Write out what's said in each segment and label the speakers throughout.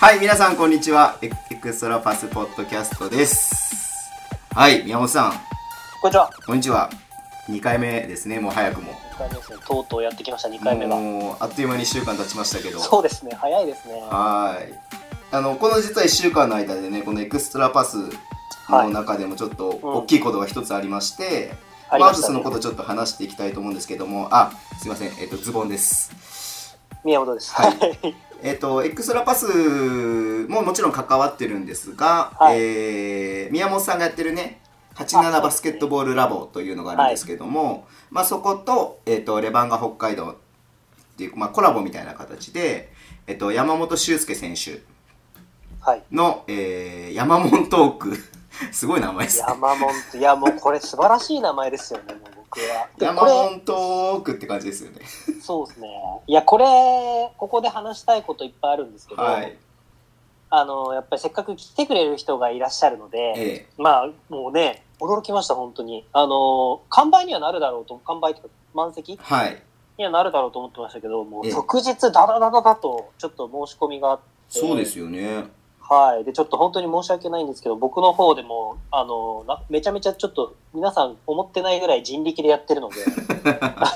Speaker 1: はい、皆さんこんにちは。エエクストラパスポッドキャストです。はい、宮本さん、
Speaker 2: こんにちは。
Speaker 1: こんにちは。2回目ですね、もう早くも。
Speaker 2: 2回目ですね。とうとうやってきました、2回目が。
Speaker 1: もう、あっという間に1週間経ちましたけど。
Speaker 2: そうですね、早いですね。
Speaker 1: はい。あの、この実は1週間の間でね、このエクストラパスの中でもちょっと大きいことが一つありまして、
Speaker 2: あり
Speaker 1: ま
Speaker 2: まし
Speaker 1: ず
Speaker 2: た
Speaker 1: そ
Speaker 2: ね
Speaker 1: のことちょっと話していきたいと思うんですけども、あ、すいません、えっと、ズボンです。
Speaker 2: 宮本です。
Speaker 1: は
Speaker 2: はいい。
Speaker 1: えっと、エクストラパスももちろん関わってるんですが、
Speaker 2: はい
Speaker 1: えー宮本さんがやってるね87バスケットボールラボというのがあるんですけども、まあ、そこと,、えっとレバンガ北海道っていう、まあ、コラボみたいな形で、えっと、山本修介選手
Speaker 2: はい。
Speaker 1: の、えー、山本トーク すごい名前ですね
Speaker 2: 山本って、いや、もうこれ素晴らしい名前ですよね、もう僕は。で
Speaker 1: 山
Speaker 2: これ、
Speaker 1: 本トークって感じですよね
Speaker 2: そうですね。いや、これ、ここで話したいこといっぱいあるんですけど、
Speaker 1: はい
Speaker 2: あの、やっぱりせっかく来てくれる人がいらっしゃるので、
Speaker 1: え
Speaker 2: まあ、もうね、驚きました、本当に。あの、完売にはなるだろうと、完売とか、満席
Speaker 1: ー、はい
Speaker 2: にはなるだろうと思ってましたけど、も
Speaker 1: え
Speaker 2: う
Speaker 1: え
Speaker 2: 即日、ダダダダダと、ちょっと申し込みがあって、
Speaker 1: そうですよね
Speaker 2: はい。で、ちょっと本当に申し訳ないんですけど、僕の方でも、あの、なめちゃめちゃちょっと、皆さん思ってないぐらい人力でやって るので、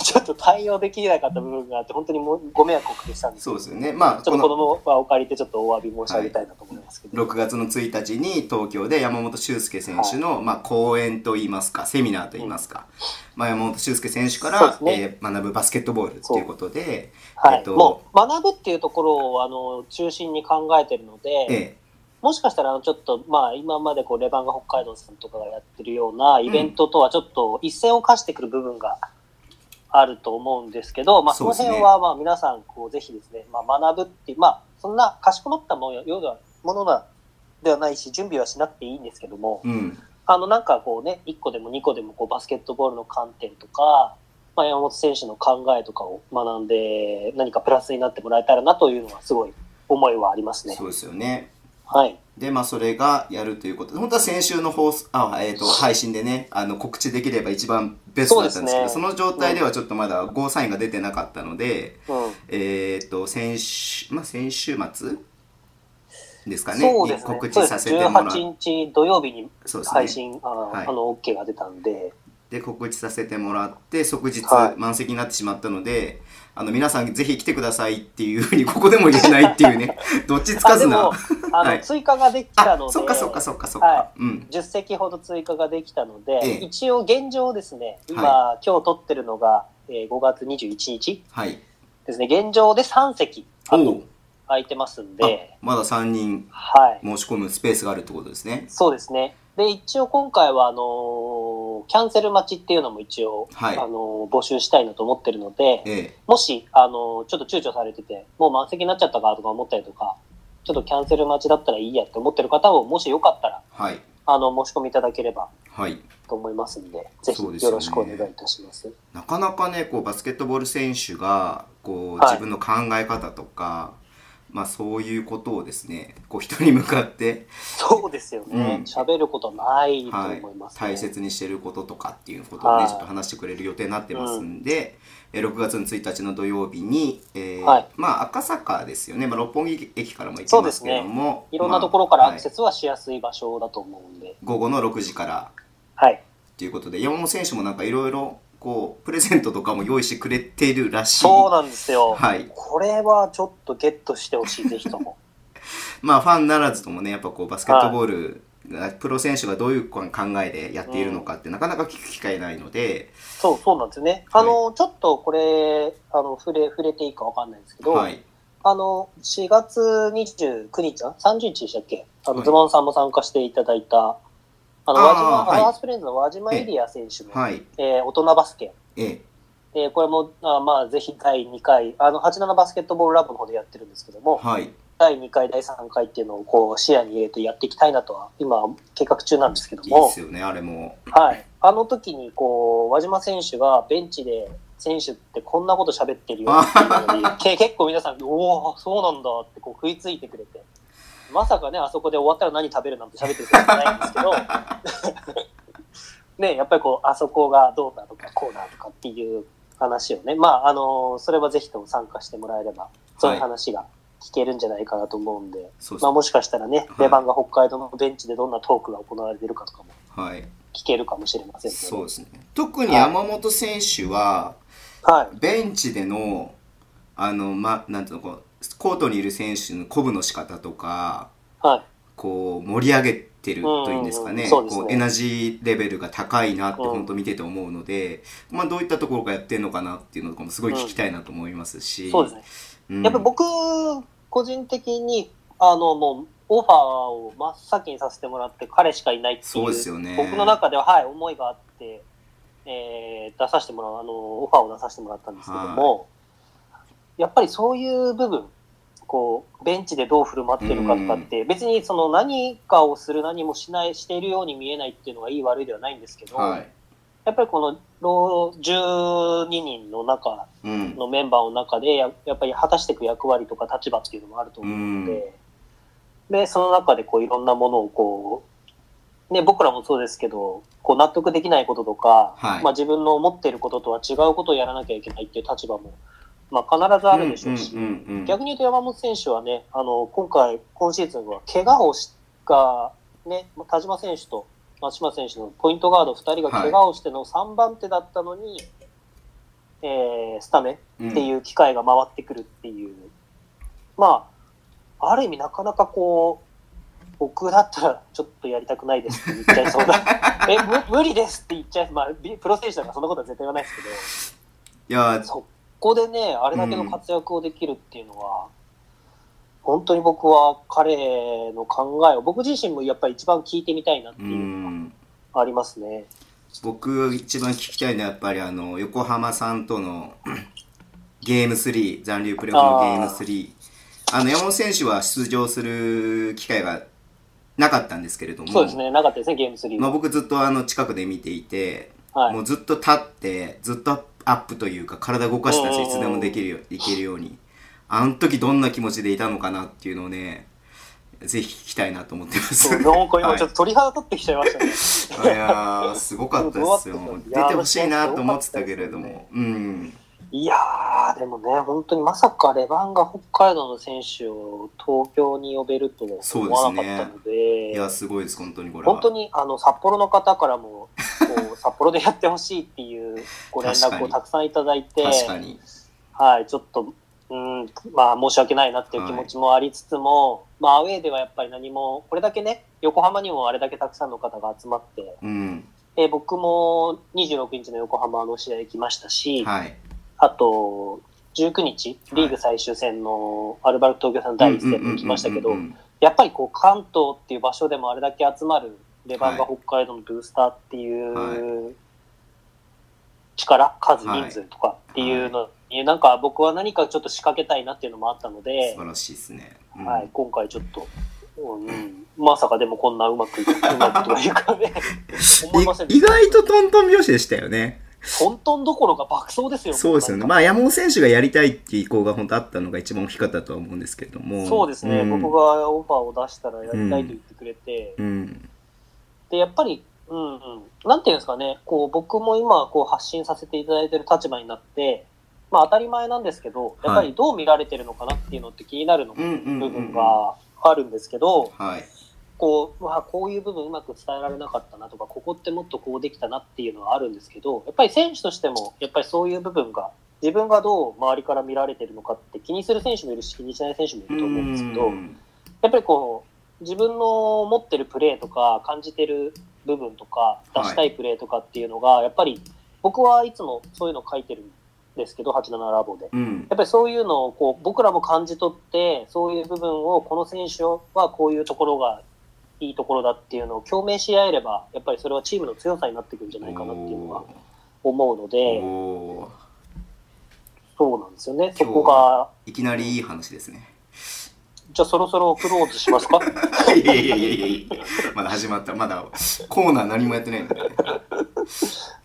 Speaker 2: ちょっと対応できなかった部分があって、本当にもうご迷惑をおかけしたんです
Speaker 1: そうですよねまあ
Speaker 2: ちょっと子供はお借りて、ちょっとお詫び申し上げたいなと思いますけど。
Speaker 1: 6月の1日に東京で山本修介選手の、まあ、講演といいますかセミナーといいますか、まあ、山本修介選手か
Speaker 2: そうで
Speaker 1: ら、
Speaker 2: すね
Speaker 1: えー学ぶバスケットボールということで、
Speaker 2: はい。
Speaker 1: えっと
Speaker 2: もう、学ぶっていうところを、あの、中心に考えてるので、
Speaker 1: え
Speaker 2: もしかしたら、ちょっと、まあ、今まで、こう、レバンガ北海道さんとかがやってるようなイベントとは、ちょっと一線を化してくる部分があると思うんですけど、まあ、
Speaker 1: そで
Speaker 2: そうの
Speaker 1: すね
Speaker 2: 辺は、まあ、皆さん、こう、ぜひですね、まあ、学ぶっていう、まあ、そんな、かしこまったものようなものな、ではないし、準備はしなくていいんですけども、
Speaker 1: ーうん、
Speaker 2: あの、なんかこうね、1個でも2個でも、こう、バスケットボールの観点とか、まあ、山本選手の考えとかを学んで、何かプラスになってもらえたらなというのは、すごい思いはありますね
Speaker 1: そ。うですよね
Speaker 2: はい。
Speaker 1: でまあそれがやるということで本当は先週の放送あ、えー、と配信でねあの告知できれば一番ベストだったんですけどそ
Speaker 2: そうですね
Speaker 1: の状態ではちょっとまだゴーサインが出てなかったので、
Speaker 2: うん。
Speaker 1: えっ、と先週、まあ、先週末ですかね
Speaker 2: そうです
Speaker 1: に
Speaker 2: ね。
Speaker 1: 告知させてもらって
Speaker 2: 18日土曜日に
Speaker 1: そうですね
Speaker 2: 配信、あの、
Speaker 1: はい
Speaker 2: あの OK が出たんで、
Speaker 1: で告知させてもらって即日
Speaker 2: はい
Speaker 1: 満席になってしまったので、あの皆さんぜひ来てくださいっていうふうにここでも言えないっていう ねどっちつか
Speaker 2: あ
Speaker 1: ず
Speaker 2: で
Speaker 1: な
Speaker 2: も、あ の、
Speaker 1: はい
Speaker 2: 追加ができたの
Speaker 1: あ
Speaker 2: で、
Speaker 1: そっかそっかそっかそっか、
Speaker 2: は
Speaker 1: うん
Speaker 2: 10席ほど追加ができたの
Speaker 1: え
Speaker 2: で、
Speaker 1: え
Speaker 2: 一応現状ですね、今、今日撮ってるのが、えー5月21日
Speaker 1: はい
Speaker 2: ですね、現状で3席、あ
Speaker 1: お
Speaker 2: と
Speaker 1: う
Speaker 2: 空いてますん
Speaker 1: あ
Speaker 2: で、
Speaker 1: まだ3人
Speaker 2: はい。
Speaker 1: 申し込むスペースがあるってことですね
Speaker 2: そうですね。で、一応今回は、あのーキャンセル待ちっていうのも一応、
Speaker 1: はい
Speaker 2: あのー募集したいなと思ってるので、
Speaker 1: ええ
Speaker 2: もし、あの、ちょっと躊躇されてて、もう満席になっちゃったかとか思ったりとか、ちょっとキャンセル待ちだったらいいやって思ってる方を、もしよかったら、
Speaker 1: はい
Speaker 2: あの、申し込みいただければ
Speaker 1: はい
Speaker 2: と思いますんで、ぜひ
Speaker 1: そう
Speaker 2: よ
Speaker 1: ですよね
Speaker 2: ろしくお願いいたします。
Speaker 1: なかなかねこうバスケットボール選手がこう
Speaker 2: はい
Speaker 1: 自分の考え方とか、まあそういうことをですねこう人に向かって
Speaker 2: そうですよ
Speaker 1: うん
Speaker 2: ね。喋、ることないと
Speaker 1: は
Speaker 2: 思
Speaker 1: い
Speaker 2: います、ね
Speaker 1: 大切にしてることとかっていうことをね、
Speaker 2: はい
Speaker 1: ちょっと話してくれる予定になってますんで、えー6月の1日の土曜日に、えー
Speaker 2: はい
Speaker 1: まあ、赤坂ですよね、まあ、六本木駅からも行
Speaker 2: そ
Speaker 1: け
Speaker 2: う
Speaker 1: ま
Speaker 2: ですす
Speaker 1: け
Speaker 2: ね
Speaker 1: ども、
Speaker 2: いろんなところから
Speaker 1: まあ
Speaker 2: アク
Speaker 1: は
Speaker 2: セ
Speaker 1: い
Speaker 2: スはしやすい場所だと思うんで、
Speaker 1: 午後の6時から
Speaker 2: はい。
Speaker 1: ということで山本選手もなんかいろいろこうプレゼントとかも用意してくれてるらしい
Speaker 2: そうなんですよ。
Speaker 1: はい
Speaker 2: これはちょっとゲットして ほしい、ぜひとも。
Speaker 1: まあ、ファンならずともねやっぱこうバスケットボール、プロ選手がどういう考えでやっているのかってなかなか聞く機会ないので、
Speaker 2: そう、そうなんですよね。あの、ちょっとこれ、あの、触れ、触れていいかわかんないんですけど、
Speaker 1: はい、
Speaker 2: あの、4月29日、あ30日でしたっけあ
Speaker 1: はい
Speaker 2: の、ズボンさんも参加していただいた、あの、
Speaker 1: あー
Speaker 2: 和島、
Speaker 1: はい
Speaker 2: ワースプレンズの和島エリア選手の、
Speaker 1: はい、
Speaker 2: えー大人バスケ。
Speaker 1: ええ
Speaker 2: えーこれも、あまあ、ぜひ第2回、あの、87バスケットボールラボの方でやってるんですけども、
Speaker 1: はい、
Speaker 2: 第2回、第3回っていうのを、こう、視野に入れてやっていきたいなとは、今、計画中なんですけど
Speaker 1: いい
Speaker 2: も、
Speaker 1: ですよねあれも。
Speaker 2: はい。あの時に、こう、和島選手がベンチで、選手ってこんなこと喋ってるよっていうのに、け結構皆さん、おお、そうなんだってこう食いついてくれて、まさかね、あそこで終わったら何食べるなんて喋ってる人じゃないんですけど、ね、やっぱりこう、あそこがどうだとか、こうだとかっていう話をね、まあ、あのそれはぜひとも参加してもらえれば、そういう話が聞けるんじゃないかなと思うんで、
Speaker 1: そうです
Speaker 2: まあ、もしかしたらね、
Speaker 1: はい
Speaker 2: レバンが北海道のベンチでどんなトークが行われてるかとかも
Speaker 1: はい、
Speaker 2: 聞けるかもしれませんけど、
Speaker 1: そうですね特に山本選手は
Speaker 2: はい、
Speaker 1: ベンチでのあの、ま、なんていうのこうコートにいる選手の鼓舞の仕方とか
Speaker 2: はい、
Speaker 1: こう盛り上げてるというんですかね,、
Speaker 2: うんそうですね
Speaker 1: こうエナジーレベルが高いなって本当見てて思うので、まあ、どういったところがやってるのかなっていうのとかもすごい聞きたいなと思いますし、
Speaker 2: そうですね。
Speaker 1: うん
Speaker 2: やっぱ僕、個人的に、あの、もう、オファーを真っ先にさせてもらって、彼しかいないってい
Speaker 1: そう
Speaker 2: う、
Speaker 1: ですよね
Speaker 2: 僕の中では、はい、思いがあって、えー出させてもらう、あの、オファーを出させてもらったんですけども、やっぱりそういう部分、こう、ベンチでどう振る舞ってるかとかって、別にその何かをする何もしない、しているように見えないっていうのがいい悪いではないんですけど、
Speaker 1: はい
Speaker 2: やっぱりこの、老12人の中
Speaker 1: うん
Speaker 2: のメンバーの中でややっぱり果たしていく役割とか立場っていうのもあると
Speaker 1: う
Speaker 2: 思うの
Speaker 1: ん
Speaker 2: で、でその中でこういろんなものをこう、ね、僕らもそうですけどこう納得できないこととか、
Speaker 1: はい
Speaker 2: まあ、自分の思っていることとは違うことをやらなきゃいけないっていう立場も、まあ、必ずあるでしょうし、
Speaker 1: うんうんうんうん
Speaker 2: 逆に言うと山本選手はねあの今回今シーズンは怪我をしが、ね、田島選手と松島選手のポイントガード2人が怪我をしての3番手だったのに、えースタメンって
Speaker 1: うん
Speaker 2: いう機会が回ってくるっていう、まあ、ある意味なかなかこう、僕だったらちょっとやりたくないですって言っちゃいそ うな、え、む無理ですって言っちゃい、まあ、ビプロ選手だからそんなことは絶対言わないですけど、
Speaker 1: いや
Speaker 2: そこでね、あれだけの活躍をできるっていうのは、本当に僕は彼の考えを、僕自身もやっぱり一番聞いてみたいなって
Speaker 1: う
Speaker 2: いうの
Speaker 1: ん
Speaker 2: がありますね。
Speaker 1: 僕一番聞きたいのはやっぱりあの横浜さんとの ゲーム3残留プレーオフのゲーム3あの山本選手は出場する機会がなかったんですけれども
Speaker 2: そうですね、なかったですね、ゲーム
Speaker 1: ま
Speaker 2: 3
Speaker 1: あ、
Speaker 2: は。
Speaker 1: 僕ずっとあの近くで見ていて、
Speaker 2: はい
Speaker 1: もうずっと立ってずっとアップアップというか体動かしたんですよいつでもできるよいけるようにあの時どんな気持ちでいたのかなっていうのをねぜひ聞きたいなと思ってます
Speaker 2: そう、なんか今ちょ
Speaker 1: は
Speaker 2: っと鳥肌立ってきちゃいましたね。
Speaker 1: い、いやーすごかったですよ
Speaker 2: うわって
Speaker 1: 出てほしいなと思ってたけれどもうん
Speaker 2: いやー、でもね、本当にまさかレバンが北海道の選手を東京に呼べるとは思わなかったので、
Speaker 1: いやすごいです本当にこれは
Speaker 2: 本当にあの札幌の方からも こう札幌でやってほしいっていうご連絡をたくさんいただいて、
Speaker 1: 確かに
Speaker 2: はい、ちょっと、うん、まあ申し訳ないなっていう気持ちもありつつも、まあアウェーではやっぱり何も、これだけね、横浜にもあれだけたくさんの方が集まって、
Speaker 1: うん
Speaker 2: で僕も26日の横浜の試合行きましたし、
Speaker 1: はい
Speaker 2: あと、19日、
Speaker 1: はい
Speaker 2: リーグ最終戦のアルバルク東京さん第1戦も行きましたけ
Speaker 1: う
Speaker 2: ど
Speaker 1: んうんうん、うん
Speaker 2: やっぱりこう関東っていう場所でもあれだけ集まる、出番が
Speaker 1: は
Speaker 2: 北海道のブースターっていう、
Speaker 1: は
Speaker 2: 力、数、
Speaker 1: はい
Speaker 2: 人数とかっていうのに、なんか僕は何かちょっと仕掛けたいなっていうのもあったの
Speaker 1: 素
Speaker 2: で、
Speaker 1: 晴らしいですね、うん
Speaker 2: はい、今回ちょっと、うん、まさかでもこんなうまくいく、うまくというか ね、思いませんで
Speaker 1: い意
Speaker 2: した
Speaker 1: 外とトントン拍子でしたよね
Speaker 2: トントンどころか爆走ですよ、
Speaker 1: そうですよね。まあ、山本選手がやりたいっていう意向が本当あったのが一番大きかったとは思うんですけれども。
Speaker 2: そうですね、
Speaker 1: ん
Speaker 2: 僕がオファーを出したらやりたいと言ってくれて、
Speaker 1: うん。
Speaker 2: でやっぱり、うんうん、なんていうんですかね、こう僕も今こう発信させていただいてる立場になって、まあ、当たり前なんですけど、やっぱりどう見られてるのかなっていうのって気になるの、
Speaker 1: うんうんうん
Speaker 2: 部分があるんですけど、
Speaker 1: はい。
Speaker 2: こううわこういう部分うまく伝えられなかったなとか、ここってもっとこうできたなっていうのはあるんですけど、やっぱり選手としても、やっぱりそういう部分が、自分がどう周りから見られてるのかって気にする選手もいるし、気にしない選手もいると思うんですけど、
Speaker 1: うん
Speaker 2: やっぱりこう、自分の持ってるプレーとか、感じてる部分とか、
Speaker 1: はい
Speaker 2: 出したいプレーとかっていうのが、やっぱり、僕はいつもそういうのを書いてるんですけど、87ラボで。
Speaker 1: うん。
Speaker 2: やっぱりそういうのをこう、僕らも感じ取って、そういう部分を、この選手はこういうところがいいところだっていうのを共鳴し合えれば、やっぱりそれはチームの強さになってくるんじゃないかなっていうのは思うの
Speaker 1: おー
Speaker 2: で、
Speaker 1: おー
Speaker 2: そうなんですよね。そ
Speaker 1: 今日は
Speaker 2: こが、
Speaker 1: いきなりいい話ですね。
Speaker 2: じゃあそろそろクローズしますか
Speaker 1: いやいやいやいやいやまだ始まった。まだコーナー何もやってないんで。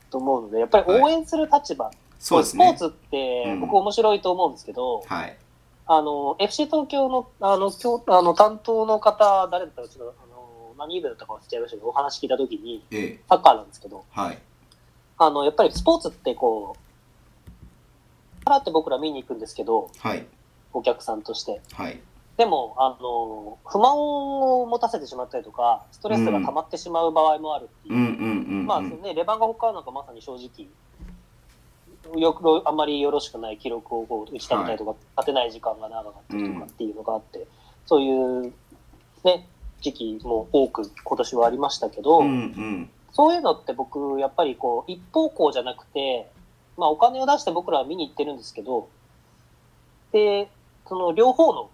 Speaker 2: と思うので、やっぱり応援する立場
Speaker 1: そうです
Speaker 2: ス
Speaker 1: ね
Speaker 2: ポ。ーツって
Speaker 1: うん
Speaker 2: 僕面白いと思うんですけど、
Speaker 1: はい。
Speaker 2: あの、FC 東京の、あの、今日、あの、担当の方、誰だったか、ちょっと、あの、何部だったか忘れちゃいましたけど、お話聞いたときに、
Speaker 1: ええ。
Speaker 2: サッカーなんですけど、
Speaker 1: はい。
Speaker 2: あの、やっぱりスポーツってこう、からって僕ら見に行くんですけど、
Speaker 1: はい。
Speaker 2: お客さんとして。
Speaker 1: はい。
Speaker 2: でも、あの、不満を持たせてしまったりとか、ストレスが溜まってしまう場合もあるっていう。
Speaker 1: うんうんうん、うん。
Speaker 2: まあ、そのね、レバンガ北海なんかまさに正直、よく、あんまりよろしくない記録をこう打ち立てたりとか、立てない時間が長かったりとかっていうのがあって、そういう、ね、時期も多く今年はありましたけど、
Speaker 1: うんうん。
Speaker 2: そういうのって僕、やっぱりこう、一方向じゃなくて、まあお金を出して僕らは見に行ってるんですけど、で、その両方の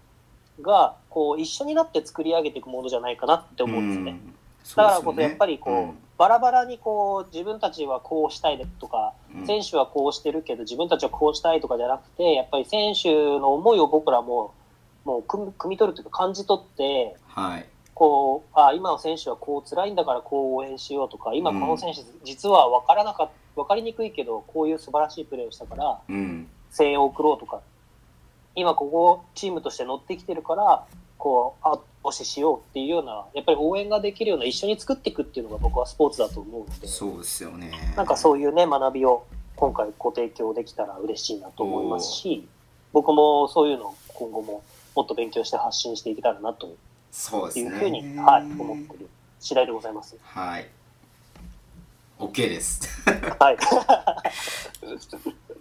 Speaker 2: が、こう、一緒になって作り上げていくものじゃないかなって思うんですよね。
Speaker 1: んそ
Speaker 2: だ
Speaker 1: う
Speaker 2: か
Speaker 1: ですよね。
Speaker 2: らこそやっぱりこう、バラバラにこう、自分たちはこうしたいとか、
Speaker 1: うん、うん
Speaker 2: 選手はこうしてるけど自分たちはこうしたいとかじゃなくて、やっぱり選手の思いを僕らも、もう組み、汲み取るというか感じ取って、
Speaker 1: はい。
Speaker 2: こう、あ今の選手はこう辛いんだからこう応援しようとか、今この選手、実は分からなかっ分かりにくいけど、こういう素晴らしいプレーをしたから、
Speaker 1: うん。
Speaker 2: 声援を送ろうとか、今ここチームとして乗ってきてるから、こう、後押ししようっていうような、やっぱり応援ができるような、一緒に作っていくっていうのが僕はスポーツだと思うので、
Speaker 1: そうですよね。
Speaker 2: なんかそういうね、学びを今回ご提供できたら嬉しいなと思いますし、僕もそういうのを今後ももっと勉強して発信していけたらなと
Speaker 1: そう
Speaker 2: って
Speaker 1: です
Speaker 2: いう
Speaker 1: ね。
Speaker 2: ふうに、はい、思ってる次第でございます。
Speaker 1: はい。OK です。
Speaker 2: はい。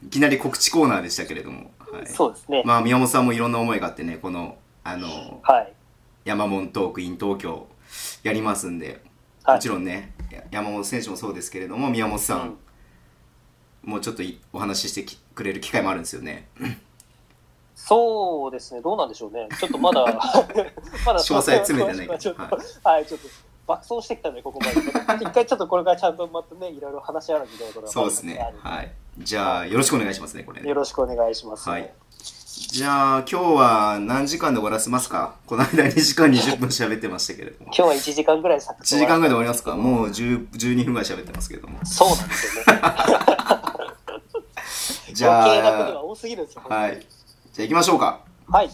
Speaker 1: いきなり告知コーナーでしたけれども。はい、
Speaker 2: そうですね。
Speaker 1: まあ、宮本さんもいろんな思いがあってね、この、あの、
Speaker 2: はい。
Speaker 1: 山本トークイン東京やりますんで、
Speaker 2: はい
Speaker 1: もちろんね、や山本選手もそうですけれども、宮本さ、
Speaker 2: うん
Speaker 1: もうちょっといお話ししてきくれる機会もあるんですよね。
Speaker 2: そうですね。どうなんでしょうね。ちょっとまだ、 まだ
Speaker 1: 詳細詰めてないけど
Speaker 2: ちょっとはい、ちょっと爆走してきたんで、ここまで。一回ちょっとこれからちゃんとまたね、いろいろ話し合わなきゃいけないことが
Speaker 1: そうですね
Speaker 2: まだま。だあ
Speaker 1: はい。じゃあ、よろしくお願いしますね、これ
Speaker 2: るよ
Speaker 1: ね。
Speaker 2: ろしくお願いします。
Speaker 1: はい。じゃあ、今日は何時間で終わらせますかこの間2時間20分喋ってましたけれども
Speaker 2: 今。日は1時間ぐらいサクッ
Speaker 1: 1
Speaker 2: と
Speaker 1: 時間ぐらいで終わりますかもう10 12分ぐらい喋ってますけれども。
Speaker 2: そうなんですよね。
Speaker 1: じゃ
Speaker 2: 余計なことが
Speaker 1: あ、
Speaker 2: 多すぎるんですよ。
Speaker 1: はい。じゃあ行きましょうか。
Speaker 2: はい。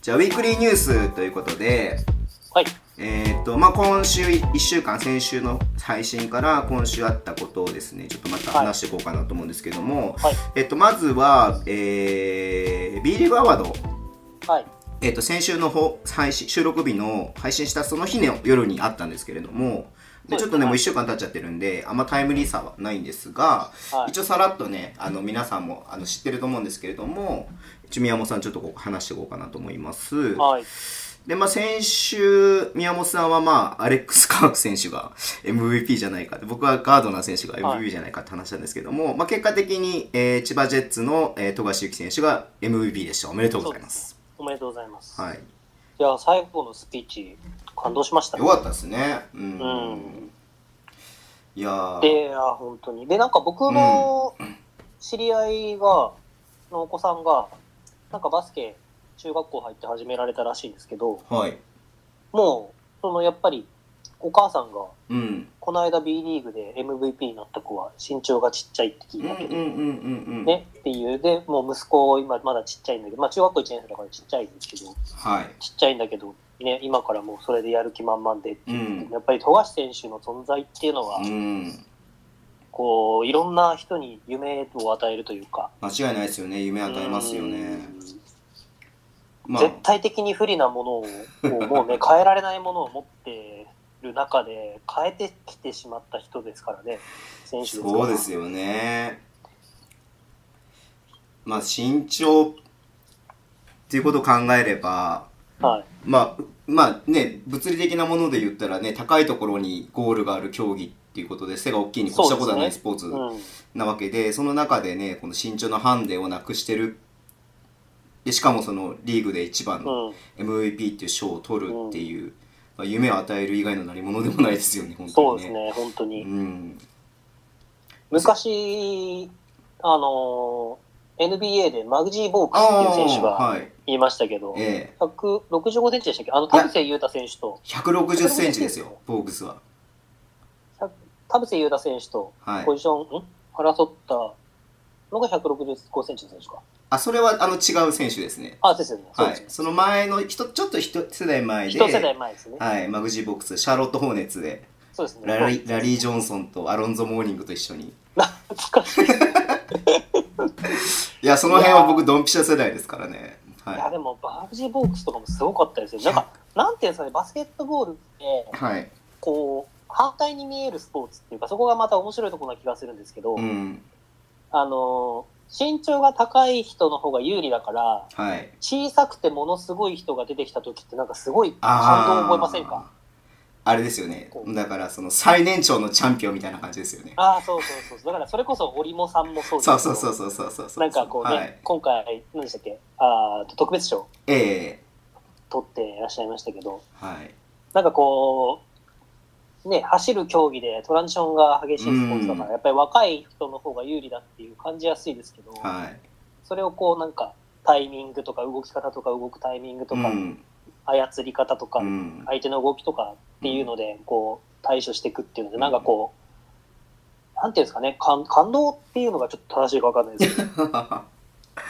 Speaker 1: じゃあ、ウィークリーニュースということで、
Speaker 2: はい。
Speaker 1: えーっと、まあ、今週1週間、先週の配信から今週あったことをですね、ちょっとまた話していこうかなと思うんですけども、
Speaker 2: はい。
Speaker 1: えっと、まずは、えー、B リーグアワード、
Speaker 2: はい。
Speaker 1: えっと、先週のほ配信収録日の配信したその日の夜にあったんですけれども、でちょっとね、
Speaker 2: はい
Speaker 1: もう1週間経っちゃってるんで、あんまタイムリーさはないんですが、
Speaker 2: はい
Speaker 1: 一応さらっとね、あの皆さんもあの知ってると思うんですけれども、一応宮本さんちょっとこう話していこうかなと思います。
Speaker 2: はい。
Speaker 1: で、まあ、先週、宮本さんは、まあ、アレックス・カーク選手が MVP じゃないかって、僕はガードナー選手が
Speaker 2: はい
Speaker 1: MVP じゃないかって話したんですけども、まあ、結果的に、えー千葉ジェッツの、えー富樫勇樹選手が MVP でした。おめでとうございます。
Speaker 2: おめでとうございます。
Speaker 1: はい。
Speaker 2: いや、最後のスピーチ、感動しましたね
Speaker 1: よ。かったですね。うん。
Speaker 2: うん
Speaker 1: いやー
Speaker 2: で、あ、本当に。で、なんか僕の知り合いが、のお子さんが、なんかバスケ、中学校入って始められたらしいんですけど、
Speaker 1: はい。
Speaker 2: もう、そのやっぱり、お母さんが、
Speaker 1: うん。
Speaker 2: この間 B リーグで MVP になった子は身長がちっちゃいって
Speaker 1: う
Speaker 2: 聞い
Speaker 1: んうん
Speaker 2: た
Speaker 1: うん
Speaker 2: けど、
Speaker 1: うんうん。。
Speaker 2: ね、っていう。で、もう息子、今まだちっちゃいんだけど、まあ中学校1年生だからちっちゃいんですけど、
Speaker 1: はい。
Speaker 2: ちっちゃいんだけど、ね、今からもうそれでやる気満々で、
Speaker 1: うん。
Speaker 2: やっぱり富樫選手の存在っていうのは
Speaker 1: う、ん。
Speaker 2: こう、いろんな人に夢を与えるというか、
Speaker 1: 間違いないですよね。夢与えますよね。
Speaker 2: うん
Speaker 1: まあ
Speaker 2: 絶、対的に不利なものを、もうも うね、変えられないものを持ってる中で、変えてきてしまった人ですからね、選手ですから。
Speaker 1: そうですよね。まあ、身長っていうことを考えれば、
Speaker 2: はい。
Speaker 1: まあ、まあね、物理的なもので言ったらね、高いところにゴールがある競技っていうことで、背が大きいに越したことはないスポーツ
Speaker 2: うん。
Speaker 1: なわけで、その中でね、この身長のハンデをなくしてる。で、しかもそのリーグで一番の
Speaker 2: うん。
Speaker 1: MVP っていう賞を取るっていう、まあ夢を与える以外の何物でもないですよね、本
Speaker 2: そ
Speaker 1: 当
Speaker 2: う
Speaker 1: に
Speaker 2: です
Speaker 1: ね。
Speaker 2: ね、本当に。
Speaker 1: うん。
Speaker 2: 昔、あのー NBA でマグジー・ボークス
Speaker 1: あ
Speaker 2: っていう選手
Speaker 1: あ、
Speaker 2: が
Speaker 1: はい。
Speaker 2: 言いましたけど、
Speaker 1: ええ
Speaker 2: 165センチでしたっけあの、田臥勇太選手と、
Speaker 1: 160センチですよ、ボーグスは。
Speaker 2: 田臥勇太選手と
Speaker 1: はい
Speaker 2: ポ。ジション、ん争ったのが165センチの選手か。
Speaker 1: あ、それはあの違う選手ですね。
Speaker 2: あ、ですよね。そう
Speaker 1: は
Speaker 2: です
Speaker 1: い
Speaker 2: ね。。
Speaker 1: その前の、ひとちょっと一世代前で、
Speaker 2: 一世代前ですね。
Speaker 1: はい、マグジーボックス、シャーロット・ホーネッツで、
Speaker 2: そうですね。
Speaker 1: ラリーラリー・ジョンソンとアロンゾ・モーニングと一緒に。
Speaker 2: 懐かしい。い
Speaker 1: いや、その辺は僕、ドンピシャ世代ですからね。
Speaker 2: や、
Speaker 1: は
Speaker 2: でも、バージーボックスとかもすごかったですよ。なんか、なんていうんですかね、バスケットボールって
Speaker 1: い。、はい。
Speaker 2: こう、反対に見えるスポーツっていうか、そこがまた面白いところな気がするんですけど、
Speaker 1: うん。
Speaker 2: あのー、身長が高い人の方が有利だから、
Speaker 1: はい。
Speaker 2: 小さくてものすごい人が出てきた時ってなんかすごい感動を
Speaker 1: ああ。
Speaker 2: 覚えませんか
Speaker 1: あれですよね
Speaker 2: こ。う
Speaker 1: だから、その最年長のチャンピオンみたいな感じですよね。
Speaker 2: ああそうそうそうそうだからそれこそ織茂さんもそうです
Speaker 1: そ
Speaker 2: けど
Speaker 1: うそうそうそうそうそうそう。
Speaker 2: なんかこうね、
Speaker 1: はい、
Speaker 2: 今回何でしたっけあー特別賞
Speaker 1: ええ
Speaker 2: 取っていらっしゃいましたけど
Speaker 1: はい。
Speaker 2: なんかこうね走る競技でトランジションが激しいスポーツだか
Speaker 1: う
Speaker 2: ら
Speaker 1: ん
Speaker 2: やっぱり若い人の方が有利だっていう感じやすいですけど、
Speaker 1: はい。
Speaker 2: それをこうなんかタイミングとか動き方とか動くタイミングと
Speaker 1: う
Speaker 2: か、
Speaker 1: ん。
Speaker 2: 操り方とか、
Speaker 1: うん。
Speaker 2: 相手の動きとかっていうので、こう、対処していくっていうので、なんかこう、なんていうんですかね、感感動っていうのがちょっと正しいかわかんないですけ ど、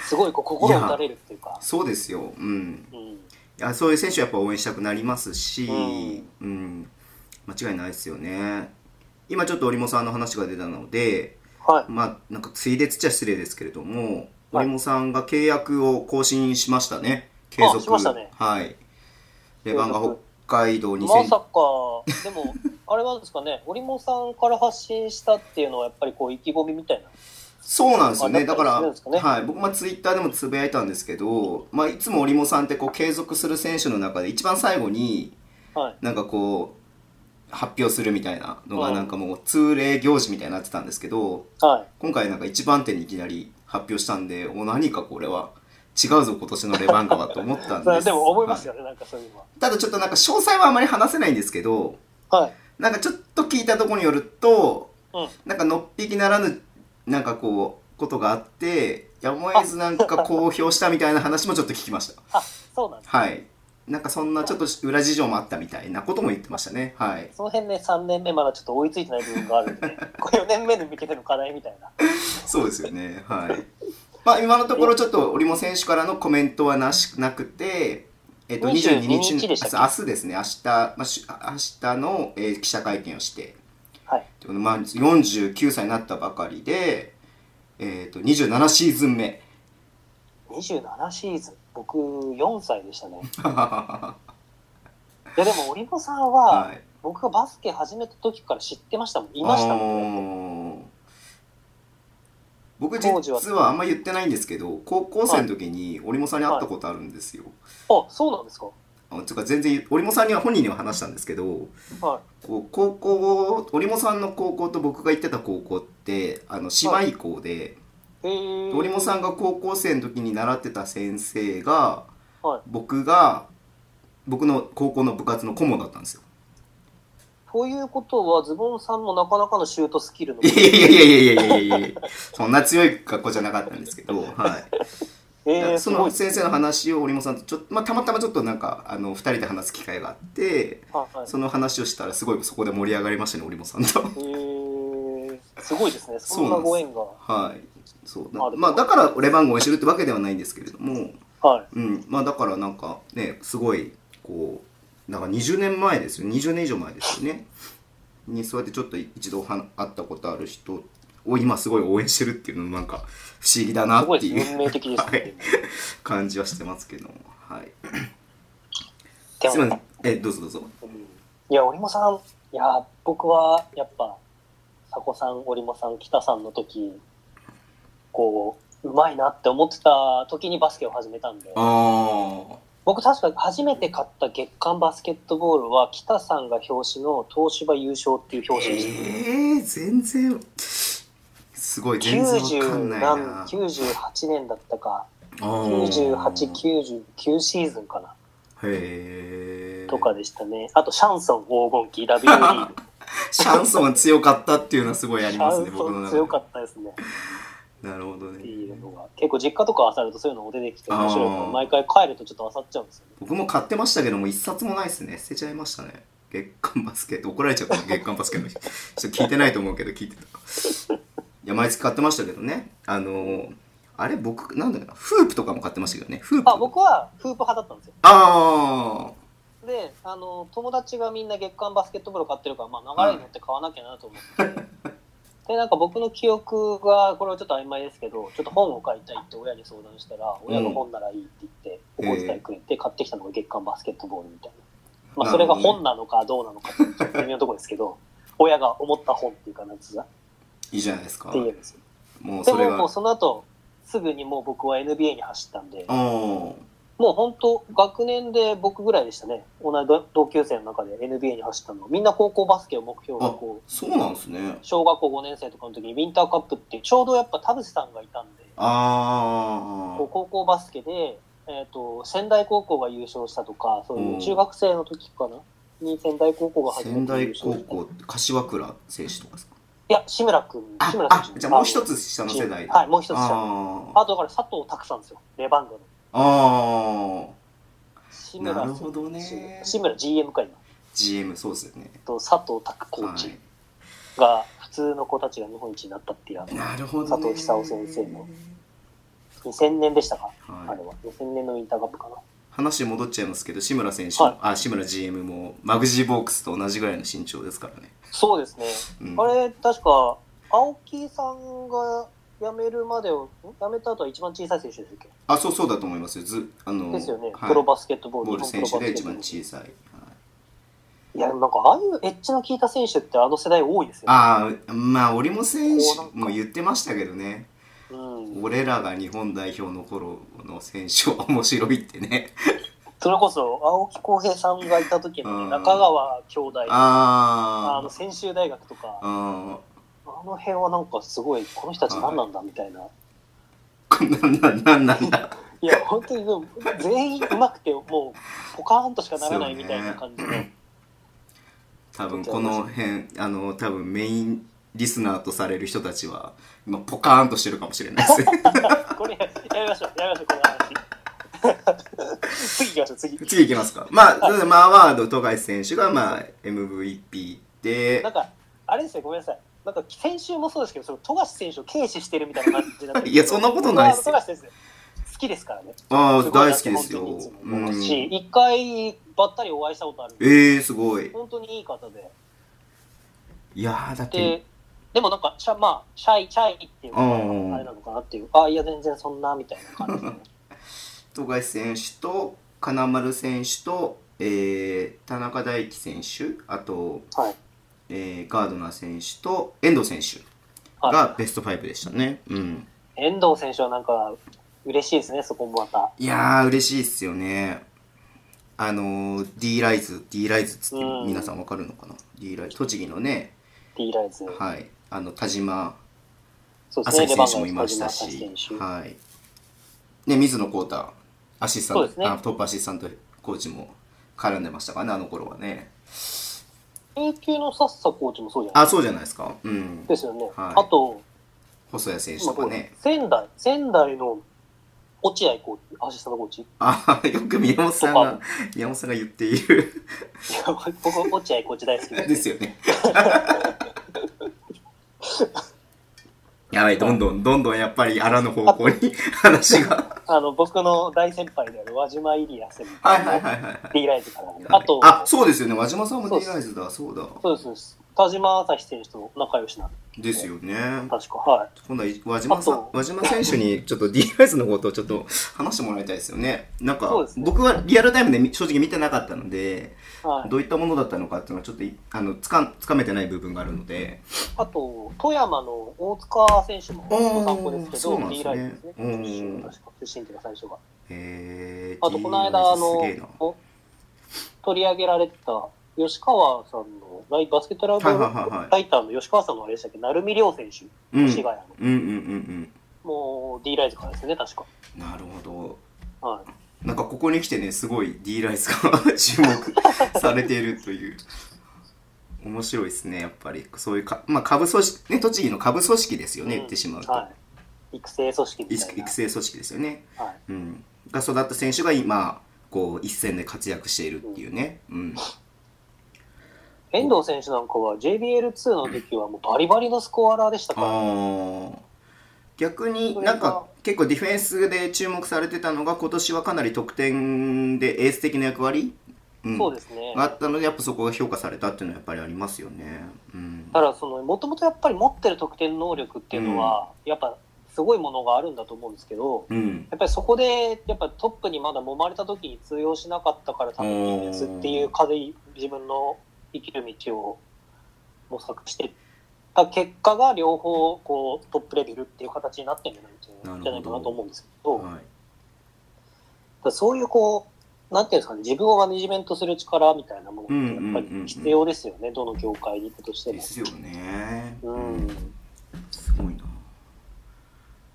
Speaker 2: すごいこう心打たれるっていうか、
Speaker 1: そうですよ。うん。
Speaker 2: うん、
Speaker 1: いやそういう選手やっぱ応援したくなりますし、う、
Speaker 2: うん
Speaker 1: 間違いないですよね。今ちょっと織茂さんの話が出たので、
Speaker 2: はい、
Speaker 1: まあなんかついでつっちゃ失礼ですけれども、
Speaker 2: はい
Speaker 1: 織茂さんが契約を更新しましたね。継
Speaker 2: あ
Speaker 1: 続。
Speaker 2: しましたね
Speaker 1: はい。レ
Speaker 2: 継続
Speaker 1: バンガ北海道
Speaker 2: ま
Speaker 1: 2000。
Speaker 2: さか、でも、あれなんですかね、織茂さんから発信したっていうのは、やっぱりこう、意気込みみたいな、
Speaker 1: そうなんですよね。
Speaker 2: ま
Speaker 1: だ
Speaker 2: あ
Speaker 1: か
Speaker 2: だ
Speaker 1: ら、
Speaker 2: ったりするんですか
Speaker 1: はい、僕もツイッターでもつぶやいたんですけど、まあいつも織茂さんってこう継続する選手の中で一番最後に、
Speaker 2: はい、
Speaker 1: なんかこう発表するみたいなのが
Speaker 2: うん
Speaker 1: なんかもう通例行事みたいになってたんですけど
Speaker 2: はい、
Speaker 1: 今回なんか一番手にいきなり発表したんでお何かこれは違うぞ今年のレバンガはと思ったん
Speaker 2: そ
Speaker 1: で
Speaker 2: れ
Speaker 1: す
Speaker 2: でも思います
Speaker 1: は
Speaker 2: よね、なんかそういうのは。
Speaker 1: いただちょっとなんか詳細はあまり話せないんですけど
Speaker 2: はい、
Speaker 1: なんかちょっと聞いたところによると
Speaker 2: うん、
Speaker 1: なんかのっぴきならぬなんかこうことがあってやむを得ずなんか公表したみたいな話もちょっと聞きました
Speaker 2: あそうなんです、
Speaker 1: はいなんかそんなちょっと裏事情もあったみたいなことも言ってましたねはい
Speaker 2: その辺ね、3年目、まだちょっと追いついてない部分があるんで、ね、これ4年目に向けての課題みたいな。
Speaker 1: そうですよね。はい。まあ今のところちょっと織茂選手からのコメントはなしなくて、えっと22
Speaker 2: 22
Speaker 1: 日
Speaker 2: 日でしたっけ
Speaker 1: 明日ですね。明日まあし明日の、えー記者会見をして、
Speaker 2: はい、
Speaker 1: まあ49歳になったばかりで、えっと27シーズン目。
Speaker 2: 27シーズン僕4歳でしたね
Speaker 1: はい
Speaker 2: やでも織茂さん
Speaker 1: い。
Speaker 2: は僕がバスケ始めた時から知ってましたもんいましたもんね
Speaker 1: もん。僕
Speaker 2: 当時は
Speaker 1: 実はあんま言ってないんですけど、高校生の時に織茂さんに会ったことあるんですよ。
Speaker 2: あそうなんですか
Speaker 1: あつうか全然織茂さんには本人には話したんですけど。
Speaker 2: は
Speaker 1: こう高校織茂さんの高校と僕が行ってた高校ってあの姉妹校で、
Speaker 2: いへえ
Speaker 1: 織茂さんが高校生の時に習ってた先生が、
Speaker 2: はい
Speaker 1: 僕が僕の高校の部活の顧問だったんですよ。
Speaker 2: ということはズボンさんもなかなかのシュートスキル の
Speaker 1: いやいやいやいやいやいやいやそんな強い学校じゃなかったんですけど、はい、
Speaker 2: えー、す
Speaker 1: そ
Speaker 2: ごい
Speaker 1: の先生の話を織茂さんとちょっと、まあ、たまたまちょっとなんかあの2人で話す機会があって
Speaker 2: はいはい
Speaker 1: その話をしたらすごいそこで盛り上がりましたね織茂さんと。
Speaker 2: えー、すごいですね
Speaker 1: そ
Speaker 2: そ
Speaker 1: うんな
Speaker 2: なん
Speaker 1: です
Speaker 2: ご縁が
Speaker 1: はい。そう
Speaker 2: ま
Speaker 1: だ
Speaker 2: あでも
Speaker 1: まあだから俺番号を知るってわけではないんですけれども、
Speaker 2: はい
Speaker 1: うん、まあだからなんかねすごいこうなんか20年前ですよ20年以上前ですよねにそうやってちょっと一度は会ったことある人を今すごい応援してるっていうのもなんか不思議だな
Speaker 2: すご
Speaker 1: っ
Speaker 2: い
Speaker 1: て
Speaker 2: で
Speaker 1: い
Speaker 2: すね
Speaker 1: う
Speaker 2: 運命的ですね、
Speaker 1: 感じはしてますけどもはい
Speaker 2: です
Speaker 1: いませんえどうぞどうぞ
Speaker 2: うんいや、織茂さん、いや、僕はやっぱ、佐古さん、織茂さん、北さんの時、こう、うまいなって思ってた時にバスケを始めたんで、
Speaker 1: あ
Speaker 2: 僕確か初めて買った月刊バスケットボールは、北さんが表紙の東芝優勝っていう
Speaker 1: あ
Speaker 2: 表紙でし
Speaker 1: えー、全然すごい
Speaker 2: た。
Speaker 1: 全然わかん
Speaker 2: 90
Speaker 1: ない
Speaker 2: 何、
Speaker 1: な
Speaker 2: 98年だったか、
Speaker 1: 98
Speaker 2: 98、99シーズンかな、
Speaker 1: へえ
Speaker 2: とかでしたね。あと、シャンソン黄金期、W リーグ。
Speaker 1: シャンソン強かったっていうのはすごいあり
Speaker 2: シ
Speaker 1: ますね
Speaker 2: ャン
Speaker 1: 僕の
Speaker 2: ソン
Speaker 1: 中で
Speaker 2: 強かったですね。
Speaker 1: なるほどね
Speaker 2: っていうのが結構実家とか漁るとそういうのも出てきて面白いか
Speaker 1: あ
Speaker 2: ら
Speaker 1: ー
Speaker 2: 毎回帰るとちょっと漁っちゃうんですよね
Speaker 1: 僕も買ってましたけども一冊もないですね捨てちゃいましたね月刊バスケット怒られちゃうから月刊バスケの人ちょっと聞いてないと思うけど聞いてたいや、毎月買ってましたけどね。あのーあれ、僕、なんだかな、フープとかも買ってましたけどね。フープ。
Speaker 2: あ、僕はフープ派だったんですよ。
Speaker 1: あ
Speaker 2: で、あの、友達がみんな月刊バスケットボール買ってるから、まあ、流れに乗って買わなきゃなと思って。で、なんか僕の記憶が、これはちょっと曖昧ですけど、ちょっと本を買いたいって親に相談したら、親が本ならいいって言って、お
Speaker 1: うん
Speaker 2: 小遣いくれて買ってきたのが月刊バスケットボールみたいな。まあ、
Speaker 1: な
Speaker 2: そ
Speaker 1: る
Speaker 2: れ
Speaker 1: ほど
Speaker 2: が
Speaker 1: ね
Speaker 2: 本なのかどうなのかっていう微妙なところですけど、 親が思った本っていうか、なんつうか
Speaker 1: ーいいじゃないですか
Speaker 2: って。言うんですよ。
Speaker 1: もう
Speaker 2: で
Speaker 1: それ
Speaker 2: も、
Speaker 1: が。
Speaker 2: もう
Speaker 1: お
Speaker 2: その後、すぐにもう僕は NBA に走ったんで、
Speaker 1: お
Speaker 2: もう本当、学年で僕ぐらいでしたね。同じ同級生の中で NBA に走ったのは。みんな高校バスケを目標にこう、
Speaker 1: そうなんですね。
Speaker 2: 小学校5年生とかの時にウィンターカップって、ちょうどやっぱ田淵さんがいたんで、
Speaker 1: あ
Speaker 2: こう高校バスケで、えっ、と、仙台高校が優勝したとか、そういううん中学生の時かな、に仙台高校が
Speaker 1: あ。
Speaker 2: 初めて優
Speaker 1: 仙台
Speaker 2: 勝した。
Speaker 1: 高校って、柏倉選手とかですか
Speaker 2: いや、志村君、
Speaker 1: あ
Speaker 2: 志村
Speaker 1: あ
Speaker 2: 選、手
Speaker 1: じゃあもう一つ下
Speaker 2: あ
Speaker 1: の世代。
Speaker 2: はい、もう一つ下。
Speaker 1: あー
Speaker 2: あとだから佐藤拓さんですよ。レバンガの。
Speaker 1: あ
Speaker 2: 志
Speaker 1: ー。
Speaker 2: 村
Speaker 1: な
Speaker 2: 選
Speaker 1: る
Speaker 2: 手
Speaker 1: ほどね。
Speaker 2: 志村 GM か今。
Speaker 1: GM、そうですよね。
Speaker 2: と佐藤拓コーチ。
Speaker 1: はい
Speaker 2: が普通の子たちが日本一になったっていうあの
Speaker 1: なるほど、ね。
Speaker 2: 佐藤久夫先生の2000年でしたか、あ
Speaker 1: は
Speaker 2: れ
Speaker 1: い、
Speaker 2: は2000年のウィンターカップかな
Speaker 1: 話戻っちゃいますけど、志村選手、
Speaker 2: はい
Speaker 1: あ志村 GM もマグジーボックスと同じぐらいの身長ですからね。
Speaker 2: そうですね、
Speaker 1: うん、
Speaker 2: あれ確か青木さんが辞めるまでをん辞めた後は一番小さい選手でしたっけ
Speaker 1: あそうそうだと思いますよ。ずあの
Speaker 2: ですよね、
Speaker 1: はい
Speaker 2: プロバスケットボール
Speaker 1: ボール選
Speaker 2: 日
Speaker 1: 手
Speaker 2: 本
Speaker 1: で
Speaker 2: プ
Speaker 1: 一
Speaker 2: ロ
Speaker 1: 番
Speaker 2: バスケッ
Speaker 1: 小さい。はい
Speaker 2: トボールいやでもなんかああいうエッジの効いた選手ってあの世代多いですよね
Speaker 1: ああ、まあ、折茂選
Speaker 2: こうなん
Speaker 1: 手
Speaker 2: か
Speaker 1: も言ってましたけどね、
Speaker 2: うん、
Speaker 1: 俺らが日本代表の頃の選手は面白いってね。
Speaker 2: それこそ青木浩平さんがいた時の
Speaker 1: うん
Speaker 2: ね中川兄弟あ
Speaker 1: あ
Speaker 2: の専修大学とか
Speaker 1: あ、あ
Speaker 2: あの辺はなんかすごいこの人たち何なんだみたいな
Speaker 1: こんなんなんなんなん だ。
Speaker 2: いや、本当にでも全員うまくて、もう、ポカーンとしかならないみたいな感じの、
Speaker 1: 多分この辺あの多分メインリスナーとされる人たちは今ポカーンとしてるかもしれないです ね
Speaker 2: これ、やめましょう、やめましょう、この話。次行きましょう、次。
Speaker 1: 次いきますかまあそれでまあワード富樫選手がまあ MVP で
Speaker 2: なんか、あれですね、ごめんなさい。なんか、先週もそうですけど、その富樫選手を軽視してるみたいな感じになってる
Speaker 1: いやそんなことないですよ
Speaker 2: 僕は富樫選手、好きですからね。
Speaker 1: ああ
Speaker 2: すごい
Speaker 1: 大
Speaker 2: な
Speaker 1: 好
Speaker 2: っ
Speaker 1: き
Speaker 2: て
Speaker 1: ですよ、
Speaker 2: 本当にいつも
Speaker 1: う
Speaker 2: 思
Speaker 1: ん
Speaker 2: う、し、一回、ばったりお会いしたことあるんで
Speaker 1: えー、すごい
Speaker 2: 本当にいい方で。
Speaker 1: いやーだって
Speaker 2: で、でもなんか、シャまあ、シャイ、シャイっていうか、
Speaker 1: うん
Speaker 2: あれなのかなっていう、あ、いや、全然そんな、みたいな感 じで。
Speaker 1: 富樫選手と金丸選手と、えー、田中大輝選手あと、
Speaker 2: はい。
Speaker 1: えー、ガードナー選手と遠藤選手
Speaker 2: はい
Speaker 1: がベスト5でしたね、うん
Speaker 2: 遠藤選手はなんか嬉しいですね、そこもまた。
Speaker 1: いやー嬉しいっすよねあのー D ライズ D ライズっつって
Speaker 2: うん
Speaker 1: 皆さんわかるのかな、D ライズ栃木のね
Speaker 2: D ライズ。
Speaker 1: はいあの田島
Speaker 2: そうです
Speaker 1: 朝
Speaker 2: ね、
Speaker 1: 日選
Speaker 2: レバ
Speaker 1: 手
Speaker 2: ン
Speaker 1: もい
Speaker 2: ガの
Speaker 1: ま
Speaker 2: 田
Speaker 1: し
Speaker 2: 島
Speaker 1: た
Speaker 2: 朝日
Speaker 1: し
Speaker 2: 選手。
Speaker 1: はいね水野浩太アシスタン
Speaker 2: そう
Speaker 1: ト、
Speaker 2: ですね
Speaker 1: あトップアシスタントコーチも絡んでましたからねあの頃はね
Speaker 2: 琉球のサッサコーチもそうじゃない
Speaker 1: あそうじゃないですかうん
Speaker 2: ですよね。
Speaker 1: はい
Speaker 2: あと、
Speaker 1: 細谷選手と
Speaker 2: まあこ
Speaker 1: か
Speaker 2: う
Speaker 1: ね
Speaker 2: 仙台、仙台の落合コーチ、アシスタントコーチ。い
Speaker 1: あよく宮本さんが宮本さんが言っている
Speaker 2: や僕、落合コーチ大好きで
Speaker 1: ですよねやばいどんどんどんどんやっぱり荒の方向に話が
Speaker 2: あの、僕の大先輩である和島イリア先
Speaker 1: はいは
Speaker 2: 輩
Speaker 1: い
Speaker 2: の
Speaker 1: はいはいはい
Speaker 2: D ライズからね。あと、
Speaker 1: あそうですよね和島さんも
Speaker 2: そう
Speaker 1: D
Speaker 2: です
Speaker 1: ライズだそうだ
Speaker 2: そうです、そうです。田島朝日選手と仲良しなん
Speaker 1: で
Speaker 2: で、
Speaker 1: すよね
Speaker 2: 確か。はい。
Speaker 1: 今度は和島さ
Speaker 2: あ
Speaker 1: ん
Speaker 2: と
Speaker 1: 和島選手にちょっと D ライズのことをちょっと話してもらいたいですよねなんか
Speaker 2: そうですね
Speaker 1: 僕はリアルタイムで見正直見てなかったので
Speaker 2: はい。
Speaker 1: どういったものだったのかっていうのはちょっといあのつかんつかめてない部分があるので
Speaker 2: あと、富山の大塚選手もご参考ですけ
Speaker 1: そうなん
Speaker 2: ど、
Speaker 1: です
Speaker 2: D
Speaker 1: ね
Speaker 2: ラインですね。
Speaker 1: うん
Speaker 2: 出身確か出身っていうか最初が。
Speaker 1: えー、
Speaker 2: あと、この
Speaker 1: D ラ
Speaker 2: 間、あ
Speaker 1: イズすげえな
Speaker 2: の、お取り上げられてた、吉川さんの、ライバスケットラ
Speaker 1: はいはいはいはい
Speaker 2: ブライターの吉川さんのあれでしたっけ、成海亮選手、
Speaker 1: うんうん
Speaker 2: 越谷の。
Speaker 1: うんうん
Speaker 2: もう、D ライズからですね、確か。
Speaker 1: うんなるほど
Speaker 2: はい。
Speaker 1: なんかここに来てねすごい D ライスが 注目されているという面白いですねやっぱりそういうか、まあ、株組織ね栃木の株組織ですよね、
Speaker 2: うん
Speaker 1: 言ってしまうと、
Speaker 2: はい。育成組織み
Speaker 1: い
Speaker 2: たいな。
Speaker 1: 育成組織ですよね、
Speaker 2: は
Speaker 1: う
Speaker 2: い。
Speaker 1: ん、が育った選手が今こう一戦で活躍しているっていうね、うん
Speaker 2: 遠藤選手なんかは JBL2 の時はもうバリバリのスコアラーでしたから、
Speaker 1: ああ逆になんか結構ディフェンスで注目されてたのが今年はかなり得点でエース的な役割、うん
Speaker 2: そうですね
Speaker 1: が。あったのでやっぱそこが評価されたっていうのはやっぱりありますよね。うん、
Speaker 2: ただその、もともとやっぱり持ってる得点能力っていうのは、やっぱすごいものがあるんだと思うんですけど、
Speaker 1: うん、
Speaker 2: やっぱりそこで、やっぱトップにまだ揉まれた時に通用しなかったから、多分、技術っていう風に自分の生きる道を模索してた結果が、両方こうトップレベルっていう形になってるんじゃないじゃないかなと思うんですけど、だか
Speaker 1: はい
Speaker 2: らそういうこう、なんていうんですかね、自分をマネジメントする力みたいなものって、やっぱり必要ですよね、どの業界に行くとして
Speaker 1: で
Speaker 2: も。
Speaker 1: すよね。
Speaker 2: うん
Speaker 1: すごいな。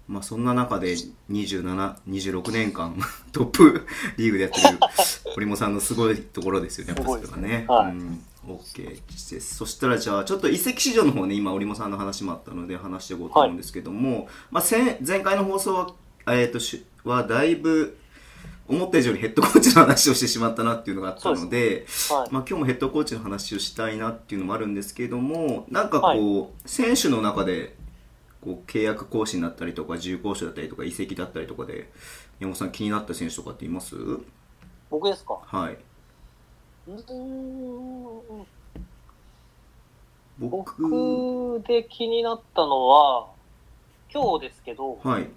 Speaker 1: まあそんな中で27、26年間 トップリーグでやってる堀本さんのすごいところですよね、やっぱそれがね。
Speaker 2: はい
Speaker 1: うん、OK です。そしたらじゃあちょっと移籍市場の方ね、今堀本さんの話もあったので話していこうと思うんですけども、まあ前前回の放送は、えー、としはだいぶ思った以上にヘッドコーチの話をしてしまったなっていうのがあったの
Speaker 2: そう
Speaker 1: で、
Speaker 2: はい
Speaker 1: まあ、今日もヘッドコーチの話をしたいなっていうのもあるんですけれどもなんかこう、選手の中でこう契約更新だったりとか自由交渉だったりとか移籍だったりとかで宮本さん気になった選手とかっています
Speaker 2: 僕ですか
Speaker 1: はい僕
Speaker 2: 僕で気になったのは、今日ですけど、
Speaker 1: はい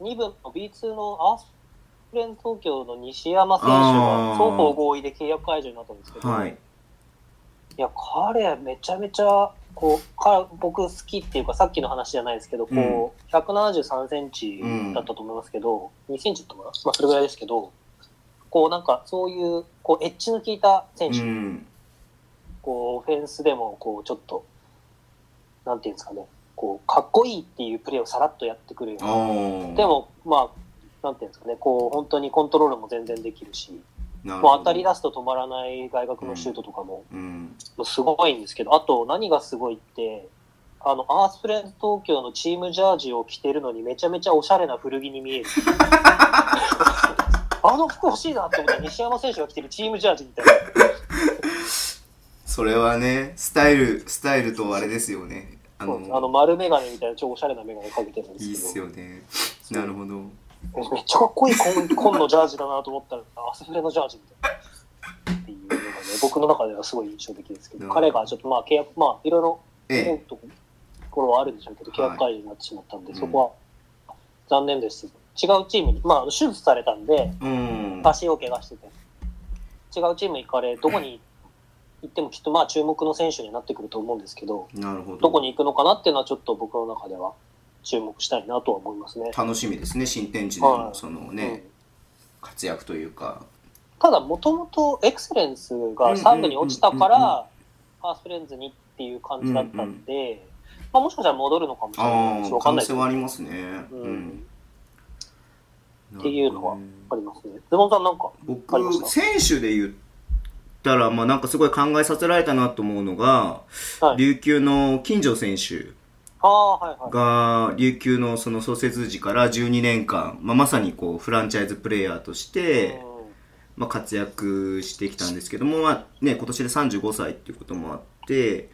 Speaker 2: 2部の B2 のアースフレン東京の西山選手
Speaker 1: あー
Speaker 2: が双方合意で契約解除になったんですけど、、
Speaker 1: はいい
Speaker 2: や、彼、めちゃめちゃ、こうか僕好きっていうか、さっきの話じゃないですけど、こう173センチだったと思いますけど、2センチだったかな、まあ、それぐらいですけど、こうなんかそういうこうエッジの効いた選
Speaker 1: う
Speaker 2: 手
Speaker 1: ん
Speaker 2: こう、オフェンスでも、こう、ちょっと、なんていうんですかね、こう、かっこいいっていうプレーをさらっとやってくるよう
Speaker 1: あ
Speaker 2: な。
Speaker 1: ー
Speaker 2: でも、まあ、なんていうんですかね、こう、本当にコントロールも全然できるし、
Speaker 1: なるほど
Speaker 2: もう当たり出すと止まらない外角のシュートとかも、
Speaker 1: うん
Speaker 2: もうすごいんですけど、あと、何がすごいって、あの、アースフレンズ東京のチームジャージを着てるのにめちゃめちゃおしゃれな古着に見え る。あの服欲しいなって思ったら西山選手が着てるチームジャージみたいな。
Speaker 1: それはねスタイルスタイルとあれですよねあ
Speaker 2: そ
Speaker 1: の
Speaker 2: うですあの丸眼鏡みたいな超おしゃれな眼鏡かけてるんですけ
Speaker 1: い
Speaker 2: ど。
Speaker 1: いっすよねなるほど
Speaker 2: めっちゃかっこいい 紺紺のジャージだなと思ったら、アスフレのジャージみたいな。っていうのがね、僕の中ではすごい印象的ですけど、
Speaker 1: うん
Speaker 2: 彼がちょっとまあ契約、まあいろいろ思う
Speaker 1: え
Speaker 2: ところはあるんでしょうけど、
Speaker 1: はい
Speaker 2: 契約解除になってしまったんで、
Speaker 1: うん
Speaker 2: そこは残念です。違うチームに、まあ手術されたんで、
Speaker 1: えうん
Speaker 2: 足を怪我してて、違うチーム行かれ、どこに行ってもきっとまあ注目の選手になってくると思うんですけど、
Speaker 1: なるほど
Speaker 2: どこに行くのかなっていうのはちょっと僕の中では注目したいなとは思いますね。
Speaker 1: 楽しみですね新天地での
Speaker 2: はい
Speaker 1: その
Speaker 2: うん
Speaker 1: ね活躍というか
Speaker 2: ただ、もともとエクセレンスが3部に落ちた
Speaker 1: う
Speaker 2: か
Speaker 1: んうんうんうん
Speaker 2: ら、アースフレンズにっていう感じだったんで、まあ、もしかしたら戻るのかもしれな
Speaker 1: あ
Speaker 2: いし、
Speaker 1: あ
Speaker 2: わか
Speaker 1: 可能
Speaker 2: んないけ
Speaker 1: 性
Speaker 2: ど
Speaker 1: はありますね
Speaker 2: うん
Speaker 1: うん
Speaker 2: っていうのは
Speaker 1: なる
Speaker 2: あ
Speaker 1: ほどね
Speaker 2: りますね。ズボンさんなんか、ありました
Speaker 1: 僕選手で言ったらまあなんかすごい考えさせられたなと思うのが
Speaker 2: はい。
Speaker 1: 琉球の金城選手
Speaker 2: ああ、はいは
Speaker 1: が
Speaker 2: い。
Speaker 1: 琉球のその創設時から12年間まあまさにこうフランチャイズプレイヤーとしてまあ、活躍してきたんですけども、まあね、今年で35歳っていうこともあって、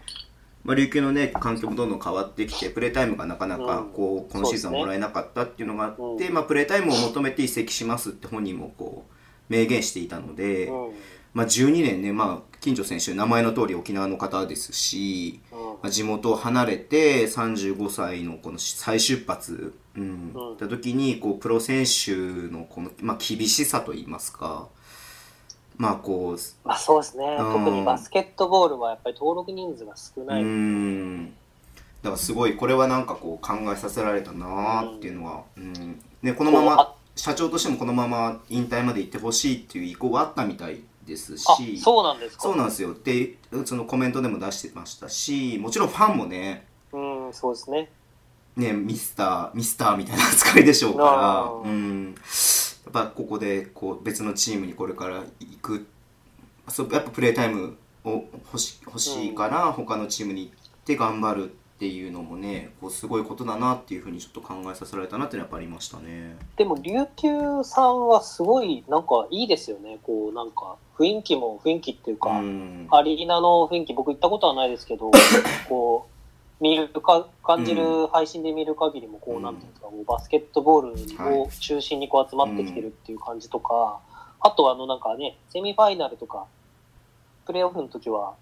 Speaker 1: まあ、琉球の、ね、環境もどんどん変わってきてプレータイムがなかなかこう、
Speaker 2: うん
Speaker 1: 今シーズン
Speaker 2: そ
Speaker 1: は
Speaker 2: うですね
Speaker 1: もらえなかったっていうのがあって、
Speaker 2: うん
Speaker 1: まあ、プレータイムを求めて移籍しますって本人もこう明言していたので、
Speaker 2: うん。うん。
Speaker 1: まあ、12年ね、まあ、金城選手名前の通り沖縄の方ですし、まあ地元を離れて35歳のこの再出発、うん
Speaker 2: うん
Speaker 1: た時にこうプロ選手のこの、まあ、厳しさといいますかまあこう
Speaker 2: まあそうですね。
Speaker 1: うん
Speaker 2: 特にバスケットボールはやっぱり登録人数が少
Speaker 1: う
Speaker 2: ない。
Speaker 1: んだからすごいこれはなんかこう考えさせられたなーっていうのは、うんね、このま
Speaker 2: こう
Speaker 1: ま社長としてもこのまま引退まで行ってほしいっていう意向はあったみたいですし
Speaker 2: あ、そうなんですか。
Speaker 1: そうなんですよってそのコメントでも出してましたしもちろんファンもね
Speaker 2: うん、そうですね。
Speaker 1: ね、ミスター、ミスターみたいな扱いでしょう
Speaker 2: あ
Speaker 1: か
Speaker 2: ー
Speaker 1: ら、うん、やっぱここでこう別のチームにこれから行く、そうやっぱプレータイムを欲し欲しいから、他のチームに行って頑張るっっていうのもねこうすごいことだなっていうふうにちょっと考えさせられたなっていうのはやっぱありましたね。
Speaker 2: でも琉球さんはすごいなんかいいですよねこうなんか雰囲気も雰囲気っていう
Speaker 1: う
Speaker 2: か、
Speaker 1: ん、
Speaker 2: アリーナの雰囲気僕行ったことはないです けどこう見るか感じ
Speaker 1: う
Speaker 2: る配信で見る限りもこう、
Speaker 1: うん
Speaker 2: なんていうんですかこうバスケットボール
Speaker 1: は
Speaker 2: を中心にこう集まってきてるっていう感じとか、あとあのなんかねセミファイナルとかプレーオフの時は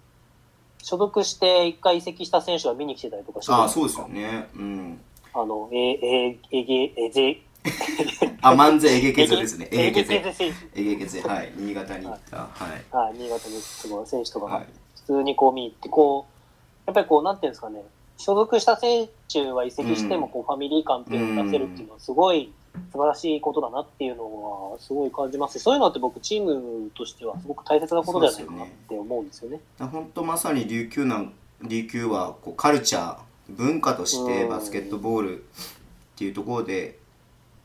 Speaker 2: 所属して一回移籍した選手が見に来てたりとかして
Speaker 1: ああそうですよね。うん、
Speaker 2: あの、え、え、えげ、え、ぜ、
Speaker 1: あ漫才えげけずですね。
Speaker 2: えげ、えげ
Speaker 1: ず
Speaker 2: ぜ選
Speaker 1: えげけずはい新潟に行ったはい
Speaker 2: 手。はい、新潟のすごい選手とか
Speaker 1: は
Speaker 2: が
Speaker 1: い
Speaker 2: 普通にこう見に行って、こう、やっぱりこう、なんていうんですかね、所属した選手は移籍しても、こう、ファミリー感っていうのを出せるっていうのは、すごい素晴らしいことだなっていうのは、すごい感じますし、そういうのって僕、チームとしてはすごく大切なことじゃないかなって思うんですよね。
Speaker 1: 本当まさに琉球なん琉球はこうカルチャー文化として
Speaker 2: うん
Speaker 1: バスケットボールっていうところで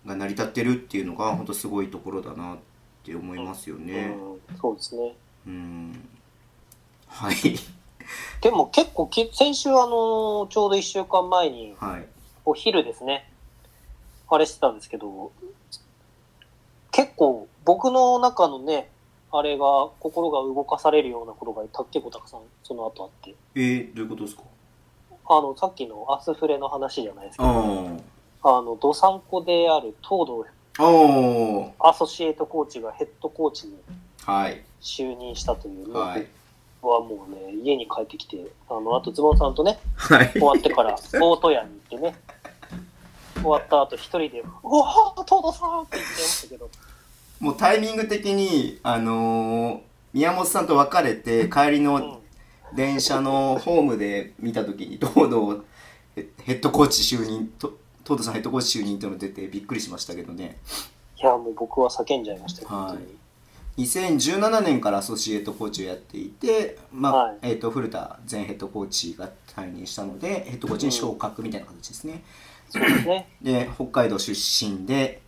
Speaker 1: が成り立ってるっていうのが本当すごいところだなって思いますよね。
Speaker 2: うん、そうですね。
Speaker 1: うん、はい
Speaker 2: でも結構き、先週、あの、ちょうど1週間前に、
Speaker 1: はい
Speaker 2: お昼ですね、あれしてたんですけど、結構僕の中のね、あれが、心が動かされるようなことがた結構たくさんその後あって、
Speaker 1: えー、どういうことですか
Speaker 2: あの、さっきのアスフレの話じゃないですけ
Speaker 1: あ
Speaker 2: ど、
Speaker 1: ー
Speaker 2: あの、ドサンコである東堂
Speaker 1: あー
Speaker 2: アソシエイトコーチがヘッドコーチに
Speaker 1: はい
Speaker 2: 就任したという、
Speaker 1: はい
Speaker 2: 僕はもうね、家に帰ってきて、あの、あとズボンさんと ね、
Speaker 1: はい
Speaker 2: 終わってから、ボート屋に行ってね、終わった後一人で、おお東堂さんって言ってましたけど、
Speaker 1: もうタイミング的にあのー宮本さんと別れて帰り
Speaker 2: う
Speaker 1: の
Speaker 2: ん
Speaker 1: 電車のホームで見た時に東堂ヘヘッドコーチ就任と東堂さんヘッドコーチ就任っていうの出てびっくりしましたけどね
Speaker 2: いや、もう僕は叫んじゃいましたよ、
Speaker 1: はい
Speaker 2: 本当に。
Speaker 1: 2017年からアソシエイトコーチをやっていて、まあ
Speaker 2: はい
Speaker 1: えー、と古田前ヘッドコーチが退任したのでヘッドコーチに昇格みたいな形ですね、
Speaker 2: そうですね。
Speaker 1: で北海道出身で、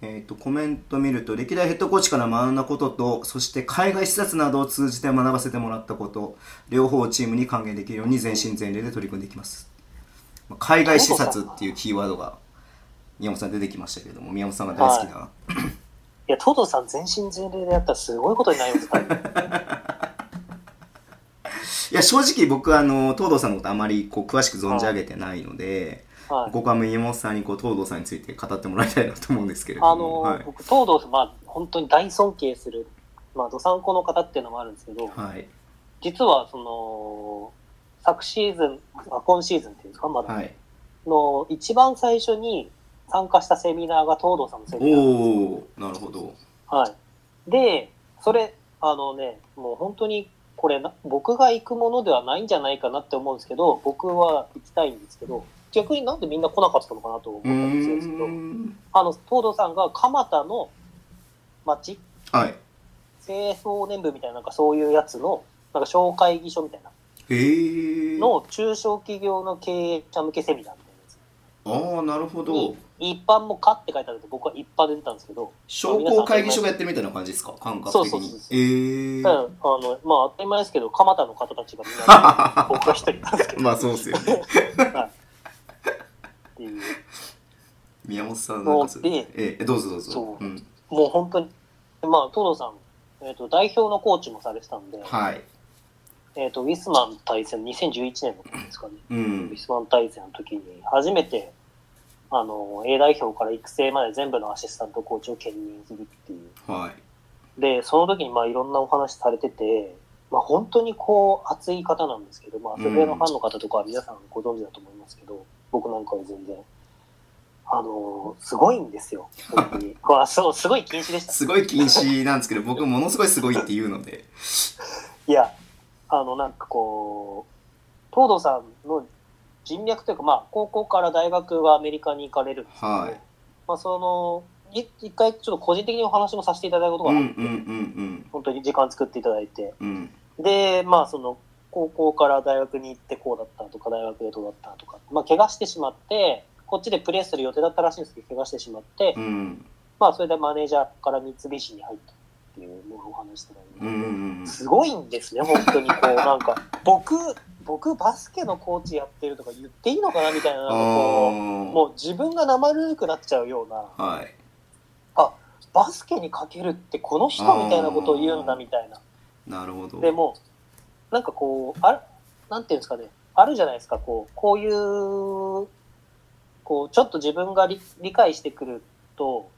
Speaker 1: えー、とコメント見ると歴代ヘッドコーチから学んだこととそして海外視察などを通じて学ばせてもらったこと両方をチームに還元できるように全身全霊で取り組んでいきます、まあ海外視察っていうキーワードが宮本さん出てきましたけれども宮本さんが大好きな、
Speaker 2: いや、トドさん全身全霊でやったらすごいことになりますから ね。
Speaker 1: い、や正直僕あの東堂さんのことあまりこう詳しく存じ上げてないので、
Speaker 2: はい。
Speaker 1: ここは宮本さんにこう東堂さんについて語ってもらいたいなと思うんですけれども
Speaker 2: あの、
Speaker 1: はい
Speaker 2: 僕、東堂さん、まあ、本当に大尊敬する、まあ、ドサンコの方っていうのもあるんですけど、
Speaker 1: はい
Speaker 2: 実は、その、昨シーズン、あ今シーズンっていうんですか、まだ、
Speaker 1: はい
Speaker 2: の、一番最初に参加したセミナーが東堂さんのセミナーなんです
Speaker 1: おおなる
Speaker 2: よ
Speaker 1: ほど
Speaker 2: はい。で、それ、あのね、もう本当に、これな、僕が行くものではないんじゃないかなって思うんですけど、僕は行きたいんですけど、逆になんでみんな来なかったのかなと思っ
Speaker 1: う
Speaker 2: た
Speaker 1: ー
Speaker 2: りするんですけど、
Speaker 1: ん
Speaker 2: あの、東堂さんが蒲田の町、
Speaker 1: はい
Speaker 2: 清掃年部みたいな、なんかそういうやつの、なんか紹介議所みたいな、
Speaker 1: へえ
Speaker 2: の中小企業の経営者向けセミナーみたいなやつ。
Speaker 1: ああなるほど
Speaker 2: 一般もかって書いてあるんで、僕は一般で出たんですけど、
Speaker 1: 商工会議所がやってるみたいな感じですか感覚的
Speaker 2: そうそうそ
Speaker 1: に
Speaker 2: うそう
Speaker 1: へえ
Speaker 2: ただあの、まあ当たり前ですけど、蒲田の方たちがみん な、僕は一人なんですけど。
Speaker 1: まあそうっすよね
Speaker 2: っていう
Speaker 1: 宮本さんなんかする
Speaker 2: そうで
Speaker 1: ええどうぞどうぞ
Speaker 2: そう
Speaker 1: うん
Speaker 2: もう本当に、まあ、東堂さん、えっと代表のコーチもされてたんで、
Speaker 1: はい
Speaker 2: えっとウィスマン対戦、2011年の時ですかね、
Speaker 1: う
Speaker 2: ウィ
Speaker 1: ん
Speaker 2: スマン対戦の時に、初めてあの A 代表から育成まで全部のアシスタントコーチを兼任するっていう、
Speaker 1: は
Speaker 2: でその時にまあいろんなお話されてて、まあ、本当にこう熱い方なんですけど、まあ、アスフレのファンの方とかは皆さんご存知だと思いますけど、僕なんかは全然。あのすごいんですよ、本当に。 こうそうすごい禁止でし
Speaker 1: い
Speaker 2: た。
Speaker 1: すごい禁止なんです けど僕ものすごいすごいって言うので
Speaker 2: いや、あの、なんかこう、東堂さんの人脈というか、まあ、高校から大学はアメリカに行かれるんですけど、
Speaker 1: はい
Speaker 2: まあ、その、い一回ちょっと個人的にお話もさせていただいたことが
Speaker 1: う
Speaker 2: あ
Speaker 1: ん
Speaker 2: っ
Speaker 1: う
Speaker 2: て、
Speaker 1: んうん
Speaker 2: 本当に時間作っていただいて、
Speaker 1: うんうん
Speaker 2: で、まあ、その、高校から大学に行ってこうだったとか、大学でどうだったとか、まあ、怪我してしまって、こっちでプレーする予定だったらしいんですけど、怪我してしまって、
Speaker 1: うん
Speaker 2: まあ、それでマネージャーから三菱に入ったっていうのをお話してたんで
Speaker 1: うんうんうん
Speaker 2: すごいんですね、本当にこう、なんか、僕、僕バスケのコーチやってるとか言っていいのかなみたいな、なんかこう、
Speaker 1: も
Speaker 2: もう自分が生ぬるくなっちゃうような、
Speaker 1: う、はい、
Speaker 2: バスケにかけるってこの人みたいなことを言うんだみたいな。
Speaker 1: なるほど。
Speaker 2: でもう、なんかこう、あるなんていうんですかね、あるじゃないですか、こう、こういう、こう、ちょっと自分が理理解してくると、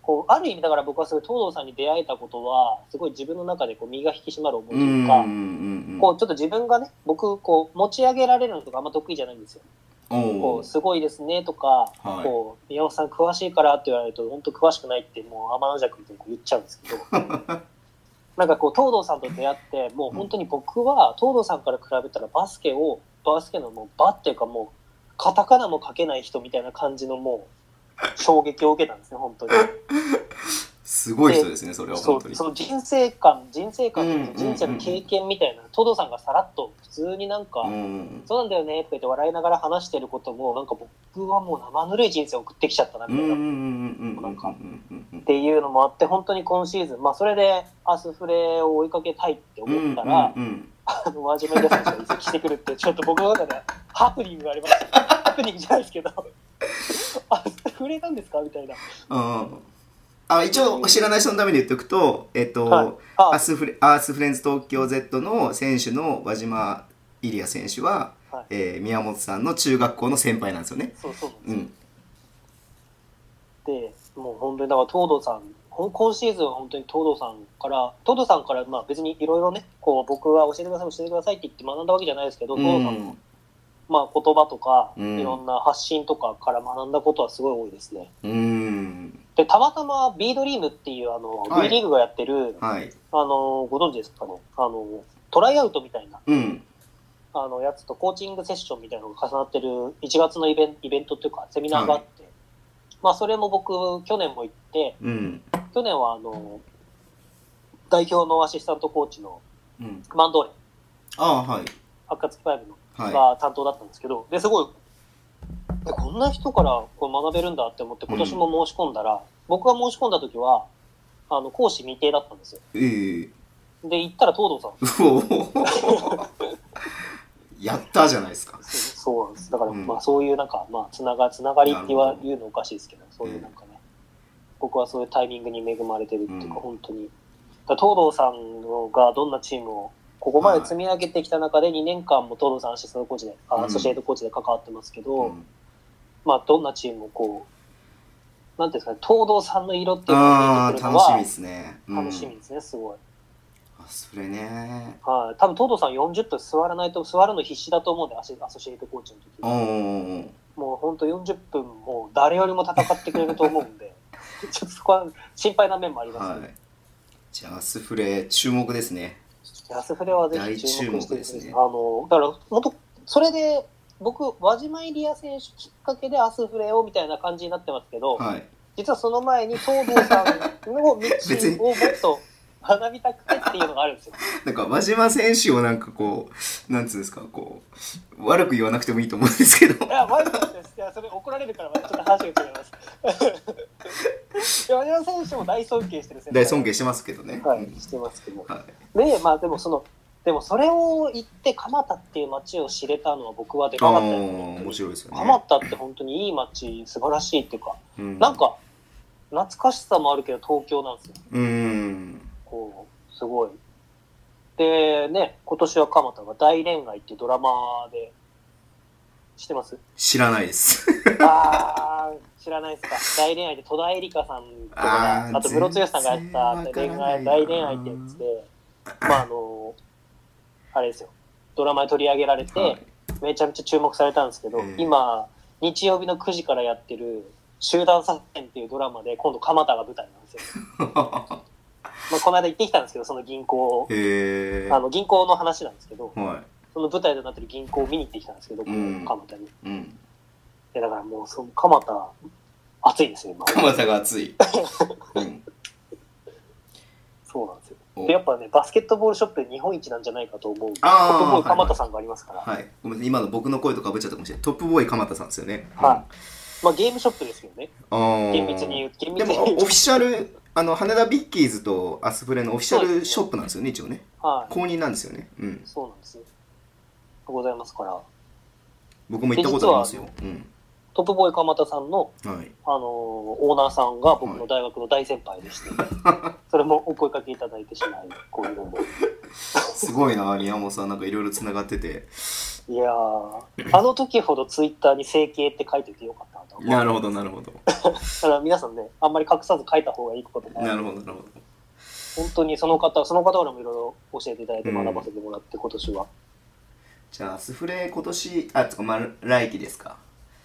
Speaker 2: こう、ある意味だから僕はすごい東堂さんに出会えたことは、すごい自分の中でこう身が引き締まる思いと
Speaker 1: う
Speaker 2: い
Speaker 1: ん
Speaker 2: う
Speaker 1: う
Speaker 2: か、
Speaker 1: んうんうん、
Speaker 2: こう、ちょっと自分がね、僕、こう、持ち上げられるのとかあんま得意じゃないんですよ。こ
Speaker 1: お
Speaker 2: う、
Speaker 1: ー
Speaker 2: すごいですねとか、
Speaker 1: はい
Speaker 2: こう、宮本さん詳しいからって言われると、本当詳しくないって、もう天の弱みたいに言っちゃうん ですけど、なんかこう、東堂さんと出会って、もう本当に僕は、東堂さんから比べたらバスケを、バスケのもう、バっていうかもう、カタカナも書けない人みたいな感じのもう、衝撃を受けたんですね、本当に。
Speaker 1: すごい人ですね、それは
Speaker 2: そ
Speaker 1: 本当に。
Speaker 2: うその人生観、人生観という
Speaker 1: うん
Speaker 2: か、人生の経験みたいな、東堂さんがさらっと、普通になんか、
Speaker 1: うん
Speaker 2: そうなんだよねとか言って笑いながら話してることもなんか僕はもう生ぬるい人生を送ってきちゃったな
Speaker 1: う
Speaker 2: み
Speaker 1: ん
Speaker 2: た
Speaker 1: うん
Speaker 2: い
Speaker 1: う
Speaker 2: な、っ
Speaker 1: んうんうん
Speaker 2: なんか
Speaker 1: うんうん
Speaker 2: ていうのもあって本当に今シーズンまあそれでアスフレを追いかけたいって
Speaker 1: うん
Speaker 2: 思ったら、
Speaker 1: うんうん
Speaker 2: あの真面目な選手が移籍してくるってちょっと僕の中でハプニングがありましたハプニングじゃないですけどアスフレなんですかみたいな
Speaker 1: うんあ一応知らない人のために言っておくと、えっと
Speaker 2: はいあ
Speaker 1: アースフレアースフレンズ東京 Z の選手の和島イリア選手は、
Speaker 2: はい
Speaker 1: えー宮本さんの中学校の先輩なんですよね。
Speaker 2: そうそうなんです
Speaker 1: う
Speaker 2: よ
Speaker 1: ん、
Speaker 2: でもう本当にだから東堂さんほん今シーズンは本当に東堂さんから東堂さんからまあ別にいろいろねこう僕は教えてください教えてくださいって言って学んだわけじゃないですけど、
Speaker 1: う
Speaker 2: 東堂さん
Speaker 1: ん
Speaker 2: まあ、言葉とか、
Speaker 1: うん
Speaker 2: いろんな発信とかから学んだことはすごい多いですね。
Speaker 1: うん
Speaker 2: で、たまたま B ドリームっていう、あの、
Speaker 1: はい
Speaker 2: B リーグがやってる、
Speaker 1: はい
Speaker 2: あの、ご存知ですかね、あの、トライアウトみたいな、
Speaker 1: うん
Speaker 2: あの、やつとコーチングセッションみたいなのが重なってる1月のイベンイベントっていうか、セミナーがあって、まあ、それも僕、去年も行って、
Speaker 1: うん
Speaker 2: 去年は、あの、代表のアシスタントコーチの
Speaker 1: うん
Speaker 2: マンドーレ、
Speaker 1: ああはい
Speaker 2: アカツキファイブの
Speaker 1: は
Speaker 2: が担当だったんですけど、ですごい、えこんな人からこれ学べるんだって思って、今年も申し込んだら、僕が申し込んだ時は、あの、講師未定だったんですよ。
Speaker 1: いええ
Speaker 2: で、行ったら東堂 さん。
Speaker 1: うおーやったじゃないですか。
Speaker 2: そうなんです。だから、
Speaker 1: うん
Speaker 2: まあそういうなんか、まあ、つなが、つながりって言わ
Speaker 1: なるほど
Speaker 2: 言うのおかしいですけど、そういうなんかね、僕はそういうタイミングに恵まれてるっていうか、
Speaker 1: うん
Speaker 2: 本当に。だから東堂さんがどんなチームを、ここまで積み上げてきた中で2年間も東堂さんアシスタントコーチで、あ
Speaker 1: うん
Speaker 2: アソシエイトコーチで関わってますけど、
Speaker 1: うん
Speaker 2: まあ、どんなチームをこう、なんていうんですかね、東堂さんの色っていうのが
Speaker 1: あ
Speaker 2: 見えて
Speaker 1: あ楽
Speaker 2: くるのは
Speaker 1: しみですね。うん
Speaker 2: 楽しみですね、すごい。
Speaker 1: あそれね。
Speaker 2: はい、多分東堂さん40分座らないと、座るの必死だと思うんで、アシアソシエイトコーチの
Speaker 1: お
Speaker 2: 時
Speaker 1: お
Speaker 2: もう本当40分、もう誰よりも戦ってくれると思う んで、ちょっとそこは心配な面もあります
Speaker 1: はい。
Speaker 2: ね。
Speaker 1: じゃあアスフレ注目ですね。
Speaker 2: 安フレはぜひ注目
Speaker 1: 大注目
Speaker 2: してく
Speaker 1: で
Speaker 2: だ
Speaker 1: す
Speaker 2: さい。
Speaker 1: ね
Speaker 2: あの、だから、本当それで、僕、輪島入谷選手きっかけでアスフレをみたいな感じになってますけど、
Speaker 1: はい。
Speaker 2: 実はその前に東堂さんの道
Speaker 1: 別に
Speaker 2: をもっと学びたくてっていうのがあるんですよ。
Speaker 1: なんか和島選手をなんかこうなんつうんですかこう悪く言わなく てもいいと思うんですけど
Speaker 2: いや、悪いことです。いや、それ怒られるから、ちょっと話が違い ます。いや、和田選手も大尊敬してる選手。
Speaker 1: 大尊敬してますけどね。
Speaker 2: は
Speaker 1: う
Speaker 2: い、
Speaker 1: ん
Speaker 2: してますけど。
Speaker 1: はい
Speaker 2: で、まあでもその、でもそれを言って、蒲田っていう街を知れたのは僕はでかかったです
Speaker 1: あー
Speaker 2: ね。
Speaker 1: 面白いですよね
Speaker 2: 蒲田って本当にいい街、素晴らしいっていうか、
Speaker 1: う
Speaker 2: なんか、懐かしさもあるけど東京なんですよ。
Speaker 1: うん
Speaker 2: こう、すごい。で、ね、今年は蒲田が大恋愛っていうドラマで、知ってます
Speaker 1: 知らないです。
Speaker 2: あー、知らないですか。大恋愛って戸田恵梨香さんとかが
Speaker 1: あ
Speaker 2: あ
Speaker 1: ー
Speaker 2: とムロツヨシさんがやった
Speaker 1: 全
Speaker 2: 恋
Speaker 1: 然わからない
Speaker 2: 愛、
Speaker 1: な
Speaker 2: 大恋愛ってやつで、まああの、あれですよ。ドラマに取り上げられて、
Speaker 1: はい
Speaker 2: めちゃめちゃ注目されたんですけど、
Speaker 1: ええ
Speaker 2: 今、日曜日の9時からやってる、集団作戦っていうドラマで、今度蒲田が舞台なんですよ。まあ、この間行ってきたんですけど、その銀行
Speaker 1: へえ。
Speaker 2: あの銀行の話なんですけど、
Speaker 1: は
Speaker 2: その舞台となってる銀行を見に行ってきたんですけど、
Speaker 1: うん
Speaker 2: 蒲田に。
Speaker 1: い。うん。
Speaker 2: でだからもう、その蒲田、暑いですよ、今。
Speaker 1: 蒲田が熱い。うん。
Speaker 2: そうなんですよ。
Speaker 1: お
Speaker 2: で、やっぱね、バスケットボールショップで日本一なんじゃないかと思う、ト
Speaker 1: あー
Speaker 2: ップボール蒲田さんがありますから、
Speaker 1: はい。ごめんなさい今の僕の声とかぶっちゃったかもしれない。トップボーイ蒲田さんですよね。
Speaker 2: はまあ、ゲームショップですけどね、
Speaker 1: うん。
Speaker 2: 厳密に言う、厳密
Speaker 1: で
Speaker 2: に
Speaker 1: も
Speaker 2: 言
Speaker 1: オ
Speaker 2: う
Speaker 1: フィシャルあの羽田ビッキーズとアスプレのオフィシャルショップなんですよね一応ね
Speaker 2: と、はい、
Speaker 1: 公認なんですよねうん
Speaker 2: そうなんですよ。ございますから、
Speaker 1: 僕も行ったことありますよ。うん。
Speaker 2: トップボーイ鎌田さんの、
Speaker 1: はい。
Speaker 2: あのーオーナーさんが僕の大学の大先輩でして、それもお声かけいただいてしまい、こういうのも。
Speaker 1: すごいな、宮本さん、なんかいろいろつながってて。
Speaker 2: いやー、あの時ほどツイッターに整形って書いておいてよかったなと思う。
Speaker 1: なるほど、なるほど。
Speaker 2: だから皆さんね、あんまり隠さず書いた方がいいこともあ
Speaker 1: なるほど、なるほど。
Speaker 2: 本当にその方、その方からもいろいろ教えていただいて学ばせてもらって、今年は。
Speaker 1: じゃあ、スフレ今年、あ、つか、まあ、来期ですか。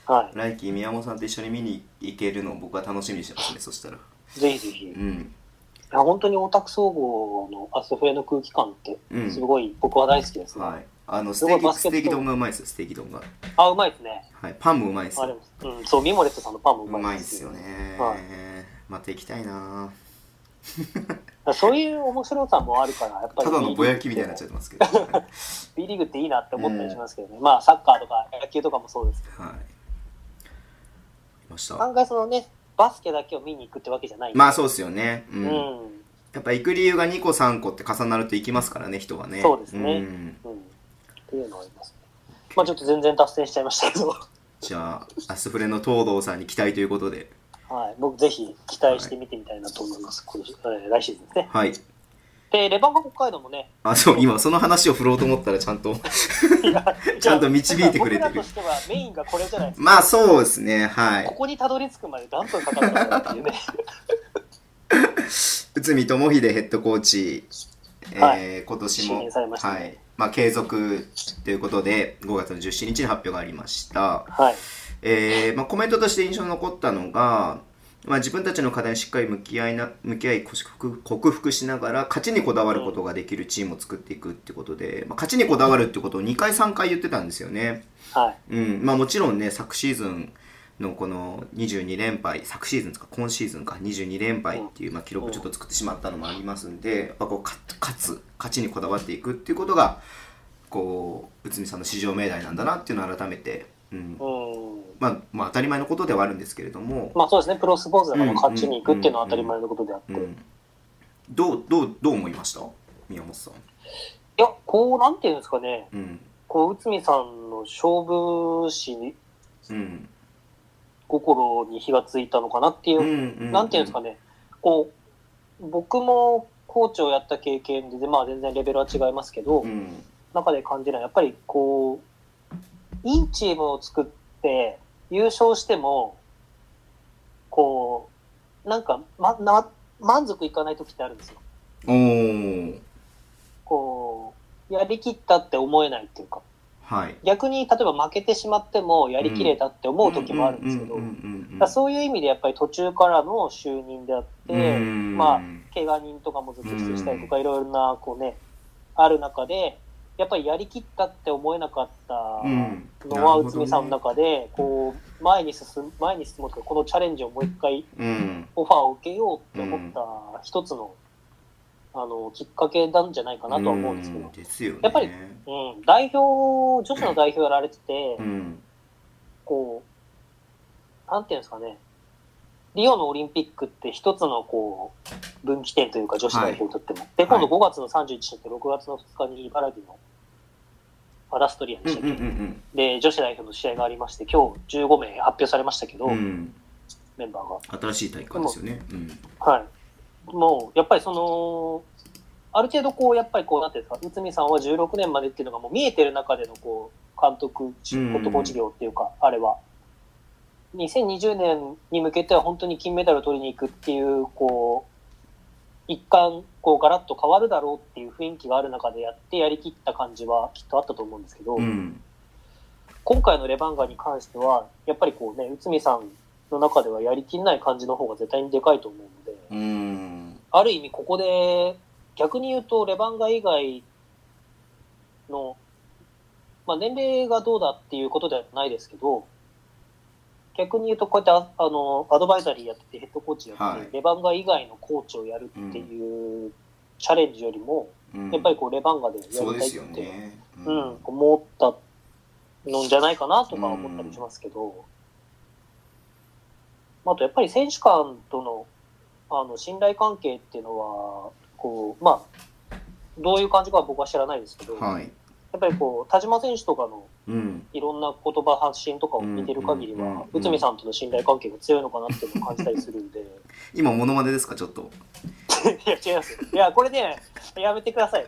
Speaker 2: は
Speaker 1: 来期、宮本さんと一緒に見に行けるのを僕は楽しみにしてますね、そしたら。
Speaker 2: い。ぜひぜひ。い
Speaker 1: うん。
Speaker 2: や本当にオタク総合のアスフレの空気感って
Speaker 1: う、ん
Speaker 2: すごい僕は大好きですね。
Speaker 1: はい。あの、ス
Speaker 2: 僕は
Speaker 1: テー
Speaker 2: バ
Speaker 1: キ、
Speaker 2: ス
Speaker 1: ス
Speaker 2: ケット
Speaker 1: テーキ丼がうまいですよ、ステーキ丼が。
Speaker 2: あ、うまいですね。
Speaker 1: はい。パンもうまいです
Speaker 2: あれ
Speaker 1: よ。
Speaker 2: も、うん、そう、ミモレットさんのパンも
Speaker 1: う
Speaker 2: う
Speaker 1: ま
Speaker 2: ま
Speaker 1: い
Speaker 2: い
Speaker 1: で
Speaker 2: ですす
Speaker 1: よ
Speaker 2: よね。
Speaker 1: ね
Speaker 2: は。
Speaker 1: また行きたいな
Speaker 2: そういう面白さもあるから、やっぱり。
Speaker 1: ただのぼやきみたいになっちゃってますけ ど。はい。
Speaker 2: B リーグっていいなって思ったりしますけどね。まあ、サッカーとか野球とかもそうですけど。
Speaker 1: わかりました。
Speaker 2: 案外そのね、バスケだけを見に行くってわけじゃない。
Speaker 1: まあ、そうですよね。う。
Speaker 2: うんん。
Speaker 1: やっぱ行く理由が2個3個って重なると行きますからね、人はね。
Speaker 2: そうですね
Speaker 1: ん
Speaker 2: うん。っていうのはありますね。まあ、ちょっと全然達成しちゃいましたけど。
Speaker 1: じゃあ、アスフレの東堂さんに期待ということで。
Speaker 2: はい、僕ぜひ期待して見てみたいなと思います、今年えー来シーズンですね。
Speaker 1: はい。
Speaker 2: で、レバンガ北海道 もね、
Speaker 1: あ、そう、今その話を振ろうと思ったらちゃん とちゃんと導いてくれてる
Speaker 2: 僕らとしてはメインがこれじゃないですか。
Speaker 1: まあそうですね、は
Speaker 2: こ
Speaker 1: い。
Speaker 2: こにたどり着くまで何分かかったのかっていう ね。
Speaker 1: 内海智秀ヘッドコーチ、えー
Speaker 2: はい
Speaker 1: 今年
Speaker 2: 就
Speaker 1: も、
Speaker 2: 任されましたね
Speaker 1: はいまあ、継続ということで、5月の17日に発表がありました。
Speaker 2: はい。
Speaker 1: えーまあ、コメントとして印象に残ったのが、まあ、自分たちの課題にしっかり向き合いな向き合い克服克服しながら勝ちにこだわることができるチームを作っていくってことで、まあ、勝ちにこだわるってことを2回3回言ってたんですよね。
Speaker 2: はい。
Speaker 1: うんまあ、もちろんね昨シーズンのこの22連敗昨シーズンですか今シーズンか22連敗っていう、まあ、記録をちょっと作ってしまったのもありますんでやっぱこう勝勝つ勝ちにこだわっていくっていうことがこう内海さんの至上命題なんだなっていうのを改めて、うん
Speaker 2: うん。
Speaker 1: まあ、まあ当たり前のことではあるんですけれども、
Speaker 2: まあそうですね、プロスポーツだから勝ちに行くっていうのは当たり前のことであって。
Speaker 1: う
Speaker 2: い
Speaker 1: ん、どうどうどう思いました宮本さん。
Speaker 2: や、こう、なんていうんですかね、
Speaker 1: うん
Speaker 2: こう、内海さんの勝負師
Speaker 1: うん
Speaker 2: 心に火がついたのかなっていううん
Speaker 1: うん
Speaker 2: なんていうんですかね、こう、僕もコーチをやった経験で、まあ全然レベルは違いますけど、
Speaker 1: うん
Speaker 2: 中で感じるのは、やっぱりこう、いいチームを作って、優勝しても、こう、なんか、ま、な、満足いかない時ってあるんですよ。
Speaker 1: おー
Speaker 2: こう、やりきったって思えないっていうか、
Speaker 1: はい。
Speaker 2: 逆に例えば負けてしまってもやりきれたって思う時もあるんですけど、
Speaker 1: うう
Speaker 2: だ
Speaker 1: んうんうん
Speaker 2: からそういう意味でやっぱり途中からの就任であって、
Speaker 1: うん
Speaker 2: まあ怪我人とかもずっと出したりとか、いろいろな、こうね、ある中で、やっぱりやりきったって思えなかった
Speaker 1: うん
Speaker 2: のは、内海さんの中で、こう、前に進む、前に進もうというか、このチャレンジをもう一回
Speaker 1: うん
Speaker 2: オファーを受けようって思った一つの、あの、きっかけなんじゃないかなとは思うんですけど、
Speaker 1: ですよね
Speaker 2: やっぱりうん、代表、女子の代表やられてて
Speaker 1: う、ん
Speaker 2: こう、なんていうんですかね、リオのオリンピックって一つのこう、分岐点というか女子代表にとっても。で、今度5月の31日と6月の2日に茨城のアダストリア
Speaker 1: う
Speaker 2: で
Speaker 1: ん
Speaker 2: し
Speaker 1: う
Speaker 2: た
Speaker 1: ん
Speaker 2: っ
Speaker 1: う
Speaker 2: け、
Speaker 1: ん
Speaker 2: で、女子代表の試合がありまして、今日15名発表されましたけど、
Speaker 1: うんうん
Speaker 2: メンバーが。
Speaker 1: 新しい大会ですよねうん
Speaker 2: はい。もう、やっぱりその、ある程度こう、やっぱりこう、なんていうんですか、内海さんは16年までっていうのがもう見えてる中でのこう、監督、
Speaker 1: う
Speaker 2: ヘ
Speaker 1: ん
Speaker 2: ッドコーチ業っていうか、あれは。2020年に向けては本当に金メダルを取りに行くっていう、こう、一貫、こう、ガラッと変わるだろうっていう雰囲気がある中でやってやりきった感じはきっとあったと思うんですけど、
Speaker 1: うん
Speaker 2: 今回のレバンガに関しては、やっぱりこうね、内海さんの中ではやりきんない感じの方が絶対にでかいと思うので、
Speaker 1: うん
Speaker 2: ある意味ここで、逆に言うと、レバンガ以外の、まあ、年齢がどうだっていうことではないですけど、逆に言うと、こうやってああの、アドバイザリーやってて、ヘッドコーチやってて、
Speaker 1: はい
Speaker 2: レバンガ以外のコーチをやるっていうチャレンジよりも、
Speaker 1: うん
Speaker 2: やっぱりこう、レバンガでやりたい
Speaker 1: そうで
Speaker 2: っ
Speaker 1: す
Speaker 2: て、
Speaker 1: よねう
Speaker 2: うん、思ったのんじゃないかなとか思ったりしますけど、あとやっぱり選手間とのあの信頼関係っていうのは、こう、まあ、どういう感じかは僕は知らないですけど、
Speaker 1: はい
Speaker 2: やっぱりこう、田島選手とかの
Speaker 1: うん、
Speaker 2: いろんな言葉発信とかを見てる限り
Speaker 1: うんうんうん
Speaker 2: は
Speaker 1: うん、
Speaker 2: 内海さんとの信頼関係が強いのかなっていうのを感じたりするんで。い
Speaker 1: 今モノマネですかちょっと
Speaker 2: や、違いますよ。いや、これね、やめてください。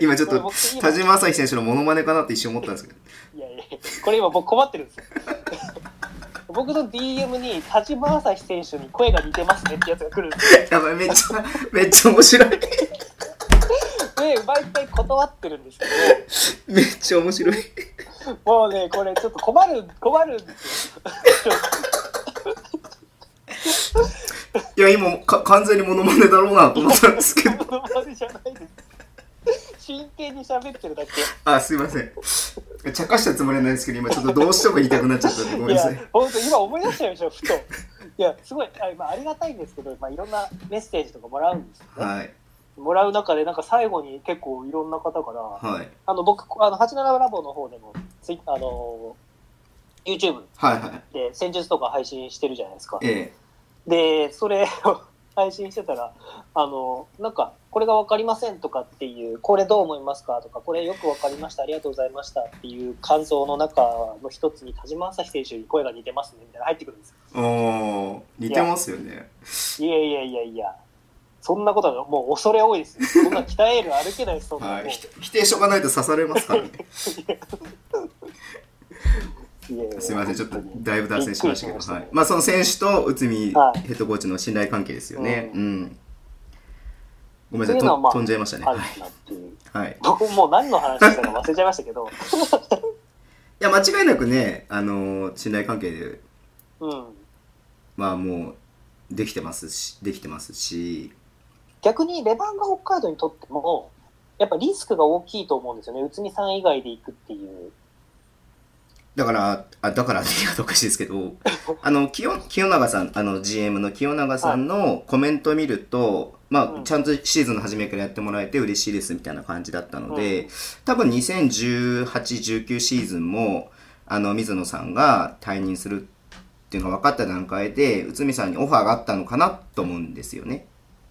Speaker 1: 今ちょっ
Speaker 2: これ
Speaker 1: と
Speaker 2: 僕今
Speaker 1: 田島朝日選手のモノマネかなって一瞬思ったんですけど
Speaker 2: いやいや、これ今僕困ってるんですよ。僕の DM に、田島朝日選手に声が似てますねってやつが来るんですよ。
Speaker 1: やばいめっちゃ めっちゃ面白い
Speaker 2: で、毎回断ってるんですけ
Speaker 1: めっちゃ面白い
Speaker 2: ど、もうね、これちょっと困る、困るんですよ。
Speaker 1: いや今か完全にモノマネだろうなと思ったんですけど
Speaker 2: この場でじゃないです。真剣に喋ってるだけ。
Speaker 1: あすいません茶化したつもりはないですけど今ちょっとどうしても言いたくなっちゃったんでごめん
Speaker 2: い
Speaker 1: なさ
Speaker 2: や
Speaker 1: い、
Speaker 2: 本当今思い出しちゃいましたよ、ふと。いや、すごい、あ,、まあ、ありがたいんですけど、まあ、いろんなメッセージとかもらうんですよね。
Speaker 1: はい
Speaker 2: もらう中で、なんか最後に結構いろんな方から、
Speaker 1: はい
Speaker 2: あの、僕、あの、87ラボの方でも、ツイあの、YouTube
Speaker 1: はいはい
Speaker 2: で戦術とか配信してるじゃないですか。
Speaker 1: え
Speaker 2: で、それを配信してたら、あの、なんか、これがわかりませんとかっていう、これどう思いますかとか、これよくわかりました、ありがとうございましたっていう感想の中の一つに、田島朝日選手に声が似てますね、みたいなの入ってくるんです
Speaker 1: えおー似てますよね
Speaker 2: よ。いやいやいやいや、そんなことはもう恐れ多いですよ。そんな鍛える歩けないです、そんなもう
Speaker 1: はい、ひ否定しとかないと刺されます からね。
Speaker 2: いやいや
Speaker 1: すみません、ちょっと
Speaker 2: 本当に
Speaker 1: だいぶ脱線しましたけど、
Speaker 2: びっくりしました
Speaker 1: はい、まあその選手と内海ヘ
Speaker 2: はい
Speaker 1: ッドコーチの信頼関係ですよね。
Speaker 2: う
Speaker 1: うん。ごめんなさい、
Speaker 2: というのは
Speaker 1: と
Speaker 2: まあ
Speaker 1: 飛んじゃいましたね。
Speaker 2: あ
Speaker 1: はい
Speaker 2: るかなっていう。
Speaker 1: はい。
Speaker 2: 僕もう何の話したか忘れちゃいましたけ
Speaker 1: い
Speaker 2: ど、
Speaker 1: や、間違いなくね、あのー信頼関係で、
Speaker 2: うん、
Speaker 1: まあもう、できてますし、できてますし、
Speaker 2: 逆にレバンが北海道にとっても、やっぱリスクが大きいと思うんですよね、内海さん以外で行くっていう。
Speaker 1: だから、あだからって 言うとおかしいですけど、あの、清清永さん、あの、GM の清永さんのコメントを見ると、ま
Speaker 2: う
Speaker 1: あ、
Speaker 2: ん
Speaker 1: ちゃんとシーズンの初めからやってもらえて嬉しいですみたいな感じだったので、多分2018、19シーズンも、あの、水野さんが退任するっていうのが分かった段階で、内海さんにオファーがあったのかなと思うんですよね。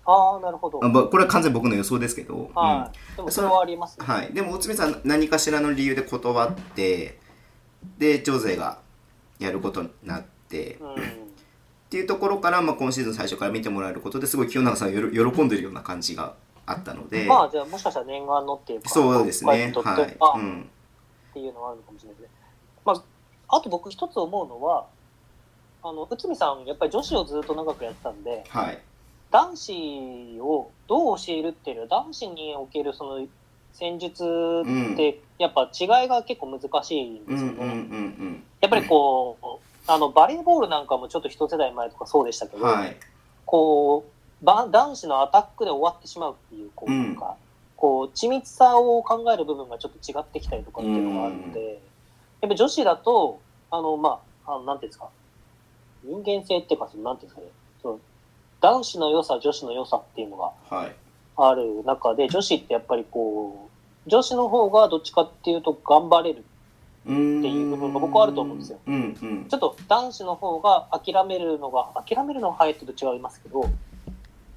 Speaker 2: ああ、なるほど。
Speaker 1: あぼこれは完全に僕の予想ですけど。うん
Speaker 2: はい。でもそれはありますね。
Speaker 1: はい、でも内海さん何かしらの理由で断ってでジョゼがやることになってっ
Speaker 2: うん。
Speaker 1: ていうところから、まあ、今シーズン最初から見てもらえることですごい清永さんがよろ喜んでるような感じがあったので、
Speaker 2: まあ、じゃあ、もしかしたら念願のっていうか、
Speaker 1: そうですね
Speaker 2: 北海道にとっては
Speaker 1: はいう
Speaker 2: っ
Speaker 1: ん
Speaker 2: ていうのはあるのかもしれないですね。まあ、あと僕一つ思うのは、あの、内海さん、やっぱり女子をずっと長くやってたんで、
Speaker 1: はい
Speaker 2: 男子をどう教えるっていうよりは男子におけるその戦術ってやっぱ違いが結構難しいん
Speaker 1: う
Speaker 2: で
Speaker 1: んう
Speaker 2: す
Speaker 1: ん
Speaker 2: よ
Speaker 1: う
Speaker 2: ね。
Speaker 1: ん
Speaker 2: やっぱりこうあのバレーボールなんかもちょっと一世代前とかそうでしたけ
Speaker 1: うん
Speaker 2: ど、
Speaker 1: はい
Speaker 2: こうば男子のアタックで終わってしまうっていうこう,、
Speaker 1: うん
Speaker 2: かこう緻密さを考える部分がちょっと違ってきたりとかっていうのがあるので、やっぱり女子だとあのまああのなんていうんですか人間性っていうかそのなんていうんですかねその男子の良さ女子の良さっていうのが
Speaker 1: はい
Speaker 2: ある中で女子ってやっぱりこう女子の方がどっちかっていうと頑張れる
Speaker 1: うーん
Speaker 2: っていう部分が僕はあると思うんですよ
Speaker 1: うんうん
Speaker 2: ちょっと男子の方が諦めるのが、諦めるのが早いって言うと違いますけど、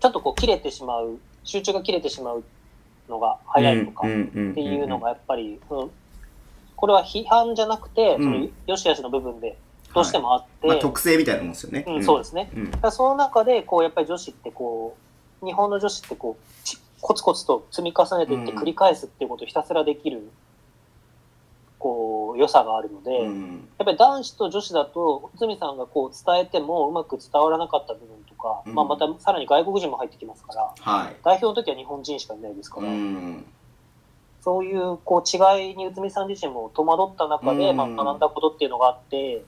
Speaker 2: ちょっとこう切れてしまう、集中が切れてしまうのが早いとかっ
Speaker 1: って
Speaker 2: いうのがやっぱり、そのこれは批判じゃなくて、
Speaker 1: うん
Speaker 2: そのよしあしの部分でどうしてもあって、
Speaker 1: まあ、特性みたいなもんですよね、
Speaker 2: うん、そうですね。
Speaker 1: す、うん
Speaker 2: だからその中で、こうやっぱり女子ってこう、日本の女子ってこう、ちコツコツと積み重ねていって
Speaker 1: うん
Speaker 2: 繰り返すっていうことをひたすらできる、こう、良さがあるので、
Speaker 1: うん
Speaker 2: やっぱり男子と女子だと、内海さんがこう伝えてもうまく伝わらなかった部分とか、
Speaker 1: うん
Speaker 2: まあ、またさらに外国人も入ってきますから、
Speaker 1: はい
Speaker 2: 代表の時は日本人しかいないですから、
Speaker 1: うん
Speaker 2: そういうこう違いに内海さん自身も戸惑った中で、
Speaker 1: うん
Speaker 2: まあ、学んだことっていうのがあって、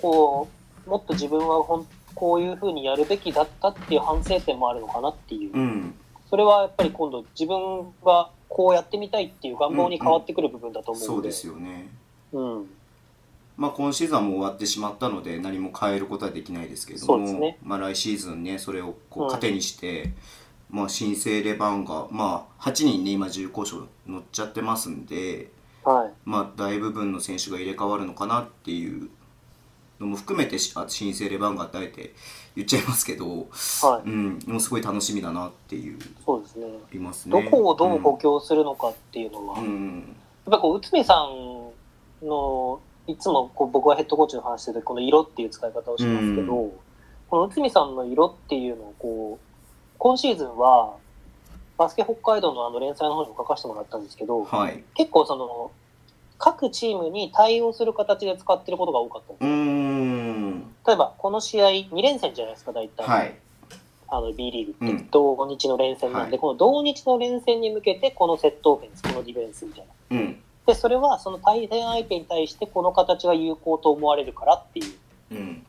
Speaker 2: こうもっと自分はほんこういうふうにやるべきだったっていう反省点もあるのかなっていう、
Speaker 1: うん
Speaker 2: それはやっぱり今度、自分がこうやってみたいっていう願望に変わってくる部分だと思う
Speaker 1: そ
Speaker 2: の
Speaker 1: う
Speaker 2: で。
Speaker 1: ですよね
Speaker 2: うん
Speaker 1: まあ、今シーズンはもう終わってしまったので何も変えることはできないですけれど
Speaker 2: そう
Speaker 1: も、
Speaker 2: ですね
Speaker 1: まあ、来シーズンねそれをこ
Speaker 2: う
Speaker 1: うん糧にして、まあ、新生レバンが、まあ、8人ね今15勝乗っちゃってますんで、
Speaker 2: はい
Speaker 1: まあ、大部分の選手が入れ替わるのかなっていうのも含めてしあ新生レバンガってあえて言っちゃいますけど、
Speaker 2: は
Speaker 1: う
Speaker 2: い、
Speaker 1: ん、もうすごい楽しみだなっていう
Speaker 2: そうですね
Speaker 1: いますね。
Speaker 2: どこをどう補強するのかっていうのは、
Speaker 1: うん、うん
Speaker 2: ぱりこう、内海さんの、いつもこう僕はヘッドコーチの話してる時この色っていう使い方をしますけど、
Speaker 1: う
Speaker 2: この内海さんの色っていうのをこう、今シーズンは、バスケ北海道のあの連載の方にも書かせてもらったんですけど、
Speaker 1: はい。
Speaker 2: 結構その、各チームに対応する形で使ってることが多かったんです
Speaker 1: うーん。
Speaker 2: 例えば、この試合2連戦じゃないですか、大体。
Speaker 1: はい。
Speaker 2: あの B リーグって、
Speaker 1: うん
Speaker 2: 同日の連戦なんで、
Speaker 1: はい
Speaker 2: この同日の連戦に向けて、このセットオフェンス、このディフェンスみたいな。
Speaker 1: うん。
Speaker 2: で、それはその対戦相手に対して、この形が有効と思われるからっていう。
Speaker 1: うん。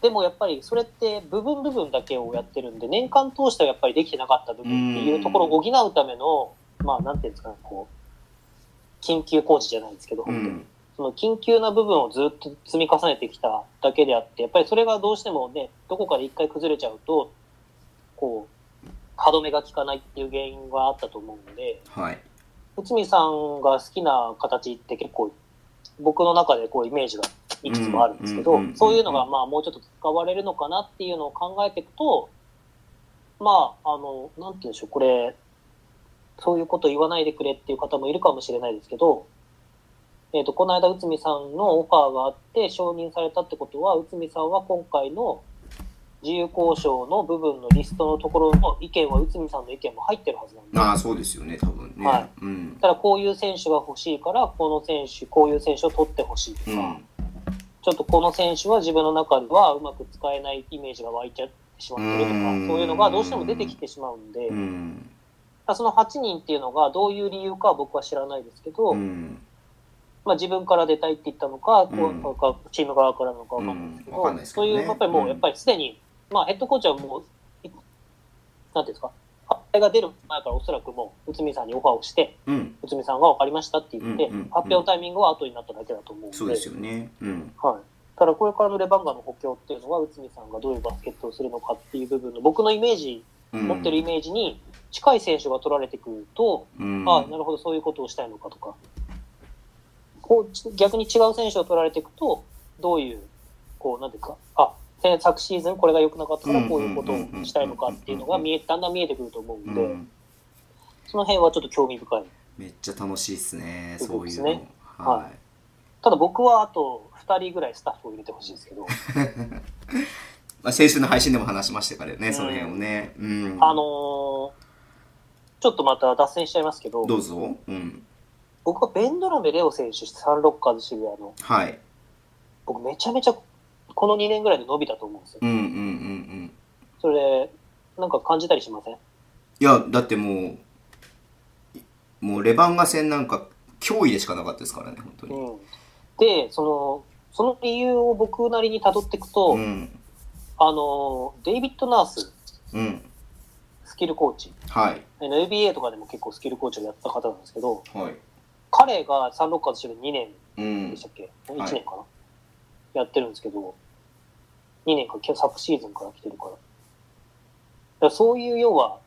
Speaker 2: でもやっぱりそれって部分部分だけをやってるんで、年間通してはやっぱりできてなかった部分っていうところを補うための、まあなんていうんですかね、こう、緊急工事じゃないですけど、
Speaker 1: うん。
Speaker 2: その緊急な部分をずっと積み重ねてきただけであって、やっぱりそれがどうしてもね、どこかで一回崩れちゃうと、こう、歯止めが効かないっていう原因があったと思うので、
Speaker 1: はい。
Speaker 2: 内海さんが好きな形って結構、僕の中でこうイメージがいくつもあるんですけ
Speaker 1: うんう
Speaker 2: ど
Speaker 1: んうんうんう、ん
Speaker 2: そういうのがまあもうちょっと使われるのかなっていうのを考えていくと、まあ、あの、なんて言うんでしょう、これ、そういうこと言わないでくれっていう方もいるかもしれないですけど、えっ、と、この間、内海さんのオファーがあって承認されたってことは、内海さんは今回の自由交渉の部分のリストのところの意見は内海さんの意見も入ってるはずなんで。
Speaker 1: ああ、そうですよね、多分ね。
Speaker 2: は
Speaker 1: うん。
Speaker 2: ただこういう選手が欲しいから、この選手、こういう選手を取ってほしいとか、
Speaker 1: うん。
Speaker 2: ちょっとこの選手は自分の中ではうまく使えないイメージが湧いちゃってしまってるとか、
Speaker 1: うん
Speaker 2: そういうのがどうしても出てきてしまうんで、
Speaker 1: うん。
Speaker 2: ただその8人っていうのがどういう理由かは僕は知らないですけど、
Speaker 1: うん。
Speaker 2: まあ、自分から出たいって言ったのか、こう
Speaker 1: うん
Speaker 2: なんかチーム側からなのかわかんないですけ
Speaker 1: うんわ
Speaker 2: ど、
Speaker 1: かんないですけ
Speaker 2: そ
Speaker 1: ど
Speaker 2: う
Speaker 1: ね
Speaker 2: いう、やっぱりも
Speaker 1: うん
Speaker 2: う、やっぱりすでに、まあ、ヘッドコーチはもう、いなんていうんですか、発表が出る前からおそらくもう、内海さんにオファーをして、
Speaker 1: うん。
Speaker 2: 内海さんが分かりましたって言って、
Speaker 1: うんうんうん
Speaker 2: 発表タイミングは後になっただけだと思うんで、
Speaker 1: そうですよね。うん。
Speaker 2: はい。ただ、これからのレバンガの補強っていうのは、内海さんがどういうバスケットをするのかっていう部分の、僕のイメージ、
Speaker 1: うん
Speaker 2: 持ってるイメージに近い選手が取られてくると、
Speaker 1: うん。
Speaker 2: あなるほど、そういうことをしたいのかとか、こうち逆に違う選手を取られていくと、どういう、こう、なんていうか、あ先昨シーズンこれが良くなかったから、こういうことをしたいのかっていうのが見え、だんだん見えてくると思うんで、
Speaker 1: うん
Speaker 2: その辺はちょっと興味深い。
Speaker 1: めっちゃ楽しいっすね、
Speaker 2: す
Speaker 1: そ
Speaker 2: ご
Speaker 1: う
Speaker 2: いっ
Speaker 1: い
Speaker 2: す
Speaker 1: う
Speaker 2: ね
Speaker 1: の。は
Speaker 2: はただ僕はあと2人ぐらいスタッフを入れてほしいんですけど、
Speaker 1: い。まあ、先週の配信でも話しましたからね、その辺をね。うん。
Speaker 2: あのーちょっとまた脱線しちゃいますけど、
Speaker 1: どうぞ。うん。
Speaker 2: 僕はベンドラメレオ選手、サンロッカーズ渋谷の、
Speaker 1: はい。
Speaker 2: 僕めちゃめちゃこの2年ぐらいで伸びたと思うんですよ。
Speaker 1: うんうんうんうん。
Speaker 2: それ、なんか感じたりしません
Speaker 1: いや、だってもう、もうレバンガ戦なんか脅威でしかなかったですからね、本当に。
Speaker 2: うん、でそのその理由を僕なりに辿っていくと、
Speaker 1: うん。
Speaker 2: あのデイビッド・ナース
Speaker 1: うん。
Speaker 2: スキルコーチ
Speaker 1: はい。
Speaker 2: NBA とかでも結構スキルコーチをやった方なんですけど
Speaker 1: はい。
Speaker 2: 彼がサンロッカーズして2年
Speaker 1: う
Speaker 2: で
Speaker 1: ん
Speaker 2: し。たっけ、
Speaker 1: ん
Speaker 2: 1年かな、やってるんですけど2年か昨シーズンから来てるからだからそういう要は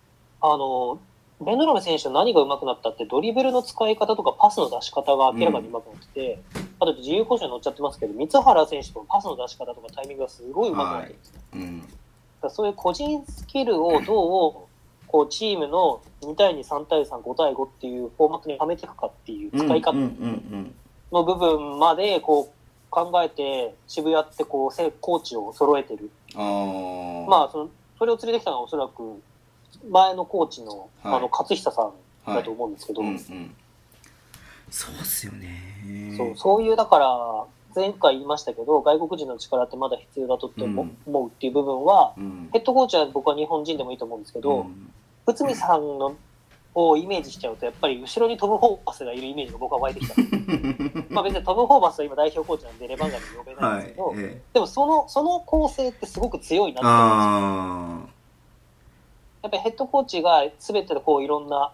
Speaker 2: あのベンドラム選手の何が上手くなったってドリブルの使い方とかパスの出し方が明らかに上手くなってて、あと自由故障に乗っちゃってますけど三原選手とのパスの出し方とかタイミングがすごい上手くなってるんですよ、
Speaker 1: うん。
Speaker 2: だからそういう個人スキルをどうこうチームの2対23対35対5っていうフォーマットにはめていくかっていう使い方
Speaker 1: うんうんうん
Speaker 2: の部分までこう考えて渋谷ってこうせコーチを揃えてる、
Speaker 1: うん。ああ。
Speaker 2: まあそのそれを連れてきたのはおそらく前のコーチの,、
Speaker 1: はい
Speaker 2: あの勝久さんだと思うんですけど、
Speaker 1: うんうん。そうっすよね。
Speaker 2: そうそういうだから前回言いましたけど外国人の力ってまだ必要だとって思,、
Speaker 1: うん
Speaker 2: うっていう部分は
Speaker 1: うん。
Speaker 2: ヘッドコーチは僕は日本人でもいいと思うんですけど、
Speaker 1: うん
Speaker 2: 内海さんのをイメージしちゃうとやっぱり後ろにトム・ホーバスがいるイメージが僕は湧いて きたまあ別にトム・ホーバスは今代表コーチなんでレバンガに呼べないん
Speaker 1: は
Speaker 2: です
Speaker 1: い
Speaker 2: けど、。
Speaker 1: ええ
Speaker 2: でもその、その構成ってすごく強いなって思うんで
Speaker 1: あ
Speaker 2: すよやっぱりヘッドコーチが全てのこういろんな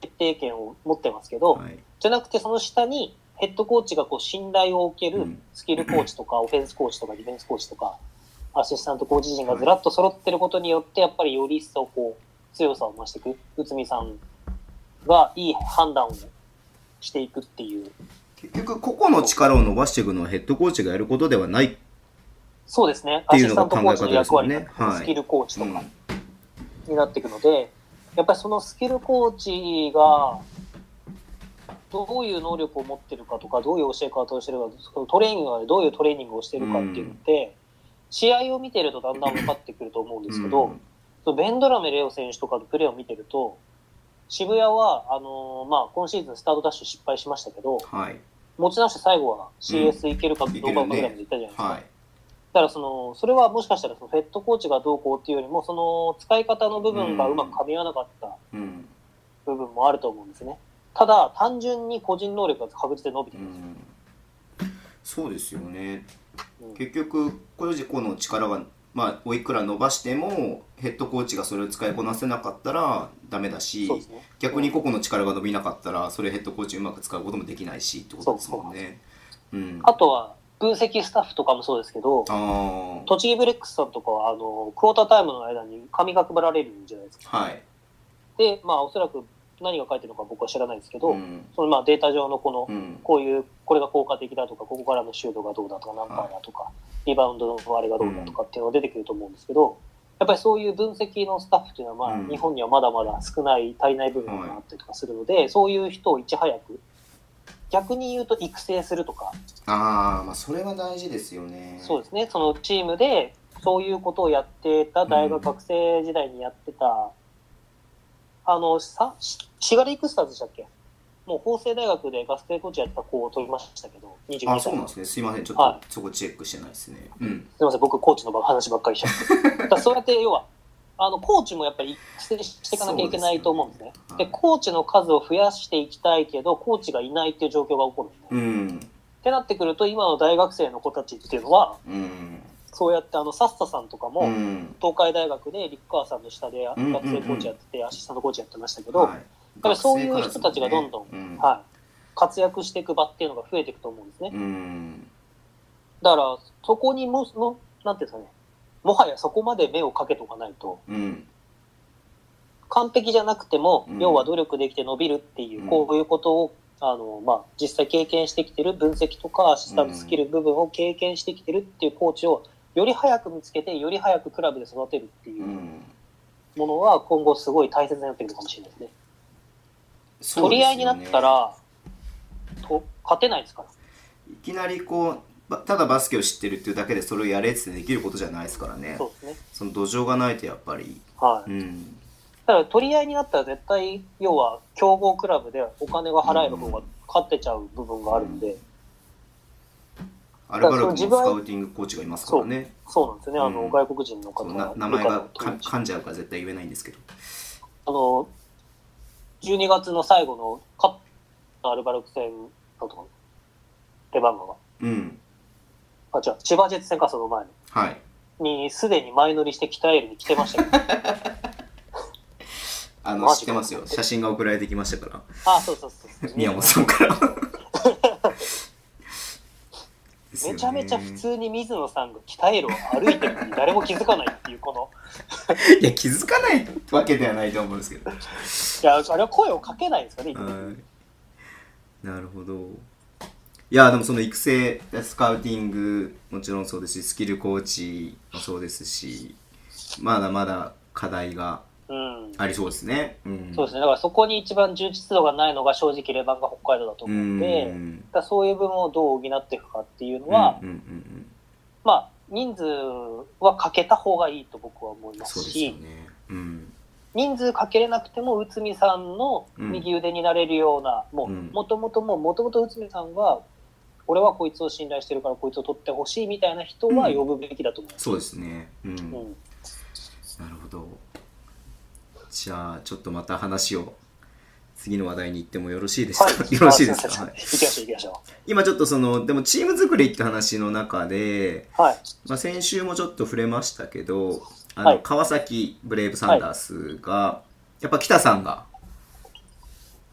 Speaker 2: 決定権を持ってますけ
Speaker 1: あ。
Speaker 2: ど、
Speaker 1: はい。
Speaker 2: じゃなくてその下にヘッドコーチがこう信頼を置け
Speaker 1: う
Speaker 2: る
Speaker 1: ん
Speaker 2: スキルコーチとか、オフェンスコーチとかディフェンスコーチとか、アシスタントコーチ陣がずらっと揃ってることによって、やっぱりより一層こう強さを増していく。内海さんがいい判断をしていくっていう。
Speaker 1: 結局、個々の力を伸ばしていくのはヘッドコーチがやることではない。
Speaker 2: そうですね。
Speaker 1: て
Speaker 2: ア
Speaker 1: いうの
Speaker 2: シス
Speaker 1: が
Speaker 2: タ
Speaker 1: 考
Speaker 2: ン
Speaker 1: え方
Speaker 2: トコーチの役割
Speaker 1: ですよね
Speaker 2: だとか、
Speaker 1: はい
Speaker 2: スキルコーチと
Speaker 1: うん
Speaker 2: か。になっていくので、やっぱりそのスキルコーチが、どういう能力を持ってるかとか、どういう教え方をしてるか、そのトレーニングはどういうトレーニングをしてるかっていうのって、試合を見てるとだんだん分かってくると思うんですけど、そのベンドラメレオ選手とかのプレーを見てると、渋谷は、あのーまあ、今シーズンスタートダッシュ失敗しましたけど、
Speaker 1: はい
Speaker 2: 持ち直して最後は CS いけるかどうかぐらいまでいったじゃないですか。
Speaker 1: はい
Speaker 2: だからその、それはもしかしたらそのヘッドコーチがどうこうっていうよりも、その使い方の部分がうまく噛み合わなかった
Speaker 1: うん
Speaker 2: 部分もあると思うんですね。ただ、単純に個人能力が確実に伸びて
Speaker 1: う
Speaker 2: るんですよ。
Speaker 1: んそうですよね
Speaker 2: うん
Speaker 1: 結局個人個の力がまあおいくら伸ばしてもヘッドコーチがそれを使いこなせなかったらダメだし
Speaker 2: そうですね。
Speaker 1: 逆に個々の力が伸びなかったらそれヘッドコーチうまく使うこともできないしってことですもんねうん
Speaker 2: あとは、分析スタッフとかもそうですけど、
Speaker 1: あー
Speaker 2: 栃木ブレックスさんとかは、あの、クォータータイムの間に紙が配られるんじゃないですか。
Speaker 1: はい
Speaker 2: で、まあ、おそらく何が書いてるのか僕は知らないですけど、
Speaker 1: うん
Speaker 2: そのまあデータ上のこの、
Speaker 1: うん
Speaker 2: こういう、これが効果的だとか、ここからのシュートがどうだとか、何パーだとか、リバウンドのあれがどうだとかっていうのが出てくると思うんですけど、やっぱりそういう分析のスタッフっていうのは、まあ、
Speaker 1: うん
Speaker 2: 日本にはまだまだ少ない、足りない部分があったりとかするので、そういう人をいち早く、逆に言うと育成するとか、
Speaker 1: ああまあそれは大事ですよね
Speaker 2: そうですね、そのチームで、そういうことをやってた、大
Speaker 1: うん
Speaker 2: 学学生時代にやってた、あの、さ、しシガレイクスターズでしたっけもう法政大学でガステコーチやってた子を取りましたけど、22歳。
Speaker 1: あそうなんですねすいませんちょっと
Speaker 2: は
Speaker 1: そこチェックしてないですねうん
Speaker 2: すみません、僕、コーチのば話ばっかりしちゃ って。だからそうやって、要は、あの、コーチもやっぱり育成していかなきゃいけないと思うんですね。
Speaker 1: そうですよね
Speaker 2: で、コーチの数を増やしていきたいけど、コーチがいないっていう状況が起こるん
Speaker 1: う
Speaker 2: で。っ
Speaker 1: ん
Speaker 2: てなってくると、今の大学生の子たちっていうのは、
Speaker 1: うん
Speaker 2: そうやって、あの、サッサさんとかも、
Speaker 1: うん
Speaker 2: 東海大学で陸川さんの下で学
Speaker 1: うんうん
Speaker 2: 生コーチやってて、アシスタントコーチやってましたけど、は
Speaker 1: はい
Speaker 2: ぱりそういう人たちがどんどん
Speaker 1: 学生からですもねうん
Speaker 2: い、活躍していく場っていうのが増えていくと思うんですね。
Speaker 1: うん
Speaker 2: だから、そこにも、のなんていうんですかね、もはやそこまで目をかけとかないと、
Speaker 1: うん
Speaker 2: 完璧じゃなくても、
Speaker 1: うん
Speaker 2: 要は努力できて伸びるっていう、
Speaker 1: うん
Speaker 2: こういうことを、あの、まあ、実際経験してきてる分析とか、アシスタントスキル部分を経験してきてるっていうコーチを、より早く見つけて、より早くクラブで育てるっていううんものは、今後すごい大切になってくるかもしれないですね。
Speaker 1: そう
Speaker 2: 取
Speaker 1: ですよね
Speaker 2: り合いになったら、と勝てないですから。
Speaker 1: いきなりこうばただバスケを知ってるっていうだけでそれをやれってできることじゃないですからね
Speaker 2: そうですね。
Speaker 1: その土壌がないとやっぱり
Speaker 2: はい。
Speaker 1: うん
Speaker 2: だから取り合いになったら絶対、要は競合クラブでお金が払える方が勝ってちゃう部分があるんで、
Speaker 1: アルバルク
Speaker 2: だからその
Speaker 1: の
Speaker 2: 自
Speaker 1: ス
Speaker 2: 分は
Speaker 1: カウティングコーチがいますからね
Speaker 2: そうなんですよね、あの、
Speaker 1: うん
Speaker 2: 外国人
Speaker 1: そ
Speaker 2: の方
Speaker 1: う
Speaker 2: が
Speaker 1: な名前がか
Speaker 2: ルカの
Speaker 1: 噛んじゃうから絶対言えないんですけど
Speaker 2: あの、12月の最後のカップのアルバルク戦だとか、レバンガが。
Speaker 1: うん
Speaker 2: あ、違う、千葉ジェッツ戦かその前
Speaker 1: はい
Speaker 2: に、にすでに前乗りして北エルに来てましたけど、
Speaker 1: あの
Speaker 2: マ
Speaker 1: 知っ
Speaker 2: ジか
Speaker 1: てますよ写真が送られてきましたから
Speaker 2: あ、そうそうそうそう。
Speaker 1: 宮本さん から。ですよ
Speaker 2: め
Speaker 1: ね
Speaker 2: ちゃめちゃ普。通に水野さんが北エルを歩いてるのに誰も気づかないっていう、この、
Speaker 1: いや、気づかないわけではないと思うんです けど。
Speaker 2: いや、あれは声をかけないですかね、一般
Speaker 1: はい。なるほど。いや、でもその育成、スカウティング、もちろんそうですし、スキルコーチもそうですし、まだまだ課題が
Speaker 2: うん。
Speaker 1: ありそうですね。うん。
Speaker 2: そうです
Speaker 1: ね。
Speaker 2: ね、だからそこに一番充実度がないのが正直レバンガ北海道だと
Speaker 1: う
Speaker 2: 思うんで、だ
Speaker 1: ん。
Speaker 2: からそういう部分をどう補っていくかっていうのは、
Speaker 1: うんうんうん
Speaker 2: まあ、人数はかけた方がいいと僕は思い
Speaker 1: うん、
Speaker 2: ま
Speaker 1: そ
Speaker 2: す
Speaker 1: うです
Speaker 2: し、
Speaker 1: よね。うん。
Speaker 2: 人数かけれなくても、内海さんの右腕になれるような、もう、
Speaker 1: うん
Speaker 2: もともともう、もともと内海さんは、俺はこいつを信頼してるから、こいつを取ってほしいみたいな人は呼ぶべきだと思います。
Speaker 1: そうですね。うん
Speaker 2: うん。
Speaker 1: なるほど。じゃあ、ちょっとまた話を次の話題に行ってもよろしいですか、 よろしいです
Speaker 2: あ
Speaker 1: か、
Speaker 2: ま
Speaker 1: は
Speaker 2: せん
Speaker 1: い、
Speaker 2: 行きましょう、行きましょ
Speaker 1: 今ちょっとその、でもチーム作りって話の中で、
Speaker 2: う。はい。
Speaker 1: まあ、先週もちょっと触れましたけど、あ
Speaker 2: は
Speaker 1: の
Speaker 2: い
Speaker 1: 川崎ブレイブサンダースが、やっぱ北さんが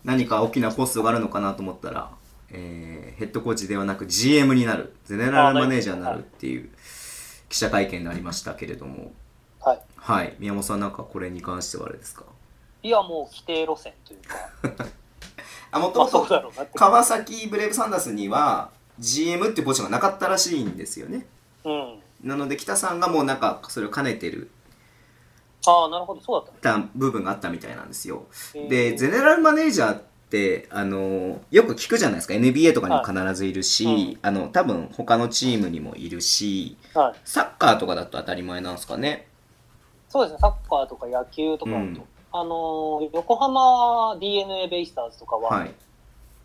Speaker 1: 何か大きなポストがあるのかなと思ったら、えーヘッドコーチではなく GM になる、ゼネラルマネージャーになるっていう記者会見がありましたけれども、
Speaker 2: はい。
Speaker 1: はい、宮本さんなんかこれに関してはあれですか
Speaker 2: いや、もう、規定路線というか、
Speaker 1: あ、も
Speaker 2: まあ、 そうだろうなって。
Speaker 1: 川崎ブレイブサンダースには GM ってポジションがなかったらしいんですよね。
Speaker 2: うん。
Speaker 1: なので北さんがもうなんかそれを兼ねてる
Speaker 2: ああ、なるほど、そうだった
Speaker 1: た部分があったみたいなんですよ。
Speaker 2: ね。えー
Speaker 1: で、ゼネラルマネージャーっって、あの、よく聞くじゃないですか。NBA とかにも必ずいるし、
Speaker 2: はいうん
Speaker 1: あの、多分他のチームにもいるし、
Speaker 2: はい。
Speaker 1: サッカーとかだと当たり前なんですかね。
Speaker 2: そうですね、サッカーとか野球とかだと、
Speaker 1: うん
Speaker 2: あのー、横浜 d n a ベイスターズとかは、
Speaker 1: はい。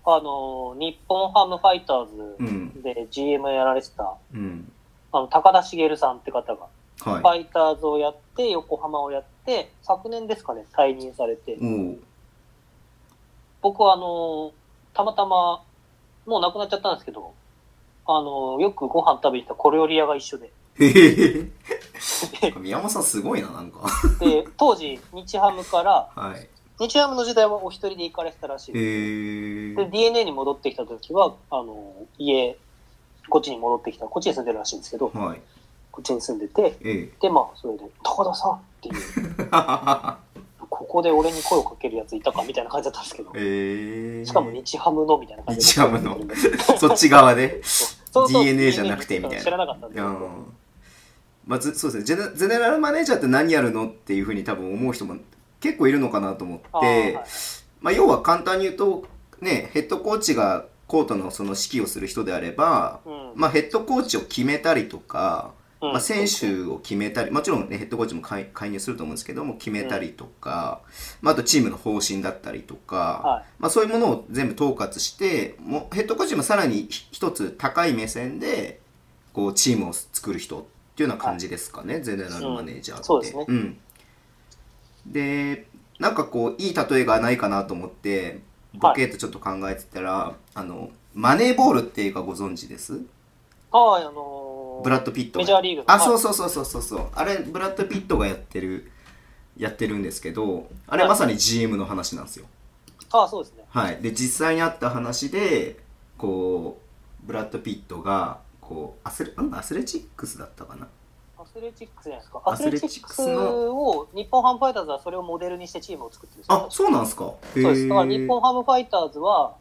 Speaker 2: あのー、日本ハムファイター
Speaker 1: うん。
Speaker 2: ズで GM やられてた、
Speaker 1: うん。
Speaker 2: あの、高田茂さんって方が、
Speaker 1: はい。
Speaker 2: ファイターズをやって、横浜をやって、昨年ですかね、退任されて、
Speaker 1: おう
Speaker 2: 僕はあのー、たまたま、もう亡くなっちゃったんですけど、あのー、よくご飯食べに行ったコ料理屋が一緒で、
Speaker 1: へへ へ。宮本さんすごいな、なんか。
Speaker 2: で、当時、日ハムから、
Speaker 1: はい。
Speaker 2: 日ハムの時代はお一人で行かれてたらしいで
Speaker 1: へ
Speaker 2: す
Speaker 1: え。
Speaker 2: で、DNA に戻ってきた時は、あの、家、こっちに戻ってきた、こっちに住んでるらしいんですけど、
Speaker 1: はい。
Speaker 2: こっちに住んでて、
Speaker 1: え
Speaker 2: で、まあ、それで、高田さんっていう、ここで俺に声をかけるやついたかみたいな感じだったんですけど
Speaker 1: え。、へえ。
Speaker 2: しかも日ハムのみたいな感じ
Speaker 1: 日ハムのそっち側で。
Speaker 2: そうそう
Speaker 1: DNA じゃなくてみたいな
Speaker 2: 知らなかったんで
Speaker 1: う、ん。まあ、ずそうですねゼネ、ゼネラルマネージャーって何やるのっていうふうに多分思う人も結構いるのかなと思って、
Speaker 2: あーはい
Speaker 1: まあ、要は簡単に言うと、ね、ヘッドコーチがコートのその指揮をする人であれば、
Speaker 2: うん
Speaker 1: まあ、ヘッドコーチを決めたりとか、
Speaker 2: うん
Speaker 1: まあ、選手を決めたり、もちろん、ね、ヘッドコーチも介介入すると思うんですけども、決めたりとか、まあ、あとチームの方針だったりとか、
Speaker 2: はい
Speaker 1: まあ、そういうものを全部統括して、もうヘッドコーチもさらに一つ高い目線で、こう、チームを作る人っていうような感じですかね、ゼネラルマネージャーって。
Speaker 2: うんそうですね
Speaker 1: んで、なんかこう、いい例えがないかなと思って、ボケーとちょっと考えてたら、あの、マネーボールっていうかご存知です
Speaker 2: あーあのー
Speaker 1: ブラッド・ピットが
Speaker 2: メジャーリーグの
Speaker 1: あそうそうそうそうそうそうあれブラッド・ピットがやってるやってるんですけどあれ
Speaker 2: はい
Speaker 1: まさに GM の話なんですよ
Speaker 2: あーそうですね。
Speaker 1: はいで実際にあった話でこうブラッド・ピットがこうアスレ,、うん、アスレチックスだったかな
Speaker 2: アスレチックスじゃないですか。
Speaker 1: ア
Speaker 2: ア
Speaker 1: ス
Speaker 2: ス
Speaker 1: レ
Speaker 2: レ
Speaker 1: チ
Speaker 2: チ
Speaker 1: ッ
Speaker 2: ッ
Speaker 1: ク
Speaker 2: ク
Speaker 1: ス
Speaker 2: ス
Speaker 1: の
Speaker 2: を、日本ハムファイターズはそれをモデルにしてチームを作ってるんですよ
Speaker 1: あそうなんですかへ
Speaker 2: そうです。だから
Speaker 1: え
Speaker 2: 日本ハムファイターズは、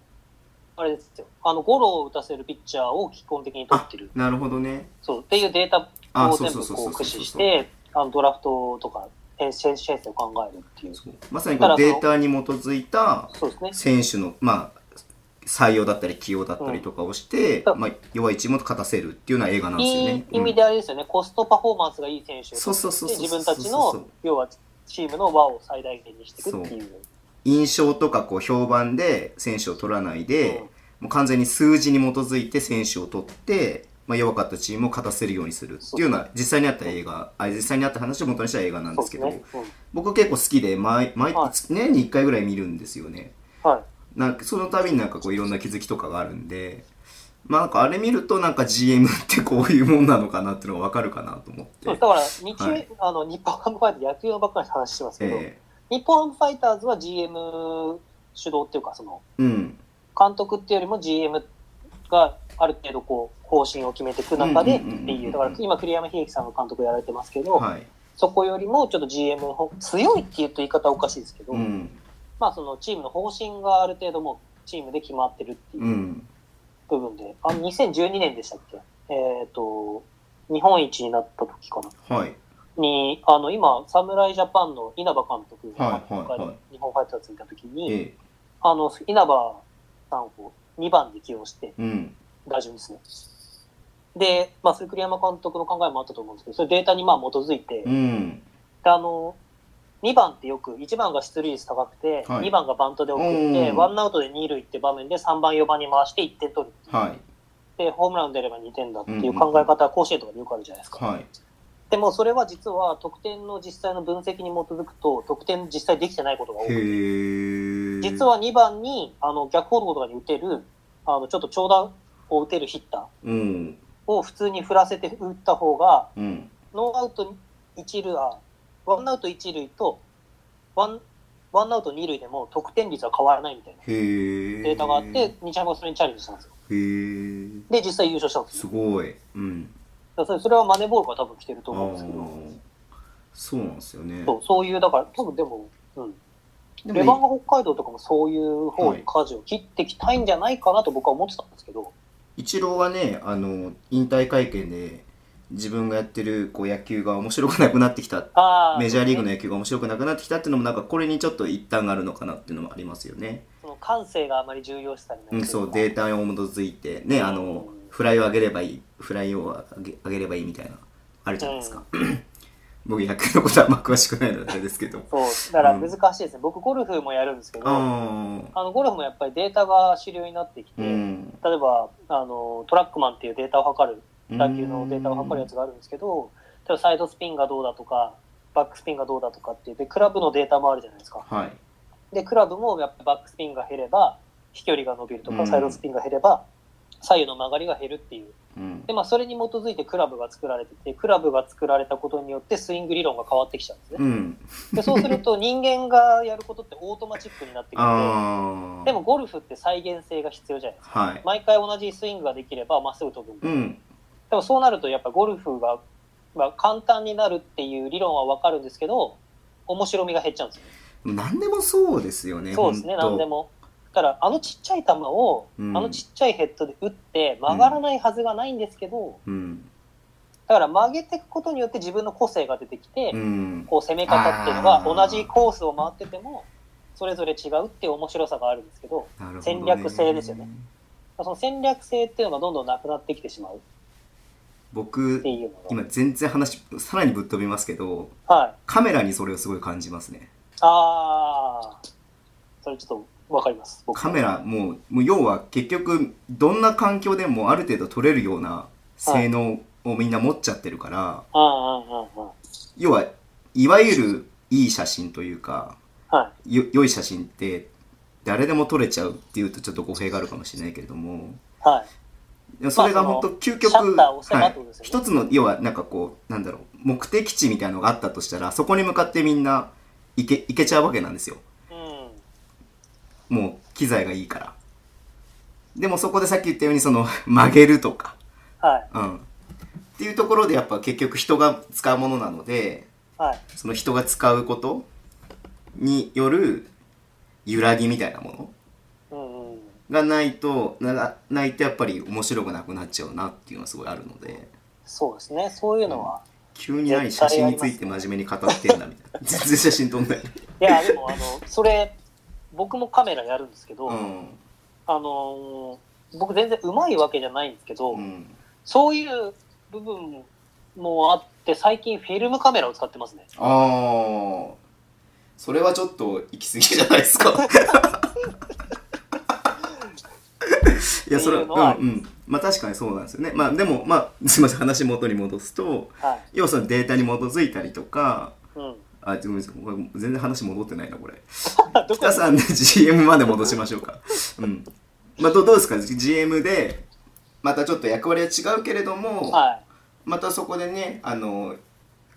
Speaker 2: あれですよ。あの、ゴロを打たせるピッチャーを基本的に取ってる。
Speaker 1: なるほどね
Speaker 2: そう。っていうデータ
Speaker 1: あ
Speaker 2: を
Speaker 1: そう
Speaker 2: 全
Speaker 1: そう
Speaker 2: 部
Speaker 1: そう
Speaker 2: こ
Speaker 1: そうう
Speaker 2: 駆使し
Speaker 1: そう
Speaker 2: て、あのドラフトとか、選手編成を考えるっていう。
Speaker 1: そうまさにこう
Speaker 2: ただそ
Speaker 1: デ
Speaker 2: の
Speaker 1: ータに基づいた
Speaker 2: そうですね。
Speaker 1: 選手のまあ採用だったり起用だったりとかをして、
Speaker 2: うん
Speaker 1: まあ、弱いチームと勝たせるっていうような映画なんですよ
Speaker 2: い
Speaker 1: ね
Speaker 2: い。意味であれですよね、コストパフォーマンスがいい選手
Speaker 1: う
Speaker 2: を
Speaker 1: ん、そうそうそう
Speaker 2: 取って、
Speaker 1: そう
Speaker 2: 自
Speaker 1: そう
Speaker 2: 分
Speaker 1: そ
Speaker 2: たち
Speaker 1: うそう
Speaker 2: の、要はチームの輪を最大限にしていくっていう。
Speaker 1: 印象とかこう評判で選手を取らないで、
Speaker 2: うん
Speaker 1: もう完全に数字に基づいて選手を取って、まあ、弱かったチームを勝たせるようにするっていうような実際にあった映画あ実際にあった話を元にした映画なん
Speaker 2: そ
Speaker 1: で
Speaker 2: う
Speaker 1: す
Speaker 2: で
Speaker 1: け
Speaker 2: す
Speaker 1: ど、
Speaker 2: ね。うん
Speaker 1: 僕結構好きで毎毎
Speaker 2: はい
Speaker 1: 年に1回ぐらい見るんですよね。
Speaker 2: はい。
Speaker 1: なんかその度になんかこういろんな気づきとかがあるんで、まあ、なんかあれ見るとなんか GM ってこういうもんなのかなっていうのが分かるかなと思っ
Speaker 2: そう
Speaker 1: て
Speaker 2: だ。から日、
Speaker 1: はい
Speaker 2: あの、日本ハムファイターズ、野球のばっかり話してますけど、
Speaker 1: え
Speaker 2: 日本ハムファイターズは GM 主導っていうか、その、
Speaker 1: えうん
Speaker 2: 監督っていうよりも GM がある程度こう方針を決めていく中でっ
Speaker 1: うんうんうんうん
Speaker 2: ていうだから今栗山英樹さんの監督やられてますけど、
Speaker 1: はい
Speaker 2: そこよりもちょっと GM の方強いっていうと言い方はおかしいですけど、
Speaker 1: うん
Speaker 2: まあそのチームの方針がある程度もうチームで決まってるっていううん部分で、あの2012年でしたっけえっ、と日本一になった時かな
Speaker 1: はい
Speaker 2: にあの今侍ジャパンの稲葉監督が
Speaker 1: はいはいはい
Speaker 2: 日本ファイターズにいた時に、
Speaker 1: ええ
Speaker 2: あの稲葉さんを2番で起用して
Speaker 1: うん
Speaker 2: 大丈夫ですね。で、まあ、それ栗山監督の考えもあったと思うんですけど、それデータにまあ基づいて、
Speaker 1: う
Speaker 2: で
Speaker 1: ん
Speaker 2: あの、2番ってよく、1番が出塁率高くて、
Speaker 1: はい
Speaker 2: 2番がバントで送っ
Speaker 1: うんう
Speaker 2: て、
Speaker 1: ん
Speaker 2: ワンアウトで2塁って場面で3番、4番に回して1点取る。
Speaker 1: はい
Speaker 2: で、ホームラン出れば2点だっていう考え方は甲子園とかでよくあるじゃないですか。
Speaker 1: はい
Speaker 2: でもそれは実は得点の実際の分析に基づくと、得点実際できてないことが多くて、
Speaker 1: へえ
Speaker 2: 実は2番にあの逆方向とかに打てる、あのちょっと長打を打てるヒッター、
Speaker 1: うん
Speaker 2: を普通に振らせて打った方が、
Speaker 1: うん
Speaker 2: ノーアウト一塁、あ、ワンアウト一塁と、ワン、ワンアウト二塁でも得点率は変わらないみたいな
Speaker 1: へえ
Speaker 2: データがあって、日ハムがそれにチャレンジしたんですよ。
Speaker 1: へえ
Speaker 2: で、実際優勝したんです
Speaker 1: す
Speaker 2: よ。
Speaker 1: ごいうん
Speaker 2: だからそれそれはマネーボールが多分来てると
Speaker 1: ああ
Speaker 2: 思うんですけど、
Speaker 1: ーそうなんですよね
Speaker 2: そう、そういう、だから多分でも、うん。
Speaker 1: で
Speaker 2: レ
Speaker 1: も
Speaker 2: バン
Speaker 1: ね
Speaker 2: ガ北海道とかもそういう方に舵を切ってきたいんじゃないかなと僕は思ってたんですけど、
Speaker 1: イチローはねあの引退会見で自分がやってるこう野球が面白くなくなってきた
Speaker 2: ああ、
Speaker 1: メジャーリーグの
Speaker 2: ね。
Speaker 1: 野球が面白くなくなってきたっていうのもなんかこれにちょっと一端があるのかなっていうのもありますよね
Speaker 2: その感性があまり重要視されないと
Speaker 1: う
Speaker 2: い
Speaker 1: ん、
Speaker 2: か
Speaker 1: そうデータを基づいてねあのフライを上げればいいフライを上げ上げればいいみたいなあるじゃないですか、 僕野球のことはあんま詳しくないのであれですけど
Speaker 2: そうだから難しいですね、僕ゴルフもやるんですけど、
Speaker 1: うん
Speaker 2: あのゴルフもやっぱりデータが主流になってきて、
Speaker 1: うん
Speaker 2: 例えばあのトラックマンっていうデータを測る打球のデータを測るやつがあるんですけど、例えばサイドスピンがどうだとかバックスピンがどうだとかっていうでクラブのデータもあるじゃないですか
Speaker 1: はい
Speaker 2: でクラブもやっぱバックスピンが減れば飛距離が伸びると
Speaker 1: う
Speaker 2: か
Speaker 1: ん
Speaker 2: サイドスピンが減れば左右の曲がりが減るっていう
Speaker 1: うん
Speaker 2: で、まあ、それに基づいてクラブが作られててクラブが作られたことによってスイング理論が変わってきちゃうんですね
Speaker 1: うん
Speaker 2: でそうすると人間がやることってオートマチックになってくるの
Speaker 1: ああ
Speaker 2: ででもゴルフって再現性が必要じゃないですか
Speaker 1: はい
Speaker 2: 毎回同じスイングができればまっすぐ飛ぶんで、
Speaker 1: うん
Speaker 2: でもそうなるとやっぱゴルフが、まあ、簡単になるっていう理論はわかるんですけど面白みが減っちゃうんですよね
Speaker 1: 何でもそうですよね
Speaker 2: そうですね
Speaker 1: ほんと
Speaker 2: 何でもだからあのちっちゃい球を、
Speaker 1: うん
Speaker 2: あのちっちゃいヘッドで打って曲がらないはずがないんですけど、
Speaker 1: うん
Speaker 2: だから曲げていくことによって自分の個性が出てきて、
Speaker 1: うん
Speaker 2: こう攻め方っていうのが
Speaker 1: あー
Speaker 2: 同じコースを回っててもそれぞれ違うっていう面白さがあるんですけど
Speaker 1: なるほどね
Speaker 2: 戦略性ですよねその戦略性っていうのがどんどんなくなってきてしまうっ
Speaker 1: 僕
Speaker 2: ていうの
Speaker 1: 今全然話さらにぶっ飛びますけど
Speaker 2: がはい
Speaker 1: カメラにそれをすごい感じますね
Speaker 2: ああ、それちょっとわかります。僕
Speaker 1: カメラもうもう要は結局どんな環境でもある程度撮れるような性能をみんな持っちゃってるから、
Speaker 2: うんうんうんうん。
Speaker 1: 要はいわゆるいい写真というか
Speaker 2: は
Speaker 1: よ良い写真って誰でも撮れちゃうっていうとちょっと語弊があるかもしれないけれども
Speaker 2: い。はい。
Speaker 1: でもそれが本当究極、
Speaker 2: シャッターを押せばってことですよね
Speaker 1: 一つの要はなんかこうなんだろう目的地みたいなのがあったとしたらそこに向かってみんな行け行けちゃうわけなんですよ
Speaker 2: うん。
Speaker 1: もう機材がいいからでもそこでさっき言ったようにその 曲げるとか
Speaker 2: はい。
Speaker 1: うんっていうところでやっぱ結局人が使うものなので
Speaker 2: はい。
Speaker 1: その人が使うことによる揺らぎみたいなもの
Speaker 2: うんうん。
Speaker 1: がないとなないとやっぱり面白くなくなっちゃうなっていうのはすごいあるので
Speaker 2: そうですね。そういうのは。
Speaker 1: 急に何写真について真面目に語ってんだみ たいな全然写真撮んない
Speaker 2: いや、でも、あの、それ、僕もカメラやるんですけど、
Speaker 1: うん
Speaker 2: あのー僕全然うまいわけじゃないんですけど、
Speaker 1: うん
Speaker 2: そういう部分もあって、最近フィルムカメラを使ってますね。
Speaker 1: ああそれはちょっと行き過ぎじゃないです かいやそれ
Speaker 2: っていうのは
Speaker 1: はうんうんまあ確かにそうなんですよねまあでもまあすいません話元に戻すと
Speaker 2: はい。
Speaker 1: 要はそのデータに基づいたりとか
Speaker 2: うん。
Speaker 1: あごめんなさいこれ全然話戻ってないなこれ
Speaker 2: どこ
Speaker 1: 北さんで GM まで戻しましょうかうんまあどどうですか GM でまたちょっと役割は違うけれども、
Speaker 2: はい。
Speaker 1: またそこでねあの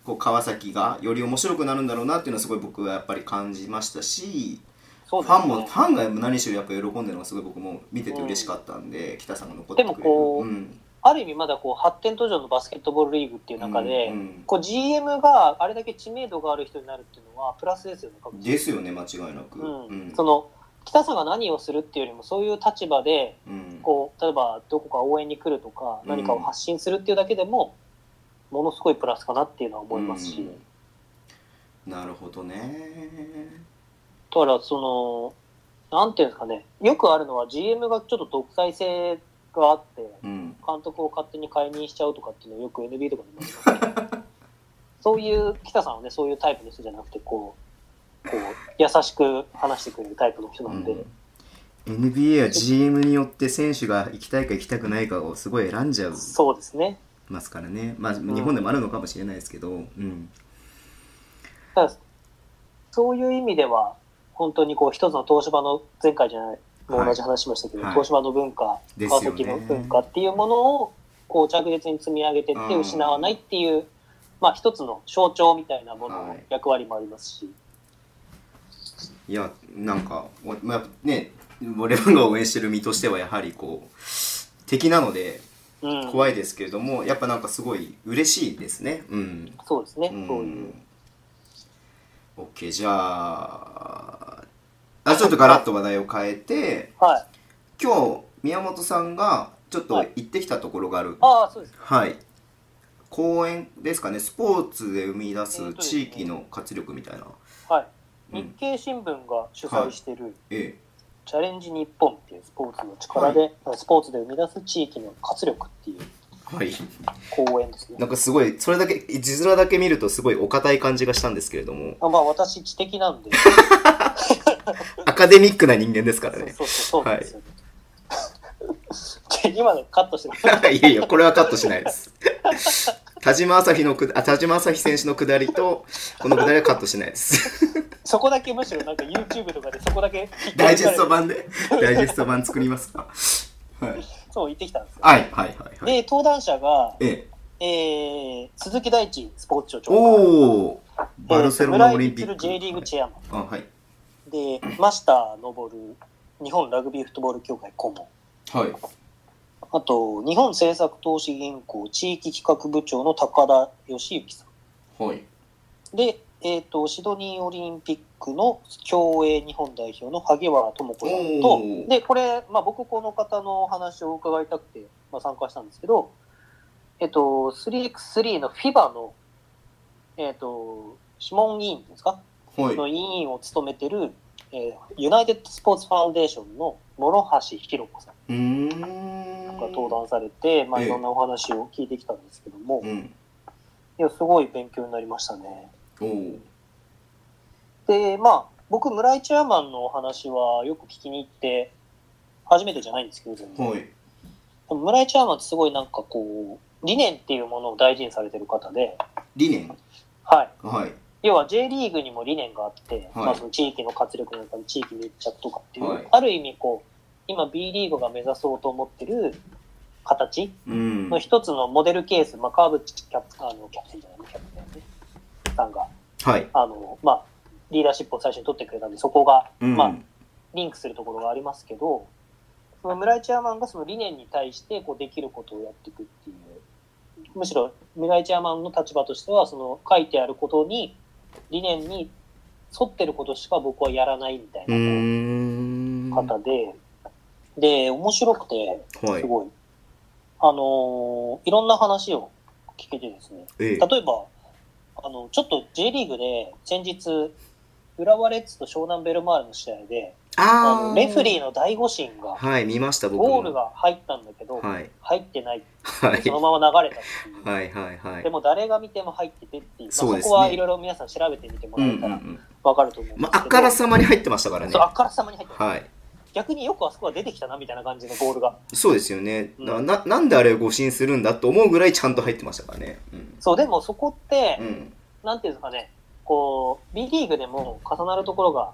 Speaker 1: こう川崎がより面白くなるんだろうなっていうのはすごい僕はやっぱり感じましたし、
Speaker 2: そう
Speaker 1: フ
Speaker 2: です
Speaker 1: ァ
Speaker 2: ね。
Speaker 1: ンもファンが何しろやっぱ喜んでるのがすごい僕も見てて嬉しかったんで、北さんが残ってくれる
Speaker 2: でもこう
Speaker 1: うん
Speaker 2: ある意味まだこう発展途上のバスケットボールリーグっていう中で、
Speaker 1: うんうん
Speaker 2: こう GM があれだけ知名度がある人になるっていうのはプラスですよね、確実に
Speaker 1: ですよね間違いなく、
Speaker 2: うん
Speaker 1: うん
Speaker 2: その北さんが何をするっていうよりもそういう立場で
Speaker 1: うん
Speaker 2: こう例えばどこか応援に来るとか
Speaker 1: うん
Speaker 2: 何かを発信するっていうだけでも、ものすごいプラスかなっていうのは思いますし、
Speaker 1: うんなるほどね
Speaker 2: だからそのなんていうんですかねよくあるのは GM がちょっと独裁性があって
Speaker 1: うん
Speaker 2: 監督を勝手に解任しちゃうとかっていうのをよく NBA とかでもありますけどそういう北さんはねそういうタイプの人じゃなくてこうこう優しく話してくれるタイプの人なんで、
Speaker 1: NBA は GM によって選手が行きたいか行きたくないかをすごい選んじゃう
Speaker 2: そうですね
Speaker 1: ますからね、まあ、日本でもあるのかもしれないですけど、うん、
Speaker 2: ただそういう意味では本当にこう一つの東芝の前回じゃないもう同じ話しましたけど、
Speaker 1: はい
Speaker 2: 東芝の文化
Speaker 1: ですよ
Speaker 2: 川
Speaker 1: ね
Speaker 2: 崎の文化っていうものをこう着実に積み上げてって
Speaker 1: うん
Speaker 2: 失わないっていう、まあ一つの象徴みたいなもの
Speaker 1: は
Speaker 2: の
Speaker 1: い
Speaker 2: 役割もありますし、
Speaker 1: いやなんか、おまあ、ねレバンが応援してる身としてはやはりこう敵なので
Speaker 2: うん、
Speaker 1: 怖いですけれども、やっぱなんかすごい嬉しいですね。うん、
Speaker 2: そうですね、
Speaker 1: うん
Speaker 2: そういう。
Speaker 1: OK じゃああちょっとガラッと話題を変えて
Speaker 2: はい
Speaker 1: 今日宮本さんがちょっと行ってきたところがある
Speaker 2: ああ、そうです。
Speaker 1: はい。公園ですかね、スポーツで生み出す地域の活力みたいな。
Speaker 2: はい。
Speaker 1: うん
Speaker 2: 日経新聞が主催してる、
Speaker 1: え
Speaker 2: チャレンジ日本っていうスポーツの力で、スポーツで生み出す地域の活力っていう
Speaker 1: はい。
Speaker 2: 公演ですね
Speaker 1: なん。かすごい、それだけ、字面だけ見るとすごいお堅い感じがしたんですけれども、
Speaker 2: あまあ私知的なんで、
Speaker 1: アカデミックな人間ですから
Speaker 2: そう
Speaker 1: ね。
Speaker 2: そうそうそうなんですよ、ねで今のカットしてます。
Speaker 1: いやいや、これはカットしないです。田島朝日のくだあ田島朝日選手の下りと、この下りはカットしない です。
Speaker 2: そこだけむしろなんか YouTube とかでそこだけ
Speaker 1: ダイジェスト版で、ダイジェスト版作りますか。はい、
Speaker 2: そう言ってきたんですよ。
Speaker 1: はい、はい、はいはい。
Speaker 2: で、登壇者が、
Speaker 1: ええ、
Speaker 2: えー、鈴木大地スポーツ庁長官、
Speaker 1: おお、バルセロナオリンピッ
Speaker 2: え
Speaker 1: ク。
Speaker 2: ー村井満 J リーグチェアマン、
Speaker 1: あ、はい。
Speaker 2: で、マスター登る日本ラグビーフットボール協会顧問、
Speaker 1: はい。
Speaker 2: あと、日本政策投資銀行地域企画部長の高田義之さ
Speaker 1: はい。
Speaker 2: ん。で、えっ、と、シドニーオリンピックの競泳日本代表の萩原智子さん
Speaker 1: おー
Speaker 2: と、で、これ、まあ僕この方のお話を伺いたくて、まあ参加したんですけど、えっ、と、3x3 の FIBA の、えっ、と、諮問委員ですか
Speaker 1: はい。
Speaker 2: の委員を務めてる、えーユナイテッドスポーツファウンデーションの諸橋弘子さん。
Speaker 1: うーん。
Speaker 2: が登壇されて、まあ、
Speaker 1: ええ
Speaker 2: いろんなお話を聞いてきたんですけども、
Speaker 1: うん。
Speaker 2: いやすごい勉強になりましたね。
Speaker 1: おお。
Speaker 2: でまあ僕村井チェアマンのお話はよく聞きに行って初めてじゃないんですけど全然
Speaker 1: はい。
Speaker 2: でも村井チェアマンってすごいなんかこう理念っていうものを大事にされてる方で、
Speaker 1: 理念。
Speaker 2: はい、
Speaker 1: はい。
Speaker 2: 要は J リーグにも理念があって、まあ、その地域の活力なんか地域密着とかっていう、
Speaker 1: はい
Speaker 2: ある意味こう今 B リーグが目指そうと思ってる形
Speaker 1: うん。
Speaker 2: の
Speaker 1: はい。
Speaker 2: 一つのモデルケース、まあ、川淵キャプあのキャプテンじゃないキャプテンねさんがあの、まあ、リーダーシップを最初に取ってくれたんでそこが
Speaker 1: うん。
Speaker 2: まあリンクするところがありますけどその村井チェアマンがその理念に対してこうできることをやっていくっていうむしろ村井チェアマンの立場としてはその書いてあることに理念に沿ってることしか僕はやらないみたいうな
Speaker 1: ーん。
Speaker 2: 方で、で面白くて
Speaker 1: はい
Speaker 2: す。ごい、あのーいろんな話を聞けてですね、
Speaker 1: ええ。
Speaker 2: 例えば、あの、ちょっと J リーグで先日、浦和レッズと湘南ベルマーレの試合で、あ
Speaker 1: あ
Speaker 2: の
Speaker 1: あ。
Speaker 2: レフェリーの大誤審が、
Speaker 1: はい、見ました、僕も。
Speaker 2: ゴールが入ったんだけど、
Speaker 1: はい。
Speaker 2: 入ってない、
Speaker 1: はい
Speaker 2: そ。のまま流れたっていう。
Speaker 1: はい、はい、は
Speaker 2: で
Speaker 1: い。
Speaker 2: も誰が見ても入っててっていう、まあ
Speaker 1: そうですね
Speaker 2: そこはいろいろ皆さん調べてみても
Speaker 1: う
Speaker 2: ら
Speaker 1: ん、う
Speaker 2: え
Speaker 1: ん、う
Speaker 2: たら
Speaker 1: ん。
Speaker 2: わかると思うんですけど、
Speaker 1: まあ、あからさまに入ってましたからね
Speaker 2: そう。あっからさまに入ってた
Speaker 1: はい。
Speaker 2: 逆によくあそこは出てきたなみたいな感じのゴールが。
Speaker 1: そうですよね。
Speaker 2: うん
Speaker 1: な、ななんであれを誤信するんだと思うぐらいちゃんと入ってましたからね。うん。
Speaker 2: そう、でもそこって、
Speaker 1: うん。
Speaker 2: なんていうんですかね、こう、B リーグでも重なるところが、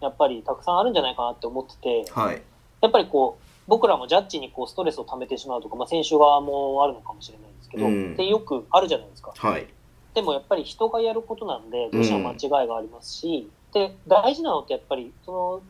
Speaker 2: やっぱりたくさんあるんじゃないかなって思ってて、
Speaker 1: はい。
Speaker 2: やっぱりこう、僕らもジャッジにこうストレスを溜めてしまうとか、まあ、選手側もあるのかもしれないんですけど、
Speaker 1: うん
Speaker 2: でよくあるじゃないですか。
Speaker 1: はい。
Speaker 2: でもやっぱり人がやることなんで、どうしても間違いがありますし、で、大事なのってやっぱり、その、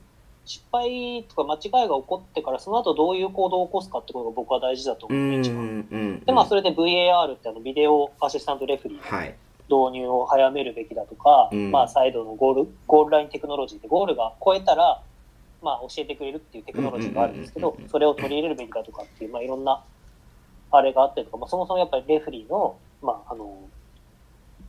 Speaker 2: 失敗とか間違いが起こってから、その後どういう行動を起こすかってことが僕は大事だと
Speaker 1: う
Speaker 2: 思うん
Speaker 1: ん
Speaker 2: で、一番。、
Speaker 1: うん。
Speaker 2: で、まあ、それで VAR ってあの、ビデオアシスタントレフェリーの
Speaker 1: はい。
Speaker 2: 導入を早めるべきだとか、
Speaker 1: うん
Speaker 2: まあ、サイドのゴール、ゴールラインテクノロジーってゴールが超えたら、まあ、教えてくれるっていうテクノロジーがあるんですけ
Speaker 1: うんう
Speaker 2: ど
Speaker 1: んうんうんうん、
Speaker 2: それを取り入れるべきだとかっていう、まあ、いろんな、あれがあったりとか、まあ、そもそもやっぱりレフェリーの、まあ、あの、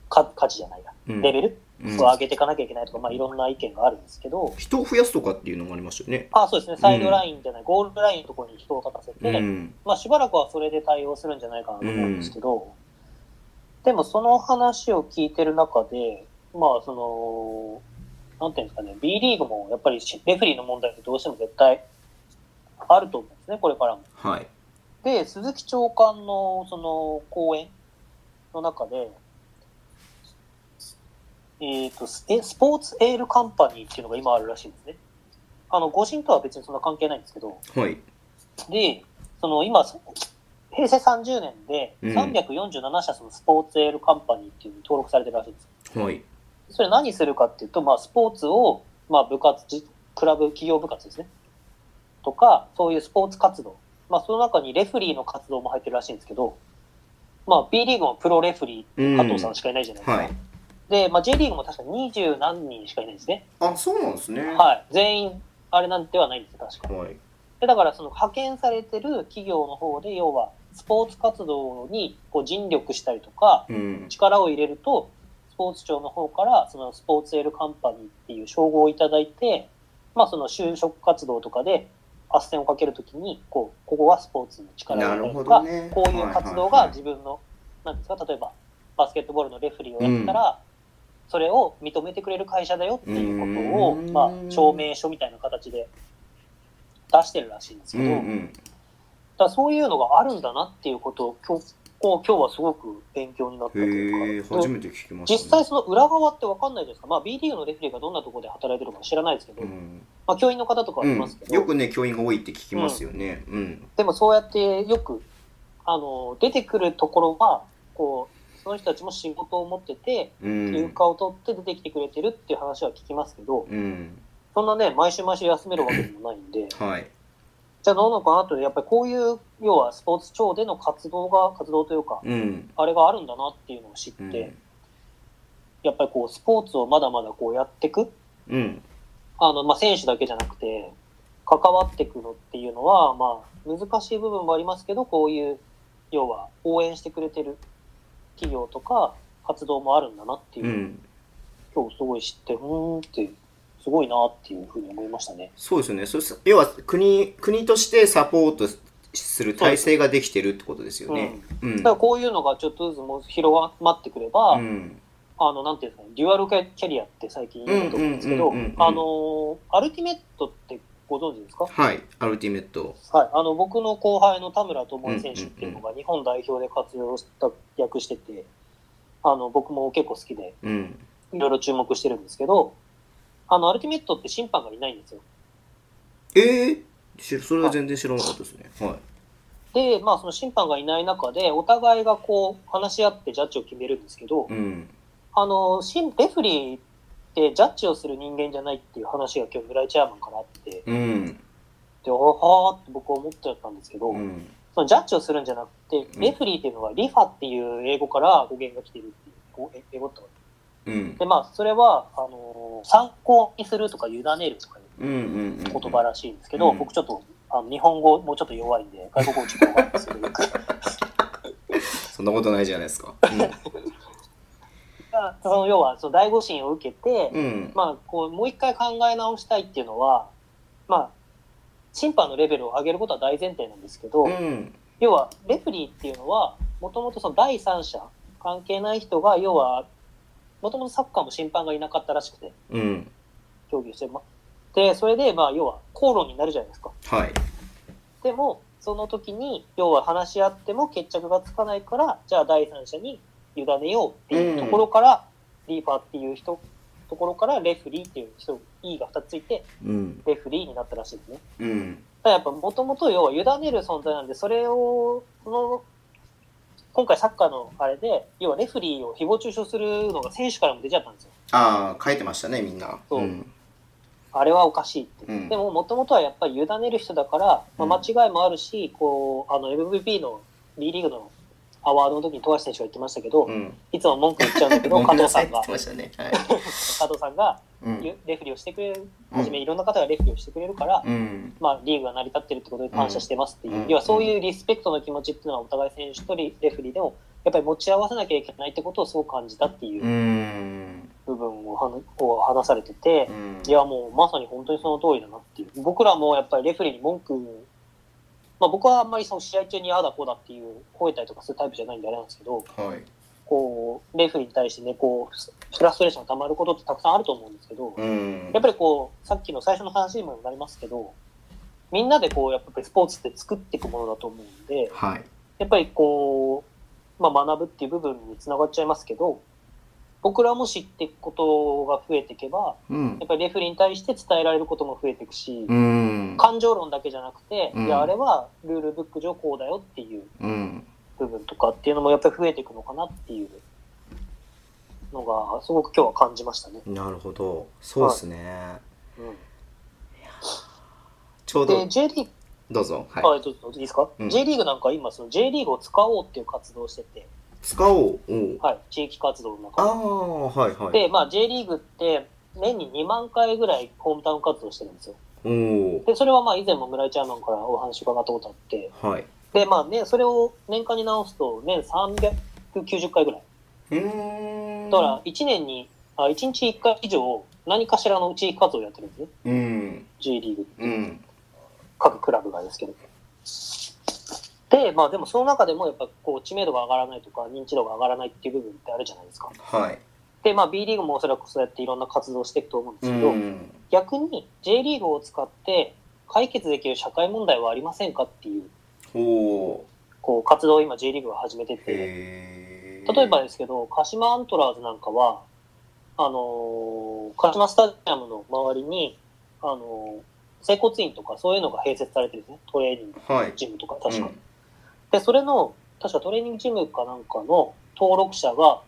Speaker 2: か価値じゃないや、
Speaker 1: うん
Speaker 2: レベル
Speaker 1: うん
Speaker 2: を上げていかなきゃいけないとか、まあ、いろんな意見があるんですけど、
Speaker 1: 人を増やすとかっていうのもありましたよね。
Speaker 2: あそうですね、サイドラインじゃない、ゴールラインのところに人を立たせて、
Speaker 1: うん。
Speaker 2: まあ、しばらくはそれで対応するんじゃないかなと思うんですけど、でもその話を聞いてる中で、まあ、その、なんていうんですかね、B リーグもやっぱりしレフェリーの問題ってどうしても絶対あると思うんですね、これからも。
Speaker 1: はい。
Speaker 2: で、鈴木長官のその講演の中で、えっ、とスえ、スポーツエールカンパニーっていうのが今あるらしいんですね。あの、誤信とは別にそんな関係ないんですけど、
Speaker 1: はい。
Speaker 2: で、その今、そ平成30年で
Speaker 1: うん
Speaker 2: 347社そのスポーツエールカンパニーっていうのに登録されてるらしいんです。
Speaker 1: はい。
Speaker 2: それ何するかっていうと、まあスポーツを、まあ部活、じクラブ、企業部活ですね。とか、そういうスポーツ活動。まあその中にレフェリーの活動も入ってるらしいんですけど、まあ B リーグもプロレフェリ
Speaker 1: う
Speaker 2: ー、
Speaker 1: ん。
Speaker 2: 加藤さんしかいないじゃないですか。
Speaker 1: はい。
Speaker 2: で、まあ J リーグも確か二十何人しかいないんですね。
Speaker 1: あ、そうなんですね。は
Speaker 2: はい。全員、あれなんてはないんですよ、確か。
Speaker 1: い。
Speaker 2: でだからその派遣されてる企業の方で要はスポーツ活動にこう尽力したりとか
Speaker 1: うん。
Speaker 2: 力を入れるとスポーツ庁の方からそのスポーツエールカンパニーっていう称号をいただいてまあ、その就職活動とかで、斡旋をかけるときにこう、ここはスポーツの力を入れた
Speaker 1: な
Speaker 2: りと
Speaker 1: る
Speaker 2: か、
Speaker 1: ほどね
Speaker 2: こういう
Speaker 1: はい
Speaker 2: 活動
Speaker 1: はいは
Speaker 2: が
Speaker 1: い
Speaker 2: 自分の、なんですか、例えばバスケットボールのレフェリーをやったら、それを認めてくれる会社だよっていうことを、
Speaker 1: うん
Speaker 2: まあ、証明書みたいな形で出してるらしいんです
Speaker 1: う
Speaker 2: け
Speaker 1: ん
Speaker 2: ど、
Speaker 1: うん
Speaker 2: だからそういうのがあるんだなっていうことを今日こう今日はすごく勉強になったと
Speaker 1: へ
Speaker 2: い
Speaker 1: え
Speaker 2: うか、
Speaker 1: 初めて聞きました、
Speaker 2: 実際その裏側って分かんないですか、まあ、B リーグのレフェリーがどんなところで働いてるか知らないですけど、
Speaker 1: うん
Speaker 2: まあ、教員の方とかは
Speaker 1: う
Speaker 2: い
Speaker 1: ん
Speaker 2: ますけ、ど、
Speaker 1: よくね教員が多いって聞きますよねうん
Speaker 2: でもそうやってよくあの出てくるところはこうその人たちも仕事を持ってて
Speaker 1: うん
Speaker 2: 有価を取って出てきてくれてるっていう話は聞きますけど、
Speaker 1: うん
Speaker 2: そんなね毎週毎週休めるわけでもないんで。
Speaker 1: はい
Speaker 2: じゃあどうなのかなと、やっぱりこういう、要はスポーツ庁での活動が、活動というか、
Speaker 1: うん
Speaker 2: あれがあるんだなっていうのを知って、
Speaker 1: うん
Speaker 2: やっぱりこう、スポーツをまだまだこうやっていく、
Speaker 1: うん
Speaker 2: あの、まあ、選手だけじゃなくて、関わっていくのっていうのは、まあ、難しい部分もありますけど、こういう、要は、応援してくれてる企業とか、活動もあるんだなっていうう、
Speaker 1: ん
Speaker 2: 今日すごい知って、うーんって、すごいなっていうふうに思いましたね。
Speaker 1: そうですよねそれ要は国国としてサポートする体制ができてるってことですよねうん
Speaker 2: だからこういうのがちょっとずつもう広まってくれば、
Speaker 1: うん
Speaker 2: あの、なんていうんですかね、デュアルキャリアって最近言うと思うんですけ
Speaker 1: う
Speaker 2: ど
Speaker 1: んうんうんうんうん、
Speaker 2: あのー、アルティメットってご存知ですか
Speaker 1: はいアルティメット
Speaker 2: はい。あの、僕の後輩の田村智恵選手っていうのが日本代表で活用した、役してて、あの、僕も結構好きで、
Speaker 1: うん
Speaker 2: いろいろ注目してるんですけど、あの、アルティメットって審判がいないんですよ。
Speaker 1: ええ知それは全然知らなかったですねはい
Speaker 2: で、まあ、その審判がいない中で、お互いがこう、話し合ってジャッジを決めるんですけど、
Speaker 1: うん
Speaker 2: あの、審レフェリーってジャッジをする人間じゃないっていう話が今日村井チェアマンからあって、
Speaker 1: うん
Speaker 2: で、おはーって僕は思っちゃったんですけど、
Speaker 1: うん
Speaker 2: そのジャッジをするんじゃなく
Speaker 1: う
Speaker 2: て、
Speaker 1: ん
Speaker 2: レフェリーっていうのはリファっていう英語から語源が来てるっていうこうえ英語ってこと
Speaker 1: うん
Speaker 2: で、まあ、それは、あのー参考にするとか委ねるとかい
Speaker 1: うんうんうん
Speaker 2: う言葉らしいんですけど、
Speaker 1: うん
Speaker 2: 僕ちょっと、あの日本語もうちょっと弱いんで、外国語ちょっと弱いんですけど、 僕
Speaker 1: そんなことないじゃないですか
Speaker 2: その要は、その第五審を受けて、
Speaker 1: うんうん
Speaker 2: まあ、こう、もう一回考え直したいっていうのは、まあ、審判のレベルを上げることは大前提なんですけど、
Speaker 1: うん
Speaker 2: 要はレフェリーっていうのはもともとその第三者関係ない人が要はもともとサッカーも審判がいなかったらしくて
Speaker 1: うん
Speaker 2: 競技をしてまでそれでまあ要は口論になるじゃないですか
Speaker 1: はい
Speaker 2: でもその時に要は話し合っても決着がつかないからじゃあ第三者に委ねようっていうところから、リーファーっていう人ところからレフェリーっていう人 E が2つついて
Speaker 1: うん
Speaker 2: レフェリーになったらしいですね
Speaker 1: うん
Speaker 2: だからやっぱもともと要は委ねる存在なんで、それを、その、今回サッカーのあれで、要はレフェリーを誹謗中傷するのが選手からも出ちゃったんですよ。
Speaker 1: ああ書いてましたねみんな
Speaker 2: そう
Speaker 1: うん
Speaker 2: あれはおかしいって。
Speaker 1: うん
Speaker 2: でももともとはやっぱり委ねる人だから、
Speaker 1: うん
Speaker 2: まあ、間違いもあるし、こう、あの MVP の B リーグのアワードの時に富樫選手が言ってましたけど、
Speaker 1: うん
Speaker 2: いつも文句言っちゃうん だけど、
Speaker 1: ご
Speaker 2: 加
Speaker 1: めな
Speaker 2: 藤
Speaker 1: さ
Speaker 2: さ
Speaker 1: いって
Speaker 2: ん
Speaker 1: 言
Speaker 2: が
Speaker 1: っ、てましたねはい
Speaker 2: 加藤さんが
Speaker 1: うん
Speaker 2: レフェリーをしてくれる、はじめいろんな方がレフェリーをしてくれるから、
Speaker 1: うん
Speaker 2: まあ、リーグが成り立ってるってことに感謝してますっていう、
Speaker 1: うん
Speaker 2: 要はそういうリスペクトの気持ちっていうのはお互い選手とレフェリーでもやっぱり持ち合わせなきゃいけないってことをそう感じたっていううん部分をはなを話されてて
Speaker 1: う、ん
Speaker 2: いやもうまさに本当にその通りだなっていう僕らもやっぱりレフェリーに文句、まあ、僕はあんまりその試合中にああだこうだっていう吠えたりとかするタイプじゃないんであれなんですけど
Speaker 1: はい
Speaker 2: こうレフェリーに対してねこうフラストレーションがたまることってたくさんあると思うんですけど、
Speaker 1: うん
Speaker 2: やっぱりこう、さっきの最初の話にもなりますけど、みんなでこう、やっぱりスポーツって作っていくものだと思うんで、
Speaker 1: はい
Speaker 2: やっぱりこう、まあ学ぶっていう部分につながっちゃいますけど、僕らも知っていくことが増えていけば、
Speaker 1: うん
Speaker 2: やっぱりレフェリーに対して伝えられることも増えていくし、
Speaker 1: うん
Speaker 2: 感情論だけじゃなくて、
Speaker 1: うん
Speaker 2: いや、あれはルールブック上こうだよっていう
Speaker 1: うん
Speaker 2: 部分とかっていうのもやっぱり増えていくのかなっていうのが、すごく今日は感じましたね。
Speaker 1: なるほどそうですね
Speaker 2: うん、
Speaker 1: ちょう
Speaker 2: で、
Speaker 1: ど
Speaker 2: J リーグ
Speaker 1: どうぞはい
Speaker 2: はい、どうぞ、いいですか、
Speaker 1: うん
Speaker 2: ?J リーグなんか今、その J リーグを使おうっていう活動をしてて、
Speaker 1: 使おうおう
Speaker 2: はい、地域活動の
Speaker 1: あ
Speaker 2: 中
Speaker 1: あはいはい
Speaker 2: で。で、まあ J リーグって、年に2万回ぐらいホームタウン活動してるんですよ。
Speaker 1: おお
Speaker 2: で、それはまあ以前も村井チャーマンからお話伺ったことあって、
Speaker 1: はい
Speaker 2: で、まあね、それを年間に直すと、年390回ぐらい。
Speaker 1: うーん
Speaker 2: だから、1年にあ1日1回以上、何かしらの地域活動をやってるんですね。
Speaker 1: うん。
Speaker 2: J リーグ、
Speaker 1: うん。
Speaker 2: 各クラブがですけど。で、まあでもその中でもやっぱこう知名度が上がらないとか認知度が上がらないっていう部分ってあるじゃないですか。
Speaker 1: はい。
Speaker 2: で、まあ B リーグもおそらくそうやっていろんな活動をしていくと思うんで
Speaker 1: う
Speaker 2: すけど、
Speaker 1: ん。
Speaker 2: 逆に J リーグを使って解決できる社会問題はありませんかっていう、
Speaker 1: ほ
Speaker 2: こう活動を今 J リーグが始めて
Speaker 1: う。
Speaker 2: て、
Speaker 1: へー
Speaker 2: 例えばですけど、鹿島アントラーズなんかは、あのー鹿島スタジアムの周りに、あのー整骨院とかそういうのが併設されてるんですね。トレーニング、
Speaker 1: はい。
Speaker 2: ジムとか、確か。
Speaker 1: うん
Speaker 2: で、それの、確かトレーニングジムかなんかの登録者が、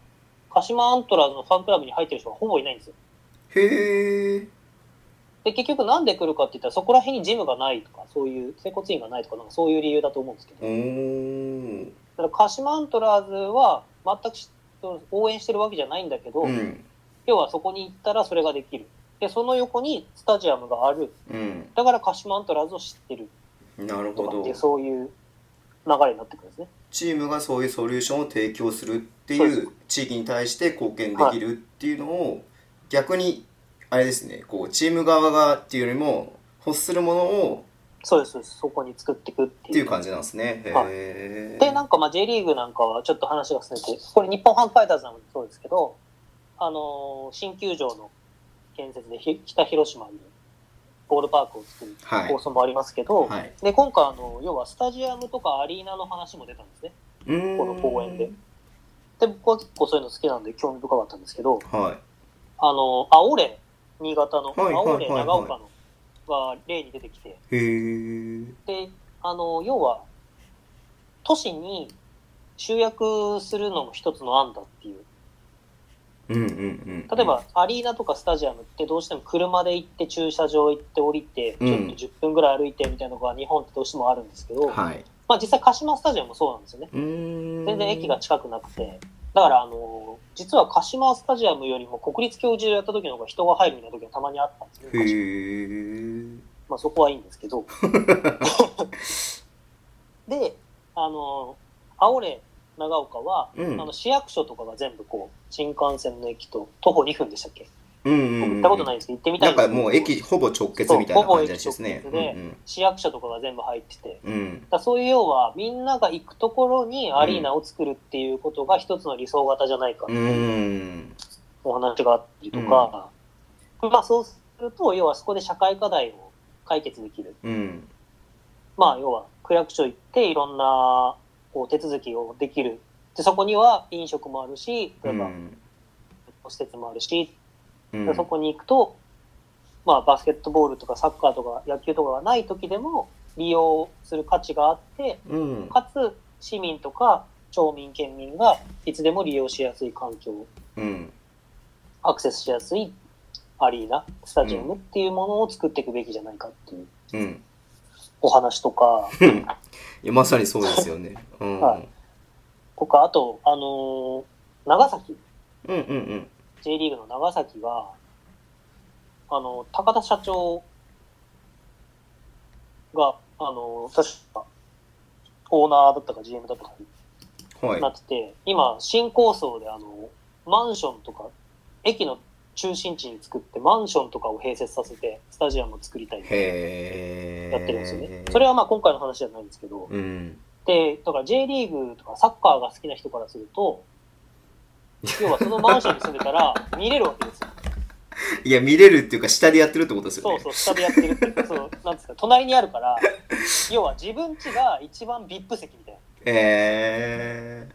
Speaker 2: 鹿島アントラーズのファンクラブに入ってる人がほぼいないんですよ。
Speaker 1: へえ。
Speaker 2: で、結局なんで来るかって言ったら、そこら辺にジムがないとか、そういう、整骨院がないとか、なんかそういう理由だと思うんですけど。
Speaker 1: おー。
Speaker 2: だから、鹿島アントラーズは、全くし応援してるわけじゃないんだけど、
Speaker 1: うん。
Speaker 2: 要はそこに行ったらそれができる。で、その横にスタジアムがある。
Speaker 1: うん。
Speaker 2: だから鹿島アントラーズを知ってる
Speaker 1: なる
Speaker 2: と
Speaker 1: ほ
Speaker 2: かっていう、
Speaker 1: ど。
Speaker 2: そういう流れになってくるんですね。
Speaker 1: チームがそういうソリューションを提供するって
Speaker 2: そう
Speaker 1: い
Speaker 2: です
Speaker 1: う地域に対して貢献できるっていうのを逆にあれですねこうチーム側がっていうよりも欲するものを
Speaker 2: そうです、そうです。そこに作っていくって
Speaker 1: って
Speaker 2: い。
Speaker 1: いうう感じなんですね。へ
Speaker 2: はい
Speaker 1: え。
Speaker 2: で、なんかまあ J リーグなんかはちょっと話が進めて、これ日本ハムファイターズなんかもそうですけど、あのー新球場の建設でひ北広島にボールパークを作る
Speaker 1: はい
Speaker 2: 構想もありますけど、
Speaker 1: はい。
Speaker 2: で、今回あの、要はスタジアムとかアリーナの話も出たんですね。
Speaker 1: こ
Speaker 2: この公園でで、僕は結構そういうの好きなんで興味深かったんですけど、
Speaker 1: は
Speaker 2: あの、アオレ、新潟の、
Speaker 1: はい
Speaker 2: アオレ、
Speaker 1: はいはい
Speaker 2: 長岡のが例に出てきて、
Speaker 1: い。へえ。
Speaker 2: で、あの、要は、都市に集約するのも一つの案だっていう。
Speaker 1: うんうんうん。
Speaker 2: 例えば、アリーナとかスタジアムってどうしても車で行って、駐車場行って降りて、ち
Speaker 1: うん
Speaker 2: ょっと10分ぐらい歩いてみたいなのが日本ってどうしてもあるんですけど、
Speaker 1: はい。
Speaker 2: まあ実際鹿島スタジアムもそうなんですよね。
Speaker 1: 全
Speaker 2: 全然駅が近くなくて。だから、あの、実は鹿島スタジアムよりも国立競技場やった時の方が人が入るみたいな時がたまにあったんですね昔。
Speaker 1: へえ。
Speaker 2: まあそこはいいんです けど。で、あの、青レ長岡は、
Speaker 1: うん
Speaker 2: あの市役所とかが全部こう、新幹線の駅と徒歩2分でしたっけ、
Speaker 1: うん
Speaker 2: 僕
Speaker 1: うん。。
Speaker 2: 行ったことないいんですけど、行ってみた
Speaker 1: な
Speaker 2: い
Speaker 1: ん
Speaker 2: です
Speaker 1: んか
Speaker 2: けど
Speaker 1: もう駅ほぼ直結みたいな感じらしいですね。
Speaker 2: そうほぼ駅直市役所とかが全部入ってて。
Speaker 1: うんうんうん。
Speaker 2: だからそういう要は、みんなが行くところにアリーナを作るっていうことが一つの理想型じゃないかって
Speaker 1: う。
Speaker 2: いうんお話があったりとか、まあそうすると、要はそこで社会課題を解決できる。
Speaker 1: うん。
Speaker 2: まあ、要は、区役所行って、いろんな、こう、手続きをできる。で、そこには飲食もあるし、
Speaker 1: う
Speaker 2: 例えば、
Speaker 1: ん。
Speaker 2: 施設もあるし、
Speaker 1: うん
Speaker 2: でそこに行くと、まあ、バスケットボールとかサッカーとか野球とかがない時でも利用する価値があって、
Speaker 1: うん。
Speaker 2: かつ、市民とか町民、県民がいつでも利用しやすい環境、
Speaker 1: うん。
Speaker 2: アクセスしやすいアリーナ、スタジアムっていうものを作っていくべきじゃないかっていう
Speaker 1: うん。
Speaker 2: お話とか、
Speaker 1: うんいやまさにそうですよ ね。うん。
Speaker 2: は
Speaker 1: うん
Speaker 2: とか、あと、あのー長崎。
Speaker 1: うんうん。
Speaker 2: J リーグの長崎が、あの、高田社長が、あの、確か、オーナーだったか GM だったか
Speaker 1: は
Speaker 2: に
Speaker 1: い
Speaker 2: な。ってて、今、新構想で、あの、マンションとか、駅の中心地に作って、マンションとかを併設させて、スタジアムを作りたいって
Speaker 1: へえ。
Speaker 2: やってるんですよね。それはまあ今回の話じゃないんですけど、
Speaker 1: うん。
Speaker 2: で、だから J リーグとかサッカーが好きな人からすると、要はそのマンションに住んでたら見れるわけですよ。
Speaker 1: いや、見れるっていうか、下でやってるってことですよ
Speaker 2: そう
Speaker 1: ね。
Speaker 2: そう、下でやってるっていう、そう、なんですか、隣にあ るから、要は自分家が一番 VIP 席みたいな。
Speaker 1: へ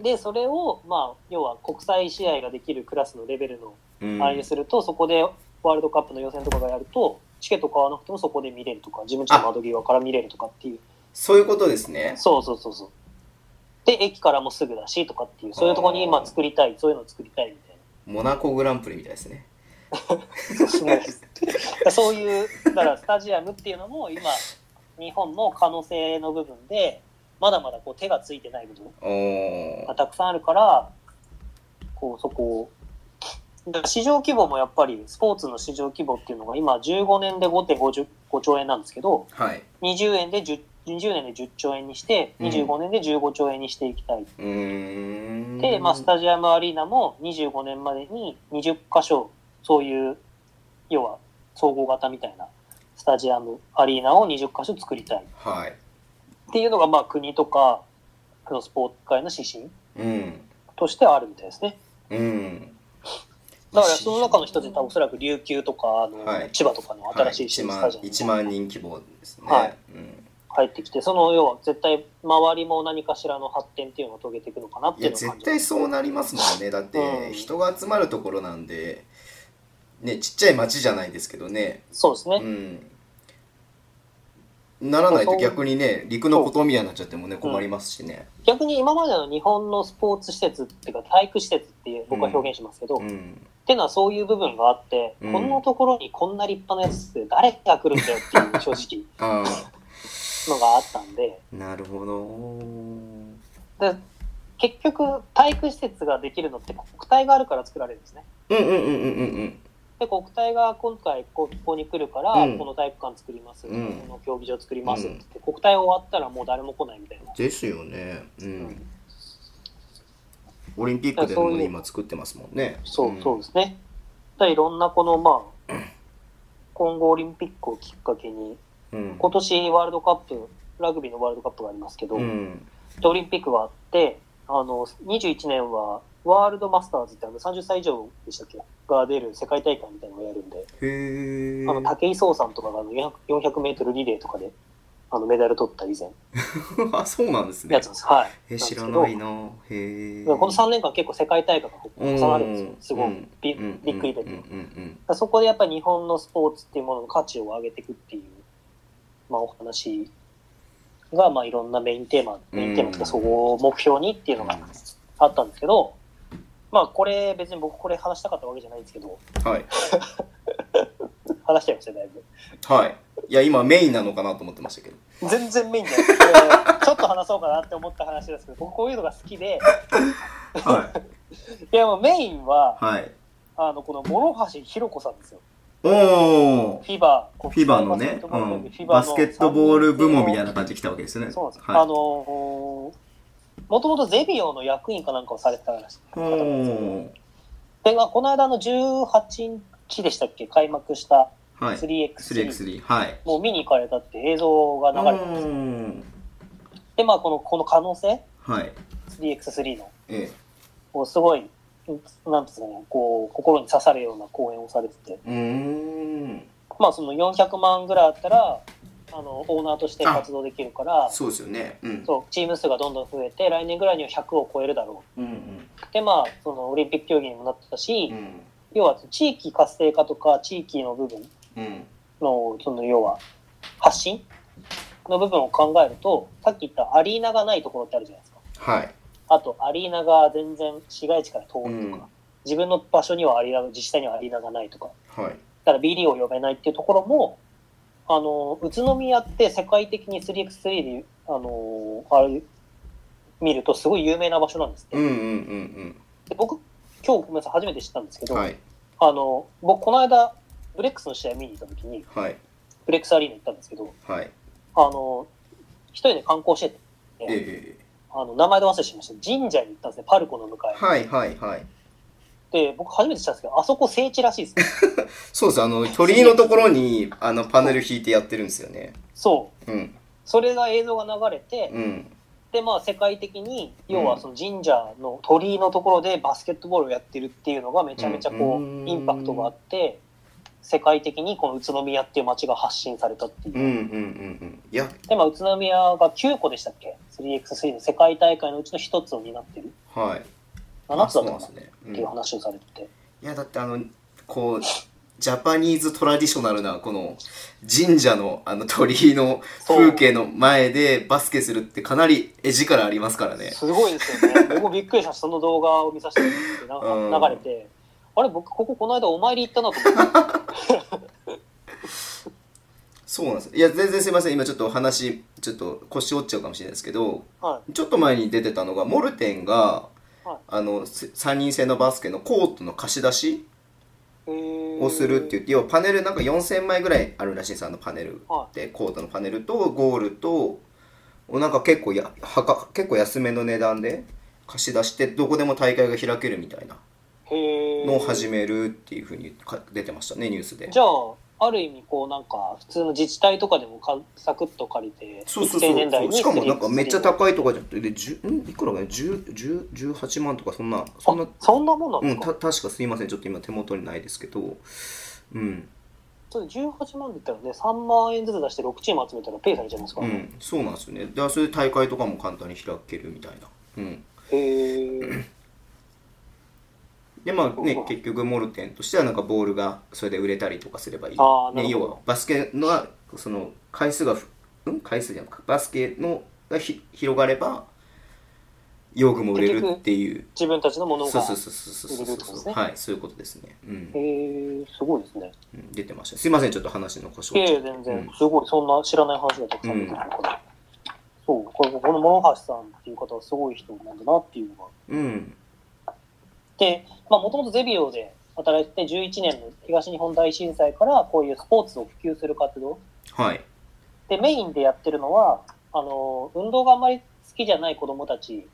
Speaker 2: で、それを、まあ、要は国際試合ができるクラスのレベルの
Speaker 1: え。うん
Speaker 2: あれにすると、そこでワールドカップの予選とかがやると、チケット買わなくてもそこで見れるとか、自分家の窓際から見れるとかっていう。
Speaker 1: そういうことですね。
Speaker 2: そうそうそうそう。で、駅からもすぐだしとかっていう、そういうところに今作りたい、そういうのを作りたいみたいな。
Speaker 1: モナコグランプリみたいですね。
Speaker 2: そういう、だからスタジアムっていうのも今、日本の可能性の部分で、まだまだこう手がついてない部分
Speaker 1: お
Speaker 2: が
Speaker 1: ー。
Speaker 2: たくさんあるから、こうそこを、だから市場規模もやっぱりスポーツの市場規模っていうのが今15年で5.5 5兆円なんですけど、
Speaker 1: はい。
Speaker 2: 20円で 10, 20年で10兆円にして、
Speaker 1: うん
Speaker 2: 25年で15兆円にしていきたい。
Speaker 1: うーん
Speaker 2: で、まあ、スタジアムアリーナも25年までに20箇所、そういう、要は、総合型みたいな、スタジアムアリーナを20箇所作りたい。
Speaker 1: はい
Speaker 2: っていうのが、まあ、国とか、プロスポーツ界の指針
Speaker 1: うん
Speaker 2: としてはあるみたいですね。
Speaker 1: うん
Speaker 2: だから、その中の一つに、おそらく琉球とか、あの、
Speaker 1: はい
Speaker 2: 千葉とかの新しい
Speaker 1: 1
Speaker 2: 新ス
Speaker 1: 万
Speaker 2: タジアム
Speaker 1: 1万人規模ですね
Speaker 2: はい
Speaker 1: うん
Speaker 2: 入ってきて、その要は絶対周りも何かしらの発展っていうのを遂げていくのかなっ
Speaker 1: い
Speaker 2: てい
Speaker 1: や
Speaker 2: うのを
Speaker 1: 絶
Speaker 2: 感じ
Speaker 1: 対
Speaker 2: ます
Speaker 1: そうなりますもんねだっ
Speaker 2: う
Speaker 1: て
Speaker 2: ん
Speaker 1: 人が集まるところなんでねちっちゃい町じゃないですけどね
Speaker 2: そうですね、
Speaker 1: うんならないと逆にね陸のことみたいになっちゃってもね困りますしね
Speaker 2: 逆に今までの日本のスポーツ施設っていうか体育施設って僕は表現しますけど、
Speaker 1: う
Speaker 2: っ
Speaker 1: ん
Speaker 2: ていうのはそういう部分があって、
Speaker 1: うん
Speaker 2: こんなところにこんな立派なやつって誰が来るんだよっていう正直
Speaker 1: あ
Speaker 2: のがあったんで
Speaker 1: あなるほど
Speaker 2: で結局体育施設ができるのって国体があるから作られるんですね。
Speaker 1: うんうんうんうんうん
Speaker 2: で国体が今回ここに来るから、
Speaker 1: うん
Speaker 2: この体育館作ります、
Speaker 1: うん
Speaker 2: この競技場作りますって
Speaker 1: うん
Speaker 2: 言って国体終わったらもう誰も来ないみたいな。
Speaker 1: ですよねう
Speaker 2: うんん
Speaker 1: オリンピックでも
Speaker 2: そうい
Speaker 1: ね
Speaker 2: う
Speaker 1: 今作ってますもんね
Speaker 2: そうそう
Speaker 1: で
Speaker 2: ですね。だからいろんなこの、まあ、今後オリンピックをきっかけに、
Speaker 1: すうん
Speaker 2: 今年ワールドカップ、ラグビーのワールドカップがありますけど、
Speaker 1: うん
Speaker 2: でオリンピックがあって、あの、21年はワールドマスターズってあの30歳以上でしたっけが出る世界大会みたいなのをやるんで、
Speaker 1: へえ
Speaker 2: あの、武井壮さんとかがあの400 400メートルリレーとかで、あの、メダル取った以前、
Speaker 1: あそうなんですね
Speaker 2: やつなんです。はい。
Speaker 1: え
Speaker 2: なんです
Speaker 1: 知
Speaker 2: け
Speaker 1: ら
Speaker 2: ど
Speaker 1: ないなへえ
Speaker 2: だからこの3年間結構世界大会が重なるんですよ。すごい。ビビッグイベント。だからそこでやっぱり日本のスポーツっていうものの価値を上げていくっていう、まあ、お話が、まあ、いろんなメインテーマ、メインテーマとか、
Speaker 1: うん
Speaker 2: そこを目標にっていうのがあったんですけど、まあ、これ、別に僕これ話したかったわけじゃないんですけど、
Speaker 1: はい
Speaker 2: 話しちゃいましたね、だいぶ。
Speaker 1: はいいや今メインなのかなと思ってましたけど
Speaker 2: 全然メインじゃないです。これちょっと話そうかなって思った話ですけど、僕こういうのが好きで、
Speaker 1: はい
Speaker 2: いや、もうメインは、
Speaker 1: はい
Speaker 2: あの、この諸橋ひろ子さんですよ。
Speaker 1: おお
Speaker 2: フィバー、
Speaker 1: フィバのね、うん、バスケットボール部門みたいな感じで来たわけですよね
Speaker 2: そうなんです。あ
Speaker 1: は
Speaker 2: のもともとゼビオの役員かなんかをされてたらしい。
Speaker 1: い、おー
Speaker 2: で、まあ、この間の18日でしたっけ開幕した
Speaker 1: はい
Speaker 2: 3X3。
Speaker 1: 3x3 はい
Speaker 2: もう見に行かれたって映像が
Speaker 1: お
Speaker 2: 流れてます。
Speaker 1: ー
Speaker 2: で、まあ、この、この可能性
Speaker 1: はい
Speaker 2: ?3X3 の。
Speaker 1: え
Speaker 2: もうすごい、なんですかね、こう、心に刺さるような講演をされてて。
Speaker 1: えうーん
Speaker 2: まあ、その400万ぐらいあったら、あの、オーナーとして活動できるから、
Speaker 1: そうですよねうん
Speaker 2: そう、チーム数がどんどん増えて、来年ぐらいには100を超えるだろ
Speaker 1: うんうん
Speaker 2: う。で、まあ、そのオリンピック競技にもなったし、
Speaker 1: うん
Speaker 2: 要は地域活性化とか地域の部分
Speaker 1: うん
Speaker 2: の、その要は発信の部分を考えると、さっき言ったアリーナがないところってあるじゃないですか。
Speaker 1: はい
Speaker 2: あと、アリーナが全然市街地から遠いとか、
Speaker 1: うん
Speaker 2: 自分の場所にはアリーナが、自治体にはアリーナがないとか、
Speaker 1: はい
Speaker 2: だから B リーグを呼べないっていうところも、あの、宇都宮って世界的に 3x3 で、あの、あれ、見るとすごい有名な場所なんですって。
Speaker 1: うんうんうん
Speaker 2: で僕、今日ごめんなさい、初めて知ったんですけ
Speaker 1: う
Speaker 2: ど、
Speaker 1: んはい
Speaker 2: あの、僕、この間、ブレックスの試合見に行った時に、
Speaker 1: はい
Speaker 2: ブレックスアリーナ行ったんですけど、
Speaker 1: はい
Speaker 2: あの、一人で観光してて、
Speaker 1: ええ
Speaker 2: あの、名前で忘れしました。神社に行ったんですね、パルコの向かい。
Speaker 1: はいはいはい
Speaker 2: で、僕初めて知ったんですけど、あそこ聖地らしいですね。
Speaker 1: そうですあの鳥居のところにあのパネル引いてやってるんですよね
Speaker 2: そう。
Speaker 1: うん
Speaker 2: それが映像が流れて、
Speaker 1: うん
Speaker 2: で、まあ、世界的に、要はその神社の鳥居のところでバスケットボールをやってるっていうのがめちゃめちゃこ
Speaker 1: う
Speaker 2: う、
Speaker 1: ん
Speaker 2: インパクトがあって、世界的にこの宇都宮っていう街が発信されたっていう
Speaker 1: うんうんう。んうんいや
Speaker 2: で、まあ、宇都宮が9個でしたっけ ?3x3 の世界大会のうちの1つを担ってる。
Speaker 1: はい
Speaker 2: 7つだ
Speaker 1: そ
Speaker 2: っ
Speaker 1: う
Speaker 2: た
Speaker 1: なんで
Speaker 2: かな
Speaker 1: す
Speaker 2: っ
Speaker 1: ね、
Speaker 2: て
Speaker 1: うん、
Speaker 2: いう
Speaker 1: い
Speaker 2: 話をされてて。
Speaker 1: やだってあのこうジャパニーズトラディショナルなこの神社のあの鳥居の風景の前でバスケするってかなり絵力ありますからね
Speaker 2: すごいで すよね。僕もびっくりしました。その動画を見させてもらってなん
Speaker 1: う
Speaker 2: か
Speaker 1: ん
Speaker 2: 流れて、あれ、僕、こここの間お参り行ったなと 思って。
Speaker 1: そうなんですいや全然すいません今ちょっと話ちょっと腰折っちゃうかもしれないですけど
Speaker 2: は
Speaker 1: ちょっと前に出てたのがモルテンが、
Speaker 2: はい
Speaker 1: あのす3人制のバスケのコートの貸し出し
Speaker 2: い。へー
Speaker 1: をするっていう要はパネルなんか4000枚ぐらいあるらしいんですあのパネル
Speaker 2: は
Speaker 1: でコートのパネルとゴールとおなんか結構やはか結構安めの値段で貸し出してどこでも大会が開けるみたいな
Speaker 2: へえ。
Speaker 1: のを始めるっていうふうにか出てましたねニュースで
Speaker 2: じゃあ、ある意味、こう、なんか、普通の自治体とかでもか、サクッと借りて、
Speaker 1: そうそう
Speaker 2: 育成年代
Speaker 1: そ
Speaker 2: に
Speaker 1: うしかもなんかめっちゃ高いとかじゃなくてで10んいくらかね10 10 18万とかそんなそんな
Speaker 2: あそんなもんなん
Speaker 1: う
Speaker 2: です
Speaker 1: ん、
Speaker 2: か、
Speaker 1: た確かすいませんちょっと今手元にないですけどうん
Speaker 2: それ18万で言ったらね、3万円ずつ出して6チーム集めたらペイされちゃいますか
Speaker 1: う
Speaker 2: らね。
Speaker 1: んそうなんですよねだからそれで大会とかも簡単に開けるみたいなうん
Speaker 2: へえ。
Speaker 1: でまあ
Speaker 2: う
Speaker 1: ね
Speaker 2: ん
Speaker 1: 結局モルテンとしてはなんかボールがそれで売れたりとかすればいい、
Speaker 2: あーな
Speaker 1: ね、
Speaker 2: るほ
Speaker 1: 要
Speaker 2: ど
Speaker 1: はバスケのはその回数がふうん回数じゃなくバスケのがひ広がれば用具も売れるっていう
Speaker 2: 自分たちのもの
Speaker 1: そう
Speaker 2: が。
Speaker 1: そうそうそう
Speaker 2: 売れ
Speaker 1: そ
Speaker 2: る
Speaker 1: う
Speaker 2: ってこと
Speaker 1: そ
Speaker 2: で
Speaker 1: う、
Speaker 2: すね
Speaker 1: はいそういうことですねうん、
Speaker 2: へえ、すごいですね。
Speaker 1: うん出てましたすいませんちょっと話の故
Speaker 2: い
Speaker 1: 障
Speaker 2: やいや、全
Speaker 1: う
Speaker 2: 然
Speaker 1: ん、
Speaker 2: すごい、そんな知らない話がたくさん出てくるから。そう、これこの諸橋さんっていう方はすごい人なんだなっていうのが。
Speaker 1: うん
Speaker 2: で、まあ、もともとゼビオで働いてて、11年の東日本大震災から、こういうスポーツを普及する活動。
Speaker 1: はい
Speaker 2: で、メインでやってるのは、あの、運動があんまり好きじゃない子供たち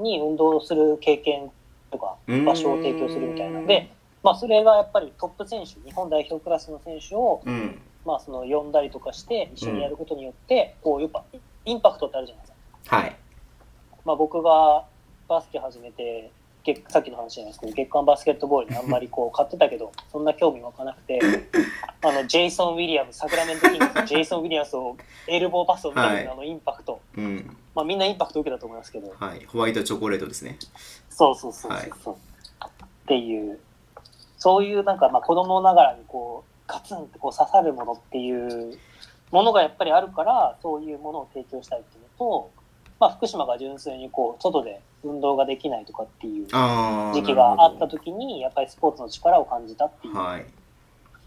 Speaker 2: に運動する経験とか、
Speaker 1: うん
Speaker 2: 場所を提供するみたいなので、まあ、それがやっぱりトップ選手、日本代表クラスの選手を、
Speaker 1: うん
Speaker 2: まあ、その呼んだりとかして一緒にやることによって、こうやっぱインパクトってあるじゃないですか、
Speaker 1: はい
Speaker 2: まあ、僕がバスケ始めて月さっきの話じゃないですけど月間バスケットボールにあんまりこう買ってたけどそんな興味湧かなくてあのジェイソン・ウィリアムサクラメント・キングスのジェイソン・ウィリアムスをエルボーパスを見た時のあのインパクト、
Speaker 1: うん
Speaker 2: まあ、みんなインパクト受けたと思いますけど
Speaker 1: はいホワイトチョコレートですね
Speaker 2: そうそうそうそう、
Speaker 1: はい
Speaker 2: っていうそういうなんかまあ子供ながらにこうガツンってこう刺さるものっていうものがやっぱりあるからそういうものを提供したいっていうのと、まあ、福島が純粋にこう外で運動ができないとかっていう
Speaker 1: ああ
Speaker 2: 時期があった時にやっぱりスポーツの力を感じたっていう
Speaker 1: はい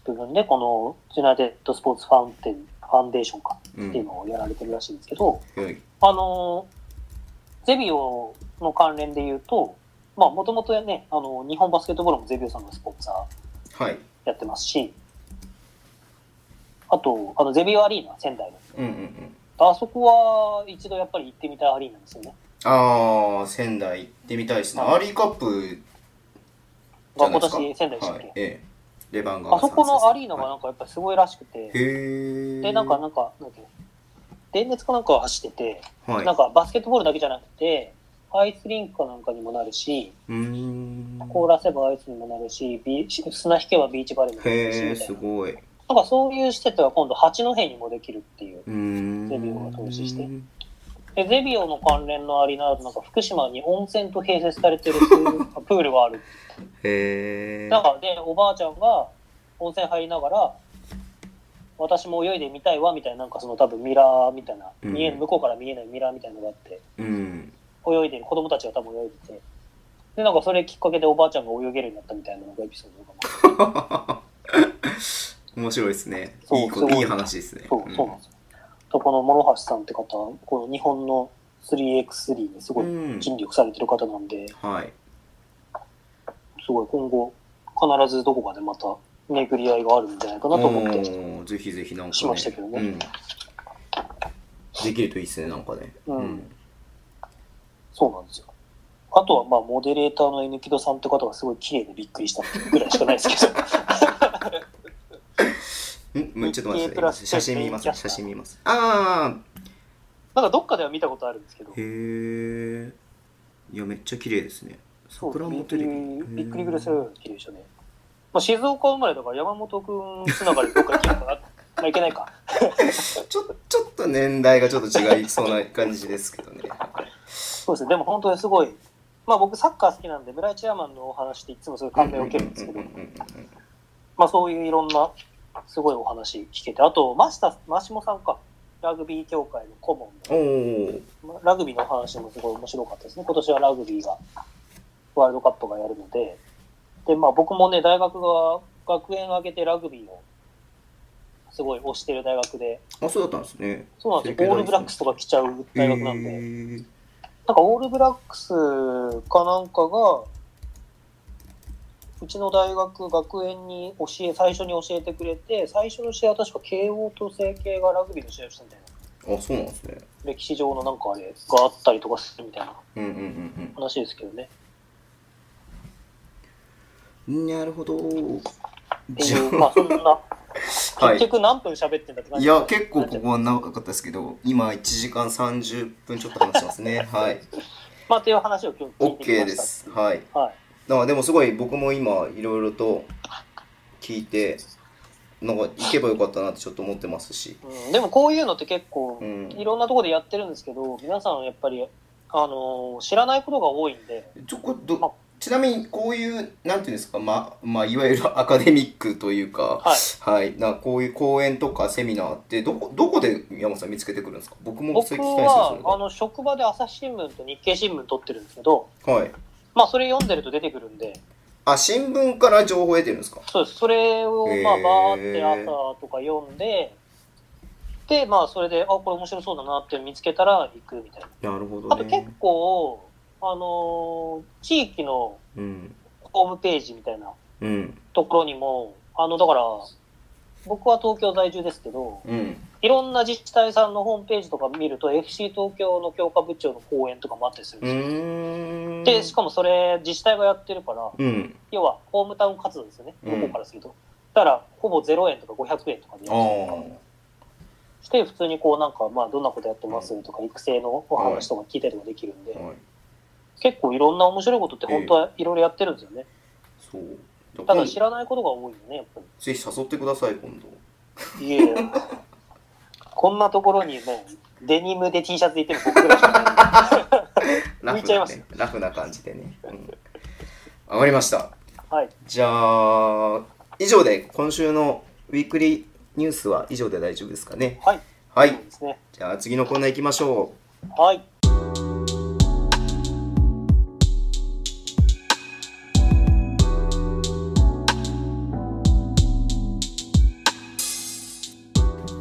Speaker 2: 部分で、このユナイテッド・スポーツファウンテンファンデーションか
Speaker 1: う
Speaker 2: っていうんのをやられてるらしいんですけど、
Speaker 1: はい
Speaker 2: あのーゼビオの関連で言うと、まあ、もともとね、あのー日本バスケットボールもゼビオさんのスポンサー
Speaker 1: はい
Speaker 2: やってますし、あと、あの、ゼビオアリーナ、仙台の。
Speaker 1: うんうんうん
Speaker 2: あそこは一度やっぱり行ってみたいアリーナですよね。
Speaker 1: ああ仙台行ってみたいですね
Speaker 2: はい
Speaker 1: アリーカップじ
Speaker 2: が
Speaker 1: ゃない
Speaker 2: 今
Speaker 1: ですか
Speaker 2: 年仙台でした
Speaker 1: は
Speaker 2: っけ、
Speaker 1: いええレバンガ
Speaker 2: あそこのアリーナがなんかやっぱりすごいらしくて、
Speaker 1: へえ
Speaker 2: で、なんか、なんか、なんだっけ電熱かなんかを走ってて、
Speaker 1: はい
Speaker 2: なんかバスケットボールだけじゃなくて、アイスリンクかなんかにもなるし、
Speaker 1: うーん
Speaker 2: 凍らせばアイスにもなるし、ビーチ砂引けばビーチバレーにもなるし、
Speaker 1: へえ
Speaker 2: みたい
Speaker 1: す
Speaker 2: な。
Speaker 1: ごいう
Speaker 2: なんかそういう施設が今度八戸にもできるっていう。
Speaker 1: ーん
Speaker 2: デビューが投資してで、ゼビオの関連のアリーナだとなんか福島に温泉と併設されてるプールプールがある。
Speaker 1: へえ
Speaker 2: なんかで、おばあちゃんが温泉入りながら、私も泳いでみたいわみたいな、なんかその多分ミラーみたいな、
Speaker 1: うん
Speaker 2: 見える、向こうから見えないミラーみたいなのがあって、
Speaker 1: うん
Speaker 2: 泳いでる、子供たちが多分泳いでて。で、なんかそれきっかけでおばあちゃんが泳げるようになったみたいなのがエピソードとかも
Speaker 1: 面白いですね
Speaker 2: そう
Speaker 1: いいこ
Speaker 2: すごい
Speaker 1: いい話ですね
Speaker 2: そう、そうなんですよ。と、この諸橋さんって方は、この日本の 3x3 にすごい
Speaker 1: うん
Speaker 2: 尽力されてる方なんで、
Speaker 1: はい
Speaker 2: すごい今後、必ずどこかでまた巡り合いがあるんじゃないかなと思って、
Speaker 1: おーぜひぜひなんか、ね、
Speaker 2: しましたけどね
Speaker 1: うん、できるといいっすねなんかね
Speaker 2: うんそうなんですよ。あとは、まあ、モデレーターの N 木戸さんって方がすごい綺麗でびっくりしたぐらいしかないですけ ど、
Speaker 1: うんもうちょっと待って
Speaker 2: 日経プ
Speaker 1: く
Speaker 2: ラ
Speaker 1: だ
Speaker 2: ス
Speaker 1: さい写真見ます
Speaker 2: メインキャスタ
Speaker 1: 写
Speaker 2: ー
Speaker 1: 真見ますあ
Speaker 2: なんかどっかでは見たことあるんですけど
Speaker 1: あ、へえいやめっちゃ綺麗ですね
Speaker 2: そう
Speaker 1: 桜
Speaker 2: び
Speaker 1: も
Speaker 2: っく
Speaker 1: テレ
Speaker 2: り
Speaker 1: ビ
Speaker 2: びっくりぐらいするような綺麗でしたね。まあ、静岡生まれだから山本くんつながりどっか行けるのか な。まあ、いけないか。
Speaker 1: ちょちょっと年代がちょっと違いそうな感じですけどね
Speaker 2: そうですね、でも本当にすごい、まあ、僕、サッカー好きなんで、村井チェアマンのお話っていつもすごい感銘を受けるんですけど
Speaker 1: う、んうんうんうん
Speaker 2: まあ、そういういろんなすごいお話聞けて、あと、真下、真下さんか、ラグビー協会の顧問
Speaker 1: おお
Speaker 2: の、ラグビーのお話もすごい面白かったですね、今年はラグビーが、ワールドカップがやるので、でまあ、僕もね、大学が学園を挙げてラグビーをすごい推してる大学で、
Speaker 1: あそうだったんですね
Speaker 2: そうなんですよ、オールブラックスとか来ちゃう大学なんで。
Speaker 1: へー
Speaker 2: なんかオールブラックスかなんかが、うちの大学、学園に教え、最初に教えてくれて、最初の試合は確か慶応と成慶がラグビーの試合をしたみたいな
Speaker 1: あそうなんですね
Speaker 2: 歴史上のなんかあれがあったりとかするみたいな
Speaker 1: うんうんうん
Speaker 2: 話ですけどね。
Speaker 1: うんなるほど
Speaker 2: って
Speaker 1: じ
Speaker 2: い
Speaker 1: ゃ
Speaker 2: うまあそんな、
Speaker 1: あ、はい
Speaker 2: 結、局何分喋ってんだって感
Speaker 1: い
Speaker 2: じ
Speaker 1: や結構ここは長かったですけど今1時間30分ちょっと話してます ねはい
Speaker 2: まあっていう話を今日聞いてき
Speaker 1: OK
Speaker 2: ま
Speaker 1: で
Speaker 2: した。
Speaker 1: すはい
Speaker 2: はい。
Speaker 1: だからでもすごい僕も今いろいろと聞いてなんか行けばよかったなってちょっと思ってますし
Speaker 2: うん、でもこういうのって結構
Speaker 1: う、ん
Speaker 2: いろんなところでやってるんですけど、皆さんやっぱり、あのー知らないことが多いんで、
Speaker 1: ちょこどちなみにこういうなんていうんですかままあいわゆる アカデミックというか
Speaker 2: はい。
Speaker 1: はいなこういう講演とかセミナーってどこどこで山本さん見つけてくるんですか僕も
Speaker 2: 僕
Speaker 1: それ聞きたいです
Speaker 2: は、あの、職場で朝日新聞と日経新聞撮ってるんですけど、
Speaker 1: それはい
Speaker 2: まあそれ読んでると出てくるんで、
Speaker 1: あ新聞から情報を得てるんですか
Speaker 2: そうです。それを、まあ
Speaker 1: へー
Speaker 2: バーって朝とか読んで、で、まあそれで、あ、これ面白そうだなって見つけたら行くみたいな。
Speaker 1: なるほど
Speaker 2: あと結構、あのー地域の
Speaker 1: うん
Speaker 2: ホームページみたいな
Speaker 1: うん
Speaker 2: ところにも、あの、だから、僕は東京在住ですけど、
Speaker 1: うん
Speaker 2: いろんな自治体さんのホームページとか見ると、FC 東京の教科部長の講演とかもあったりするん
Speaker 1: う
Speaker 2: ですよ。
Speaker 1: ーん
Speaker 2: で、しかもそれ、自治体がやってるから、
Speaker 1: うん
Speaker 2: 要はホームタウン活動ですよね、
Speaker 1: う
Speaker 2: 向
Speaker 1: ん
Speaker 2: こうからすると。だから、ほぼ0円とか500円とかで
Speaker 1: ああ
Speaker 2: して、普通にこう、なんか、まあ、どんなことやってますとか、育成のお話とか聞いたりとかできるんで、
Speaker 1: はい
Speaker 2: 結構いろんな面白いことって本当はいろいろやってるんですよね。
Speaker 1: そう
Speaker 2: た
Speaker 1: だから
Speaker 2: だ知らないことが多いよね、やっぱ
Speaker 1: ぜひ誘ってください今度
Speaker 2: り。いえい え。こんなところにね、デニムで T シャツでいてる僕ぐらいしかいない。
Speaker 1: ラ
Speaker 2: 浮い
Speaker 1: フ
Speaker 2: ちゃい
Speaker 1: な、
Speaker 2: ます
Speaker 1: ね、ラフな感じでね、うん、わかりました
Speaker 2: はい。
Speaker 1: じゃあ以上で今週のウィークリーニュースは以上で大丈夫ですかね
Speaker 2: はい。
Speaker 1: は
Speaker 2: そう
Speaker 1: い
Speaker 2: ですね。
Speaker 1: じゃあ次のコーナー行きましょう
Speaker 2: はい。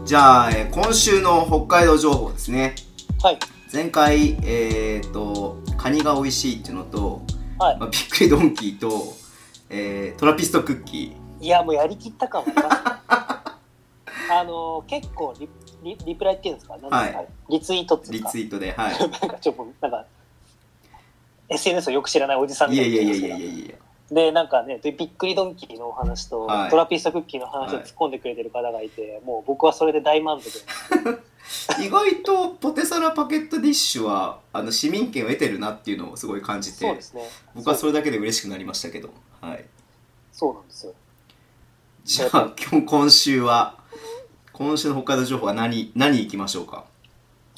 Speaker 1: じゃあ、えー今週の北海道情報ですね
Speaker 2: はい。
Speaker 1: 前回えっ、とカニが美味しいっていうのと、
Speaker 2: はい
Speaker 1: まあ、びっくりドンキーと、えートラピストクッキ
Speaker 2: いや、もうやりきった感はあ りますね。あのー、結構リリ、リプライっていうんですか、なんですか、
Speaker 1: はい
Speaker 2: リツイートって
Speaker 1: ー
Speaker 2: い
Speaker 1: リ
Speaker 2: うか
Speaker 1: ツ、イートで はい
Speaker 2: なんかちょっと、なんか、SNS をよく知らないおじさん
Speaker 1: い
Speaker 2: みた
Speaker 1: や
Speaker 2: い
Speaker 1: い
Speaker 2: な
Speaker 1: やい
Speaker 2: 人
Speaker 1: や
Speaker 2: で
Speaker 1: い
Speaker 2: すけど
Speaker 1: やいやいや
Speaker 2: で、なんかね、でびっくりドンキーのお話と、
Speaker 1: はい
Speaker 2: トラピスタクッキーの話を突っ込んでくれてる方がいて、もう僕はそれで大満足です。
Speaker 1: 意外とポテサラパケットディッシュはあの市民権を得てるなっていうのをすごい感じ
Speaker 2: そう
Speaker 1: て
Speaker 2: ですね。
Speaker 1: 僕はそれだけで嬉しくなりましたけど、はい、
Speaker 2: そうなんですよ。
Speaker 1: じゃあ今日今週は今週の北海道情報は何何いきましょうか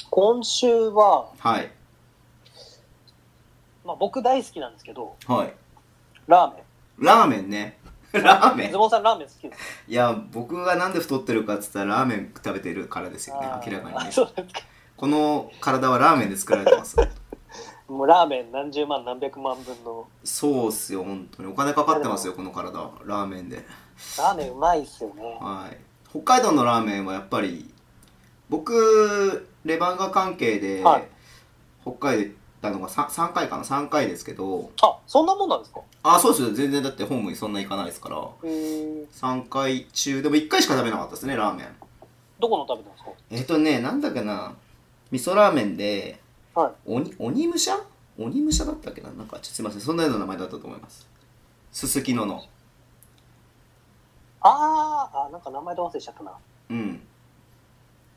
Speaker 2: 今週は、
Speaker 1: はい
Speaker 2: まあ、僕大好きなんですけど、
Speaker 1: はい
Speaker 2: ラーメ
Speaker 1: ラーメンね ラーメ
Speaker 2: ン。
Speaker 1: ン
Speaker 2: ズボンさんラーメン好きです
Speaker 1: いや僕がなんで太ってるかっつったらラーメン食べてるからですよね
Speaker 2: あー
Speaker 1: 明らかにね
Speaker 2: そうですか。
Speaker 1: この体はラーメンで作られてます
Speaker 2: もうラーメン何十万何百万分の、
Speaker 1: そうっすよ本当にお金かかってますよこの体はラーメンで
Speaker 2: ラーメンうまいっすよね。
Speaker 1: はい、北海道のラーメンはやっぱり僕レバンガ関係で
Speaker 2: はい
Speaker 1: 北海道行ったのが 3, 3回かな3回ですけど
Speaker 2: あ、そんなもんなんですか
Speaker 1: あそうですよ全然だってホームにそんな行かないですから
Speaker 2: へー
Speaker 1: 3回中でも1回しか食べなかったですねラーメン
Speaker 2: どこの食べたんです
Speaker 1: えっ、とねなんだっけな味噌ラーメンで
Speaker 2: かはい。
Speaker 1: 鬼鬼武者鬼武者だったっけななんかちょすいませんそんなような名前だったと思いますすすきのの
Speaker 2: あー、あ、なんか名前で忘れちゃったな。
Speaker 1: うん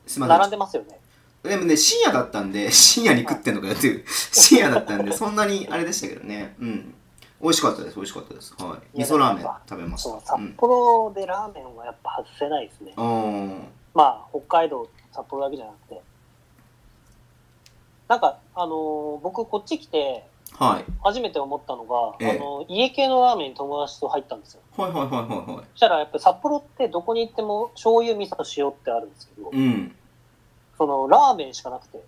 Speaker 1: すいません
Speaker 2: 並んでますよね。
Speaker 1: でもね、深夜だったんで、深夜に食ってんのかよっていう、深夜だったんで、そんなにあれでしたけどね。うん。美味しかったです、美味しかったです。はい。
Speaker 2: い
Speaker 1: 味
Speaker 2: や
Speaker 1: 噌ラーメン
Speaker 2: なんか
Speaker 1: 食べまし
Speaker 2: そう、
Speaker 1: た。
Speaker 2: 札
Speaker 1: うん。
Speaker 2: 幌でラーメンはやっぱ外せないですね。
Speaker 1: あ
Speaker 2: まあ、北海道、札幌だけじゃなくて。なんか、あのー僕こっち来て、
Speaker 1: ーはい。
Speaker 2: 初めて思ったのが、
Speaker 1: ええ
Speaker 2: あの、家系のラーメンに友達と入ったんですよ。
Speaker 1: はいはいはいはいは
Speaker 2: そしたら、やっぱ札幌ってどこに行っても醤油、味噌、塩ってあるんですけど
Speaker 1: い。、うん。
Speaker 2: その、ラーメンしかなくて。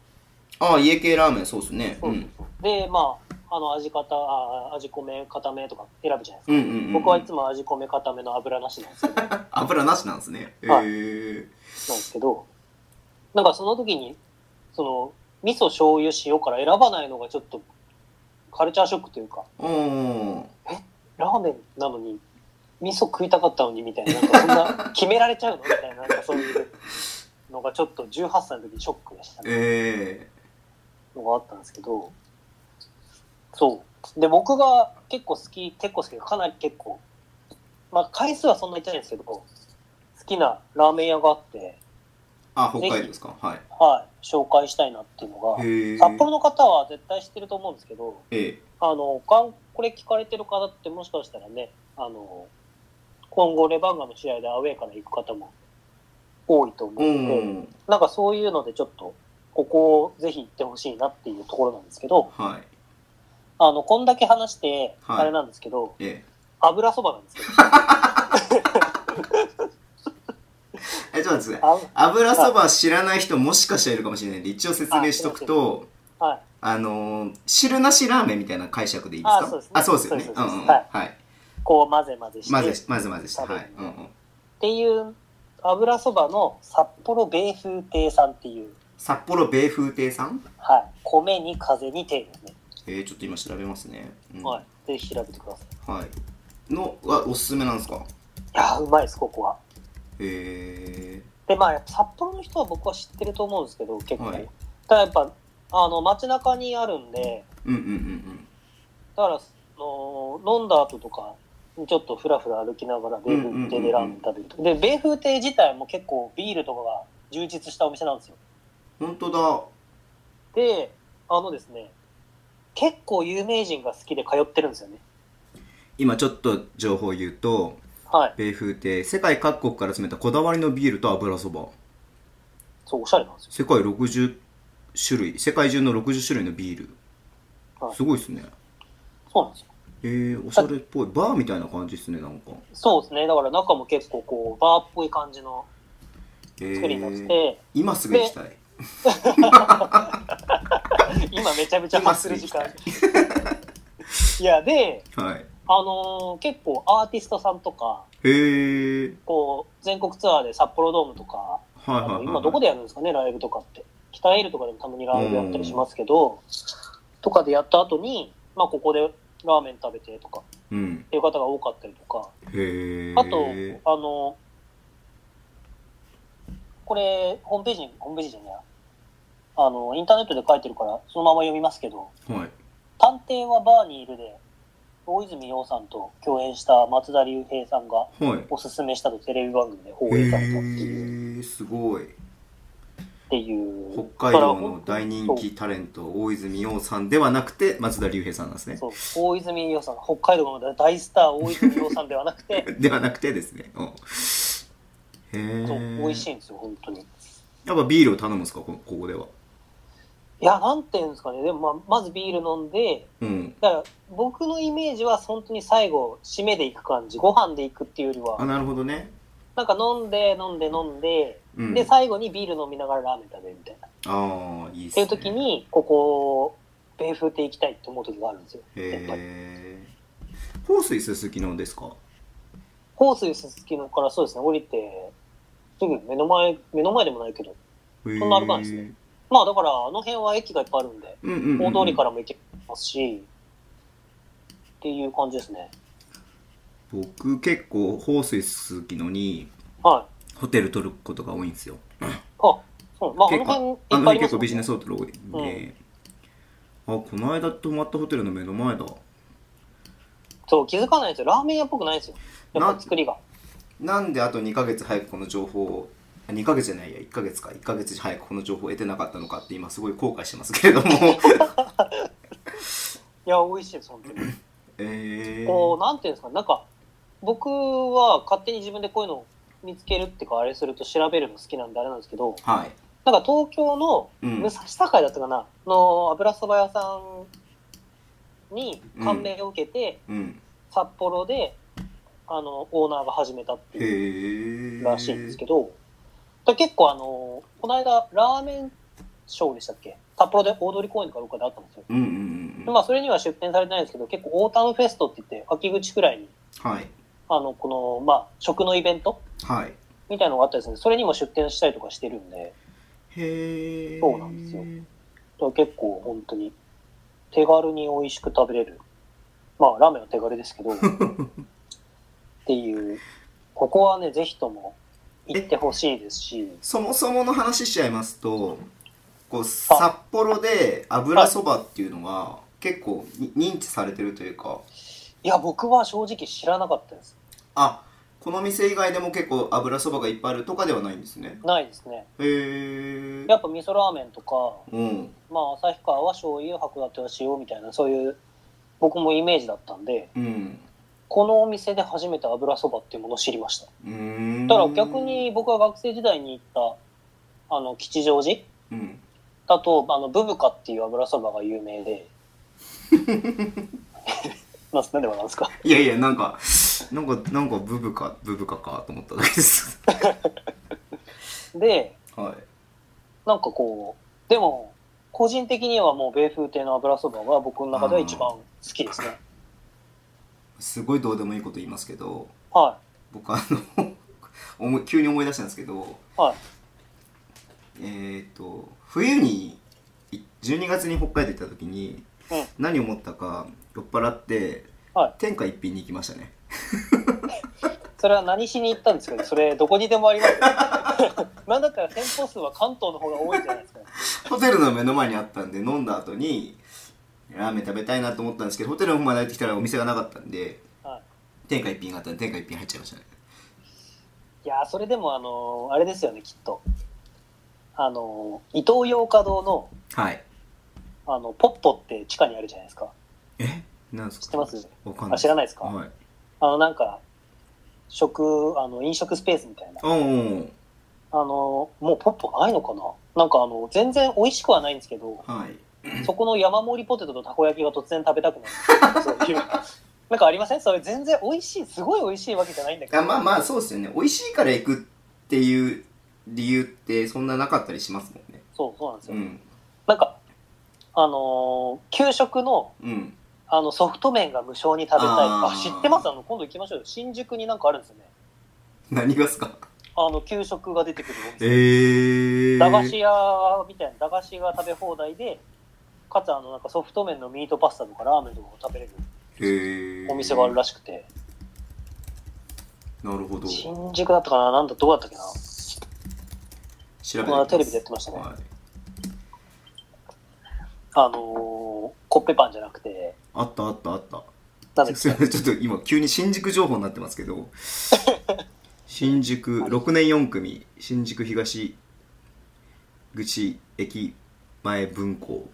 Speaker 1: ああ、家系ラーメン、そうですね。う。
Speaker 2: そうんで、まあ、あの、味方、あ味米、固めとか選ぶじゃないですか。
Speaker 1: うんうんうんうん。
Speaker 2: 僕はいつも味米固めの油なしなんですけど、なん
Speaker 1: 油なしなんですね。へ
Speaker 2: はい
Speaker 1: え。
Speaker 2: ですけど、なんかその時に、その、味噌、醤油、塩から選ばないのがちょっと、カルチャーショックというか、
Speaker 1: おー。
Speaker 2: ラーメンなのに、味噌食いたかったのにみたいな、なんかそんな、決められちゃうのみたいな、なんかそういう、のがちょっと18歳の時にショックでしたね。
Speaker 1: え
Speaker 2: のがあったんですけど、そう。で、僕が結構好き、結構好きかなり結構、まあ回数はそんなに行ってないんですけど、好きなラーメン屋があって、
Speaker 1: ー、あ北海道ですかはい
Speaker 2: はい、紹介したいなっていうのが、
Speaker 1: へえ
Speaker 2: 札幌の方は絶対知ってると思うんですけど、
Speaker 1: え
Speaker 2: あの、がんこれ聞かれてる方ってもしかしたらね、あの、今後レバンガの試合でアウェーから行く方も多いと思う
Speaker 1: えう
Speaker 2: ので、
Speaker 1: ん
Speaker 2: なんかそういうのでちょっと、ここをぜひ行ってほしいなっていうところなんですけど、
Speaker 1: はい
Speaker 2: あの、こんだけ話して、
Speaker 1: はい
Speaker 2: あれなんですけど、
Speaker 1: え
Speaker 2: 油そばなんですけど、
Speaker 1: ええちょっと待ってください
Speaker 2: あ
Speaker 1: 油そば知らない人もしかしたらいるかもしれないんで一応説明しとくと
Speaker 2: はい、
Speaker 1: あのー汁なしラーメンみたいな解釈でいいです
Speaker 2: あ
Speaker 1: か
Speaker 2: そうですね
Speaker 1: あそうですよね
Speaker 2: そう
Speaker 1: う
Speaker 2: です
Speaker 1: ん
Speaker 2: そう
Speaker 1: う
Speaker 2: で
Speaker 1: ん
Speaker 2: す
Speaker 1: は
Speaker 2: はいこう混ぜ混ぜして、
Speaker 1: 混ぜ
Speaker 2: っ
Speaker 1: し混ぜ混ぜして
Speaker 2: 食べ
Speaker 1: は
Speaker 2: る
Speaker 1: いうんうん
Speaker 2: ていう、油そばの札幌米風亭さんっていう、
Speaker 1: 札幌米風亭さん
Speaker 2: はい、米に風に亭ですね。
Speaker 1: えー、ちょっと今調べますね、うん
Speaker 2: はい、ぜひ調べてください。
Speaker 1: はいのはおすすめなんですか
Speaker 2: いやーうまいです、ここは。
Speaker 1: へえ
Speaker 2: で、まあ、やっぱ札幌の人は僕は知ってると思うんですけど、結構。
Speaker 1: はい
Speaker 2: ただやっぱ、あの、街中にあるんで、
Speaker 1: うんうんうんうん
Speaker 2: だから、その飲んだ後とか、ちょっとふらふら歩きながら、米風亭でラーメン食べると。で、米風亭自体も結構ビールとかが充実したお店なんですよ。
Speaker 1: 本当だ
Speaker 2: で、あのですね、結構有名人が好きで通ってるんですよね。
Speaker 1: 今ちょっと情報を言うと
Speaker 2: はい。
Speaker 1: 米風亭世界各国から詰めたこだわりのビールと油そば
Speaker 2: そう、おしゃれなんですよ。
Speaker 1: 世界60種類世界中の60種類のビール、
Speaker 2: はい
Speaker 1: すごいですね
Speaker 2: そうなんですよ。
Speaker 1: えー、おしゃれっぽいバーみたいな感じですねなんか
Speaker 2: そうですね。だから中も結構こう、バーっぽい感じの
Speaker 1: え
Speaker 2: 作りになって
Speaker 1: ー、
Speaker 2: て、
Speaker 1: 今すぐ行きたい
Speaker 2: 今めちゃめちゃ発する時間。 いや、で、
Speaker 1: はい
Speaker 2: あのー結構アーティストさんとか、
Speaker 1: へー
Speaker 2: こう、全国ツアーで札幌ドームとか、
Speaker 1: はいはい
Speaker 2: あ
Speaker 1: はい、は
Speaker 2: の
Speaker 1: い、
Speaker 2: 今どこでやるんですかね、ライブとかって。北エールとかでもたまにライブやったりしますけど、とかでやった後に、まあここでラーメン食べてとか
Speaker 1: うん
Speaker 2: っていう方が多かったりとか、
Speaker 1: へー
Speaker 2: あと、あのこれ、ホームページに、ホームページじゃないやあの、インターネットで書いてるから、そのまま読みますけど、
Speaker 1: はい
Speaker 2: 探偵はバーにいるで、大泉洋さんと共演した松田龍平さんが
Speaker 1: はい
Speaker 2: おすすめしたとテレビ番組で放
Speaker 1: へ
Speaker 2: 映されたっていう、
Speaker 1: ーすごい
Speaker 2: っていう。
Speaker 1: 北海道の大人気タレント大泉洋さんではなくて松田龍平さんなんですね
Speaker 2: そう。そう大泉洋さん、北海道の大スター大泉洋さんではなく て、
Speaker 1: ではなくてですね、うん、へえ
Speaker 2: そう美味しいんですよ、本当に。い
Speaker 1: やっぱビールを頼むんですかこここでは
Speaker 2: や、なんていうんですかね、でも、まあ、まずビール飲んで、
Speaker 1: うん
Speaker 2: だから僕のイメージは本当に最後、締めで行く感じ、ご飯で行くっていうより
Speaker 1: あ
Speaker 2: は、
Speaker 1: なるほどね
Speaker 2: なんか飲んで、飲んで、飲んで、
Speaker 1: うん
Speaker 2: で、最後にビール飲みながらラーメン食べるみたいな。
Speaker 1: ああいいっ
Speaker 2: っ
Speaker 1: す
Speaker 2: てい
Speaker 1: ね
Speaker 2: う時に、ここ、米風亭行きたいって思う時があるんですよ。やっぱり。
Speaker 1: へえ香水すすきのですか
Speaker 2: ホースすすきのからそうですね、降りて、すぐ目の前、目の前でもないけど。
Speaker 1: へえ
Speaker 2: そんなあるかなんですねまあだから、あの辺は駅がいっぱいあるんで、
Speaker 1: うんうんうんうん
Speaker 2: 大通りからも行けますし、っていう感じですね。
Speaker 1: 僕結構香水すすきのに
Speaker 2: はい。
Speaker 1: ホテル取ることが多いんですよ
Speaker 2: あ、そう。まああ
Speaker 1: 結構
Speaker 2: の辺いっ
Speaker 1: あの
Speaker 2: ぱいあ
Speaker 1: 辺
Speaker 2: りま
Speaker 1: 結
Speaker 2: す
Speaker 1: 構
Speaker 2: もん
Speaker 1: ビジネ
Speaker 2: ね。
Speaker 1: スホテル多いんで、あこの間泊まったホテルの目の前だ
Speaker 2: そう、気づかないんですよ。ラーメン屋っぽくないんですよ。やっぱ作りが。
Speaker 1: なんであと2ヶ月早くこの情報をあ2ヶ月じゃないや1ヶ月か1ヶ月早くこの情報を得てなかったのかって今すごい後悔してますけれ ども
Speaker 2: いや、美味しいです、本当に。
Speaker 1: え
Speaker 2: こ
Speaker 1: ー、
Speaker 2: う、なんていうんですか、なんか、僕は勝手に自分でこういうのを見つけるっていうか、あれすると調べるの好きなんであれなんですけど、
Speaker 1: はい
Speaker 2: なんか東京の
Speaker 1: うん
Speaker 2: 武蔵境だったかな、の油そば屋さんに感銘を受けて、
Speaker 1: うん
Speaker 2: 札幌で、あの、オーナーが始めたって
Speaker 1: へ
Speaker 2: いう
Speaker 1: え
Speaker 2: らしいんですけど、だから結構あの、この間、ラーメンショーでしたっけ札幌で大通公園かどっかであったんですよ。
Speaker 1: うんうんうん
Speaker 2: まあ、それには出店されてないんですけど、結構オータムフェストって言って、秋口くらいに、
Speaker 1: はい
Speaker 2: あの、この、まあ、食のイベント
Speaker 1: はい
Speaker 2: みたいなのがあったりするんで、それにも出店したりとかしてるんで、
Speaker 1: へえ
Speaker 2: そうなんですよだから結構本当に手軽に美味しく食べれる。まあ、ラーメンは手軽ですけど、っていう、ここはね、ぜひとも行ってほしいですし、
Speaker 1: そもそもの話しちゃいますとこう札幌で油そばっていうのが結構に認知されてるというか
Speaker 2: いや、僕は正直知らなかったです。
Speaker 1: あこの店以外でも結構油そばがいっぱいあるとかではないんですね
Speaker 2: ないですね。
Speaker 1: へえ
Speaker 2: やっぱ味噌ラーメンとか、
Speaker 1: うん
Speaker 2: まあ、旭川は醤油、函館は塩みたいな、そういう、僕もイメージだったんで、
Speaker 1: うん
Speaker 2: このお店で初めて油そばっていうものを知りました。
Speaker 1: うーん
Speaker 2: だから逆に僕は学生時代に行った、あの、吉祥寺
Speaker 1: うん
Speaker 2: だと、あの、ブブカっていう油そばが有 名で。なんなんで笑うんですか
Speaker 1: いやいやなんかなんかなんかブブかブブカかと思っただけです
Speaker 2: で、
Speaker 1: は
Speaker 2: なんかこう、でも、個人的にはもう米風亭の油そばが僕の中では一番好きですね。
Speaker 1: いすごいどうでもいいこと言いますけど
Speaker 2: は
Speaker 1: 僕あの 思い急に思い出したんですけど
Speaker 2: い。はい。
Speaker 1: えっ、と冬にい12月に北海道行った時に、
Speaker 2: うん
Speaker 1: 何を思ったか酔っ払って、
Speaker 2: はい
Speaker 1: 天下一品に行きましたね
Speaker 2: それは何しに行ったんですけど、それどこにでもありますよ。 なんだったら店舗数は関東の方が多いんじゃないですか。
Speaker 1: ホテルの目の前にあったんで飲んだ後にラーメン食べたいなと思ったんですけどホテルの方まで入ってきたらお店がなかったんで、
Speaker 2: は
Speaker 1: 天下一品があったんで天下一品入っちゃいましたね
Speaker 2: いやー、それでもあのーあれですよね、きっと。あのー伊東洋華堂の、
Speaker 1: はい
Speaker 2: あの、ポッポって地下にあるじゃないですか。
Speaker 1: えなんですか
Speaker 2: 知ってます
Speaker 1: わかんな
Speaker 2: あ、
Speaker 1: い
Speaker 2: 知らないですか
Speaker 1: はい
Speaker 2: あの、なんか、食、あの、飲食スペースみたいな。
Speaker 1: おー
Speaker 2: あのーもうポッポないのかななんかあの、全然美味しくはないんですけど、
Speaker 1: はい
Speaker 2: そこの山盛りポテトとたこ焼きが突然食べたくなる。そういう。なんかありませ んそれ全然美味しい、すごい美味しいわけじゃないんだけど。
Speaker 1: あまあまあそうですよね美味しいから行くっていう理由ってそんななかったりしますもんね
Speaker 2: そう、そうなんです
Speaker 1: う
Speaker 2: よ。
Speaker 1: ん
Speaker 2: なんか、あのー給食の、
Speaker 1: うん
Speaker 2: あの、ソフト麺が無償に食べたい。
Speaker 1: あ
Speaker 2: あ
Speaker 1: ー
Speaker 2: 知ってますあの、今度行きましょうよ。新宿になんかあるんですよね。
Speaker 1: 何がっすか
Speaker 2: あの、給食が出てくるお店。
Speaker 1: ええー、
Speaker 2: 駄菓子屋みたいな、駄菓子が食べ放題で、かつあの、なんかソフト麺のミートパスタとかラーメンとかを食べれる
Speaker 1: へー
Speaker 2: お店があるらしくて。
Speaker 1: なるほど調
Speaker 2: 新宿だったかななんだ、どうだったっけな
Speaker 1: べて
Speaker 2: まあテレビでやってましたね
Speaker 1: はい
Speaker 2: あのーコッペパンじゃなくて、
Speaker 1: あったあったあった
Speaker 2: なんだっ
Speaker 1: すい
Speaker 2: け
Speaker 1: ません ちょっと今急に新宿情報になってますけ ど新宿6年4組新宿東口駅前分校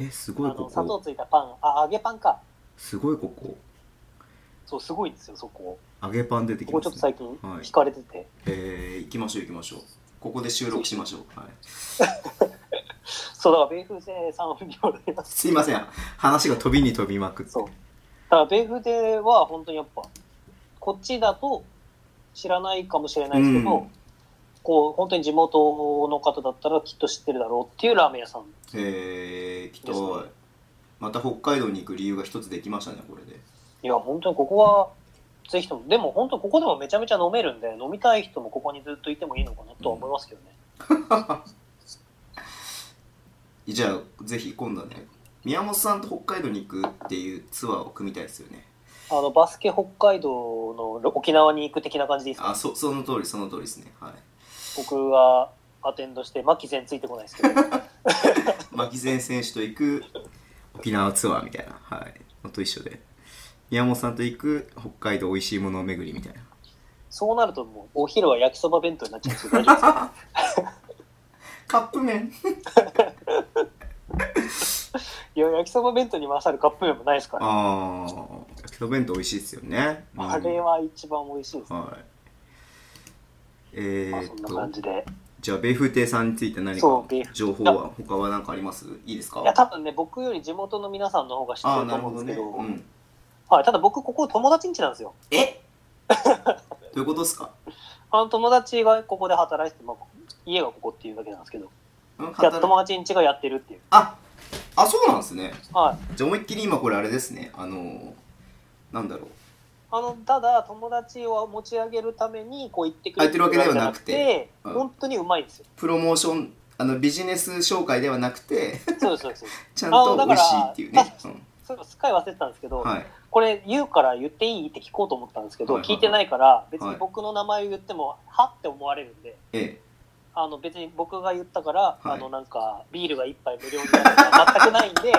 Speaker 1: えす
Speaker 2: あ
Speaker 1: ごいこ
Speaker 2: の、砂糖
Speaker 1: こ
Speaker 2: ついたパン、あ、揚げパンか。
Speaker 1: すごいここ
Speaker 2: そう、すごいんですよ、そこ。
Speaker 1: 揚げパン出てき
Speaker 2: ここ
Speaker 1: ま
Speaker 2: ちょ
Speaker 1: す
Speaker 2: っと
Speaker 1: ね
Speaker 2: 最近
Speaker 1: はい
Speaker 2: 惹かれてて。
Speaker 1: えー行きましょう行きましょうここで収録しましょう、はい、
Speaker 2: そう、だから米風亭さんを見 られます。
Speaker 1: すいません話が飛びに飛びまくって
Speaker 2: そう。だから米風亭は本当にやっぱ、こっちだと知らないかもしれないですけど、
Speaker 1: うん
Speaker 2: こう、本当に地元の方だったらきっと知ってるだろうっていうラーメン屋さん。
Speaker 1: えー、きっ
Speaker 2: です
Speaker 1: とまた北海道に行く理由が一つできましたねこれで
Speaker 2: いや、本当にここは、ぜひとも、でも本当ここでもめちゃめちゃ飲めるんで、飲みたい人もここにずっといてもいいのかなとは思いますけどね。
Speaker 1: じゃあぜひ今度はね宮本さんと北海道に行くっていうツアーを組みたいですよね
Speaker 2: あの、バスケ北海道の沖縄に行く的な感じでいいですか
Speaker 1: あそその通りその通りですねはい
Speaker 2: 僕はアテンドして、マキ全ついてこない ですけど。
Speaker 1: 牧前選手と行く沖縄ツアーみたいなはいのと一緒で宮本さんと行く北海道おいしいもの巡りみたいな
Speaker 2: そうなるともう、お昼は焼きそば弁当になっちゃうんですけど、大丈夫ですか
Speaker 1: カップ麺
Speaker 2: いや、焼きそば弁当に勝るカップ麺もないですから。
Speaker 1: ああ焼きそば弁当美味しいですよねうん
Speaker 2: あれは一番美味しいです。
Speaker 1: はいえ
Speaker 2: まあ、
Speaker 1: ー、
Speaker 2: そ
Speaker 1: っ
Speaker 2: んな感
Speaker 1: と
Speaker 2: じで。
Speaker 1: じゃあ米風亭さんについて何
Speaker 2: そ
Speaker 1: か
Speaker 2: う米風
Speaker 1: 情報は他は何かありますいいですか
Speaker 2: いや、多分ね、僕より地元の皆さんの方が知って
Speaker 1: ああ
Speaker 2: ると
Speaker 1: なる
Speaker 2: 思う
Speaker 1: ほ
Speaker 2: んで
Speaker 1: ど
Speaker 2: す
Speaker 1: ね
Speaker 2: け
Speaker 1: う
Speaker 2: ど、
Speaker 1: ん
Speaker 2: はい、ただ僕、ここ友達ん家なんですよ。
Speaker 1: えどういうことですか
Speaker 2: あの友達がここで働いてて、まあ、家がここっていうだけなんですけど、
Speaker 1: うん
Speaker 2: いや
Speaker 1: 働
Speaker 2: 友達ん家がやってるっていう。
Speaker 1: ああそうなんですね
Speaker 2: はい。
Speaker 1: じゃあ思いっきり今これあれですねあのーなんだろう
Speaker 2: あの、ただ、友達を持ち上げるために、こう言ってく
Speaker 1: あ
Speaker 2: れ
Speaker 1: 言ってるわけではなくて
Speaker 2: じゃなく
Speaker 1: うん
Speaker 2: 本当にうまいんですよ。
Speaker 1: プロモーションあのビジネス紹介ではなくて
Speaker 2: そうです、そうです。
Speaker 1: ちゃんと
Speaker 2: あだ
Speaker 1: 美
Speaker 2: か
Speaker 1: 味
Speaker 2: ら
Speaker 1: しいっていうね、うん
Speaker 2: そうすっかり忘れてたんですけど、
Speaker 1: はい。
Speaker 2: これ言うから言っていいって聞こうと思ったんですけど、
Speaker 1: はいはいはい
Speaker 2: 聞いてないから、別に僕の名前を言っても、はって思われるんで、
Speaker 1: ええ。
Speaker 2: あの別に僕が言ったから、
Speaker 1: い
Speaker 2: あのなんか、ビールが一杯無料みたいなのは全くないんで、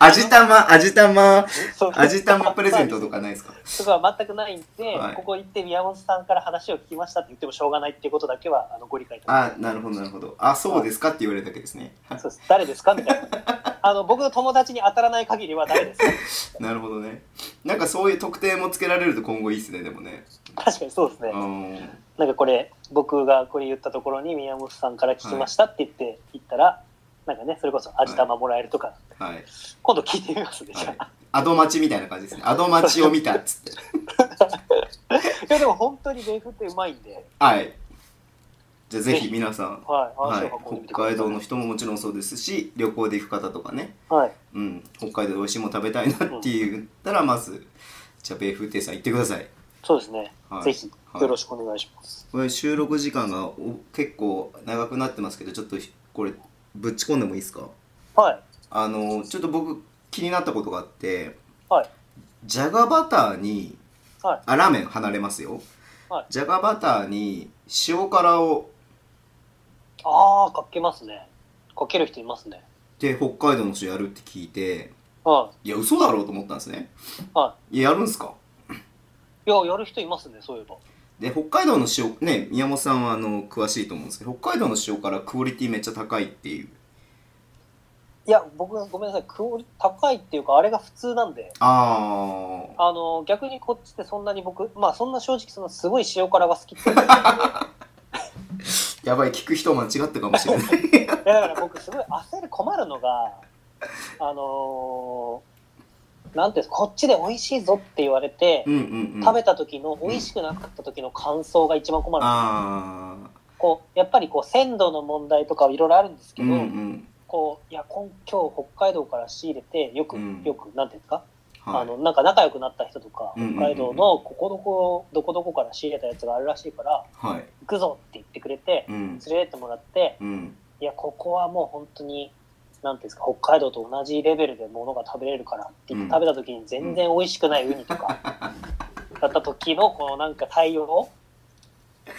Speaker 1: 味玉、味玉、
Speaker 2: そう
Speaker 1: 味玉プレゼントとかないですか
Speaker 2: とかは全くないんで、
Speaker 1: はい
Speaker 2: ここ行って宮本さんから話を聞きましたって言ってもしょうがないっていうことだけは、あのご理解いただ
Speaker 1: あ、なるほど、なるほど。あ、そうですかって言われるだけですね。
Speaker 2: きそうです誰ですかみたいな。 あの僕の友達に当たらない限りは誰ですか
Speaker 1: なるほどね。なんかそういう特定もつけられると今後いいっすね、でもね。
Speaker 2: 確かにそうですね。
Speaker 1: うん。
Speaker 2: なんかこれ僕がこれ言ったところに宮本さんから聞きましたって言って行ったら、なんかねそれこそ味玉もらえるとか、
Speaker 1: はい。
Speaker 2: 今度聞いてみますね、じ
Speaker 1: は
Speaker 2: ゃ
Speaker 1: い
Speaker 2: あ。
Speaker 1: アド待ちみたいな感じですね。アド待ちを見たっつって。
Speaker 2: いやでも本当に米風ってうまいんで、
Speaker 1: はい。じゃあぜひ皆さん、
Speaker 2: はい、
Speaker 1: は
Speaker 2: 話
Speaker 1: い
Speaker 2: を運んでみ、てく
Speaker 1: 北
Speaker 2: ださい、
Speaker 1: 海道の人ももちろんそうですし、旅行で行く方とかね、
Speaker 2: はい
Speaker 1: うん、北海道で美味しいもの食べたいなって言ったら、まず、じゃあ、米風亭さん行ってください。
Speaker 2: そうですね、
Speaker 1: はい
Speaker 2: ぜひ
Speaker 1: はい
Speaker 2: よろしくお願いします、
Speaker 1: これ収録時間がお結構長くなってますけどちょっとひこれぶっち込んでもいいですか
Speaker 2: はい
Speaker 1: あのちょっと僕気になったことがあって
Speaker 2: はい
Speaker 1: じゃがバターに
Speaker 2: はい
Speaker 1: あラーメン離れますよ、
Speaker 2: はい
Speaker 1: じゃがバターに塩辛を
Speaker 2: ああかけますねかける人いますね
Speaker 1: で北海道の人やるって聞いて
Speaker 2: はい
Speaker 1: や嘘だろうと思ったんですね
Speaker 2: いはい
Speaker 1: ややるんすか
Speaker 2: いいややる人いますねそういえば
Speaker 1: で北海道の塩ね宮本さんはあの詳しいと思うんですけど北海道の塩辛クオリティめっちゃ高いっていう
Speaker 2: いや僕ごめんなさいクオリ高いっていうかあれが普通なんで
Speaker 1: ああ
Speaker 2: あの逆にこっちってそんなに僕まあそんな正直そのすごい塩辛が好 きっていうわけじゃないんで
Speaker 1: やばい聞く人間違ったかもしれない
Speaker 2: いやだから僕すごい焦る困るのがあのーなんていうんですかこっちで美味しいぞって言われて、
Speaker 1: うんうんうん
Speaker 2: 食べた時の美味しくなかった時の感想が一番困る、
Speaker 1: ああ
Speaker 2: こうやっぱりこう鮮度の問題とかいろいろあるんですけ
Speaker 1: う
Speaker 2: ど、
Speaker 1: んうん
Speaker 2: こういや今今日北海道から仕入れてよく、
Speaker 1: うん
Speaker 2: よくなんていうんですか、
Speaker 1: はい
Speaker 2: あのなんか仲良くなった人とか、
Speaker 1: うんうんうん
Speaker 2: 北海道のここどこどこどこから仕入れたやつがあるらしいから
Speaker 1: はい
Speaker 2: 行くぞって言ってくれて
Speaker 1: うん
Speaker 2: 連れてってもらって
Speaker 1: うん
Speaker 2: いや、ここはもう本当に、なんていうんですか、北海道と同じレベルで物が食べれるからって言って
Speaker 1: うん
Speaker 2: 食べた時に全然美味しくないウニとか、だった時の、このなんか対応に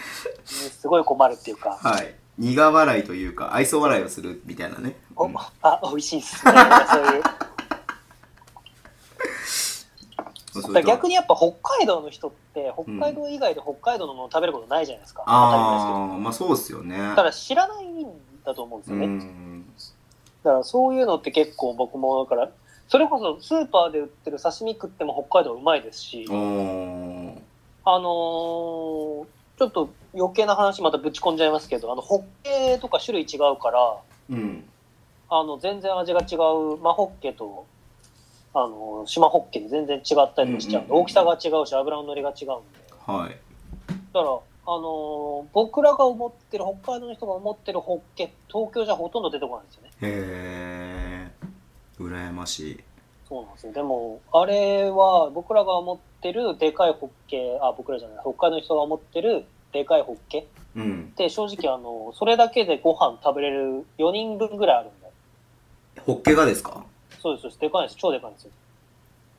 Speaker 2: すごい困るっていうか、
Speaker 1: はい苦笑いというか愛想笑いをするみたいなね、
Speaker 2: お
Speaker 1: うん
Speaker 2: あ、美味しいっすね。なんかそういう。
Speaker 1: そう
Speaker 2: だから逆
Speaker 1: に
Speaker 2: にやっぱ北海道の人って、北海道以外で北海道のもの食べることないじゃないですか。当たり前ですけど
Speaker 1: ああまあそうですよね
Speaker 2: だから知らないんだと思うんです
Speaker 1: う
Speaker 2: よね。
Speaker 1: ん
Speaker 2: だからそういうのって結構僕も、だから、それこそスーパーで売ってる刺身食っても北海道うまいですし、
Speaker 1: おー
Speaker 2: あのー、ちょっと余計な話またぶち込んじゃいますけど、あの、ホッケとか種類違うから、
Speaker 1: うん
Speaker 2: あの、全然味が違う、マホッケと、あのー、島ホッケで全然違ったりもしちゃうんで、
Speaker 1: うんうんうん
Speaker 2: 大きさが違うし、油の乗りが違うんで。
Speaker 1: はい
Speaker 2: だから、あのー僕らが思ってる、北海道の人が思ってるホッケ、東京じゃほとんど出てこないんですよね。
Speaker 1: へえ羨ましい
Speaker 2: そうなんですよ。でも、あれは僕らが思ってるでかいホッケ、あ、僕らじゃない、北海道の人が思ってるでかいホッケ
Speaker 1: うん
Speaker 2: で正直あのそれだけでご飯食べれる4人分ぐらいあるんで
Speaker 1: ホッケがですか
Speaker 2: そうですそうですでかいです超でかいんですよ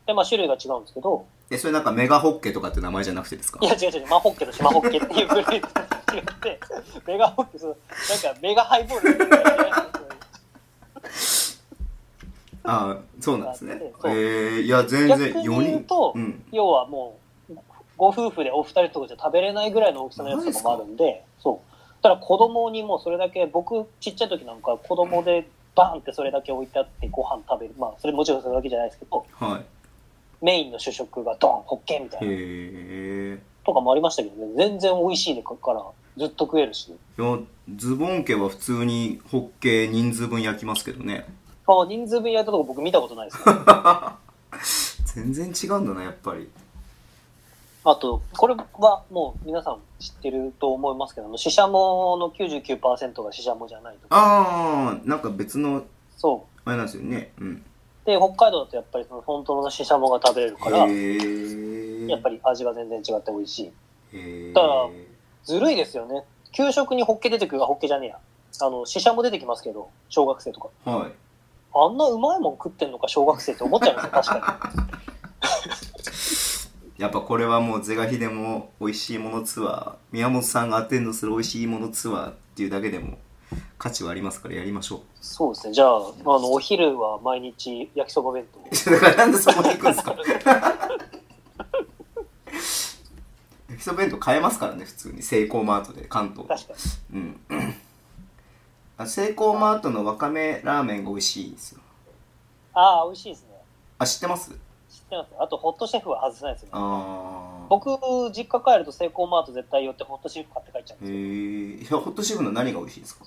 Speaker 2: でまあ種類が違うんですけど
Speaker 1: えそれなんかメガホッケとかって名前じゃなくてですか
Speaker 2: いや違う違うマホッケとシマホッケっていうぐらい違ってメガホッケそのなんかメガハイボールみたいな
Speaker 1: ああそうなんですね
Speaker 2: そう
Speaker 1: えー、いや全然
Speaker 2: 逆に
Speaker 1: 4
Speaker 2: 言
Speaker 1: 人
Speaker 2: うと
Speaker 1: うん、
Speaker 2: 要はもうご夫婦でお二人とかじゃ食べれないぐらいの大きさのやつとかもあるんでそうだから子供にもそれだけ僕ちっちゃい時なんか子供でバーンってそれだけ置いてあってご飯食べるまあそれもちろんそれだけじゃないですけど
Speaker 1: はい
Speaker 2: メインの主食がドンホッケみたいな
Speaker 1: へえ
Speaker 2: とかもありましたけどね、全然美味しいでから、ずっと食えるし。
Speaker 1: いやズボン家は普通にホッケ人数分焼きますけどね
Speaker 2: あ人数分焼いたとこ僕見たことないですね。
Speaker 1: 全然違うんだなやっぱり
Speaker 2: あと、これはもう皆さん知ってると思いますけど、あのシシャモの99%がシシャモじゃないとか。
Speaker 1: ああなんか別の
Speaker 2: そ
Speaker 1: あれなんですよねうん
Speaker 2: う。で、北海道だとやっぱりその本当のシシャモが食べれるか
Speaker 1: へ
Speaker 2: ら、
Speaker 1: え
Speaker 2: やっぱり味が全然違って美味しい。
Speaker 1: へえ
Speaker 2: だからずるいですよね。給食にホッケ出てくるがホッケじゃねえや。あの、シシャモ出てきますけど、小学生とか。
Speaker 1: はい
Speaker 2: あんなうまいもん食ってんのか、小学生って思っちゃいますよ、確か
Speaker 1: やっぱこれはもう是が非でも美味しいものツアー宮本さんがアテンドする美味しいものツアーっていうだけでも価値はありますからやりましょ
Speaker 2: に。そうですね。じゃあ、あの、お昼は毎日焼きそば弁当。
Speaker 1: うだからなんでそこに行くんですか焼きそば弁当買えますからね普通にセイコーマートで関東
Speaker 2: 確かに。
Speaker 1: うんあセイコーマートのわかめラーメンが美味しいんですよ
Speaker 2: ああ、美味しいですね。
Speaker 1: あ知ってます
Speaker 2: 知ってます。あと、ホットシェフは外せないですよね。
Speaker 1: ああ
Speaker 2: 僕、実家帰るとセイコーマート絶対寄ってホットシェフ買って帰っちゃうん
Speaker 1: へ
Speaker 2: ですよ。
Speaker 1: えホットシェフの何が美味しいんですか
Speaker 2: い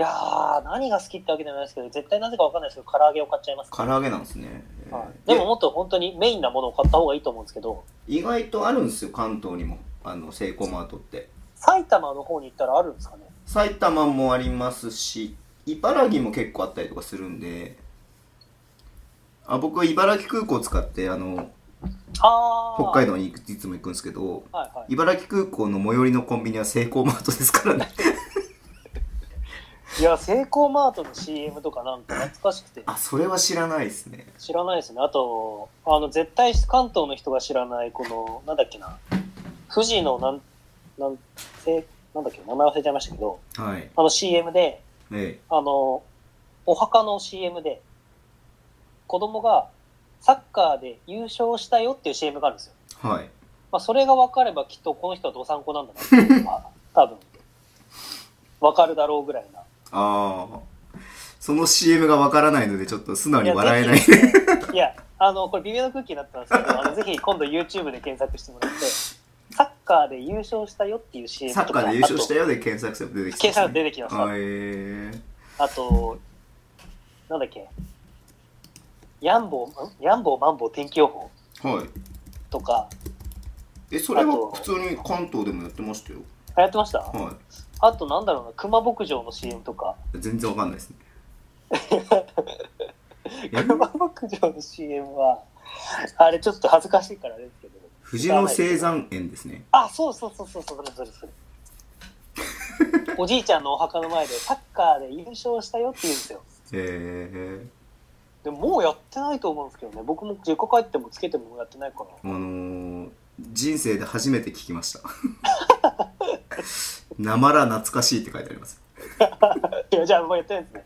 Speaker 2: やー、何が好きってわけじゃないですけど、絶対なぜかわかんないですけど、唐揚げを買っちゃいます、
Speaker 1: 唐揚げなんですね、
Speaker 2: はいでももっと本当にメインなものを買った方がいいと思うんですけど、
Speaker 1: 意外とあるんですよ関東にもあのセイコーマートって
Speaker 2: 埼玉の方に行ったらあるんですかね
Speaker 1: 埼玉もありますし茨城も結構あったりとかするんであ僕茨城空港使ってあの
Speaker 2: あー
Speaker 1: 北海道にいつも行くんですけど
Speaker 2: はいはい。
Speaker 1: 茨城空港の最寄りのコンビニはセイコーマートですからね
Speaker 2: いや、セイコーマートの CM とかなんか懐かしくて、
Speaker 1: あそれは知らないですね
Speaker 2: 知らないですね。あと、あの、絶対関東の人が知らない、この、なんだっけな、富士のなん、なん、せなんだっけ、名前忘れちゃいましたけど、
Speaker 1: はい
Speaker 2: あの CM で、
Speaker 1: え
Speaker 2: あの、お墓の CM で、子供がサッカーで優勝したよっていう CM があるんですよ。
Speaker 1: えはい
Speaker 2: まあ、それが分かればきっとこの人はどさんこなんだなっていう のは、多分、分かるだろうぐらいな。
Speaker 1: ああその CM がわからないのでちょっと素直に笑えない
Speaker 2: やぜひいや、あの、これ微妙な空気になったんですけど、あのぜひ今度 YouTube で検索してもらって、サッカーで優勝したよっていう CM と
Speaker 1: サ
Speaker 2: か、
Speaker 1: ッカーで優勝した
Speaker 2: よ
Speaker 1: ようで検索すれば出てき
Speaker 2: 検
Speaker 1: た
Speaker 2: 索出てきました。
Speaker 1: あええ
Speaker 2: あと、なんだっけ、ヤンボー、んヤンボーマンボウ天気予報
Speaker 1: はい
Speaker 2: とか、
Speaker 1: えそれ
Speaker 2: あと
Speaker 1: は普通に関東でもやってましたよ
Speaker 2: あやってました
Speaker 1: は
Speaker 2: あと、なんだろうな、熊牧場の CM とか、
Speaker 1: い全然わかんないで すねえ
Speaker 2: 熊牧場の CM は、あれちょっと恥ずかしいからあれですけど、
Speaker 1: 藤野生産園ですね
Speaker 2: あ、そうそうそうそう、そうそれそれそれ。おじいちゃんのお墓の前でサッカーで優勝したよって言うんですよ。
Speaker 1: え
Speaker 2: でももうやってないと思うんですけどね、僕も実家帰ってもつけてもやってないから。
Speaker 1: えあのー人生で初めて聞きました なまら懐かしいって書いてあります
Speaker 2: いや、じゃあもうやってないですね。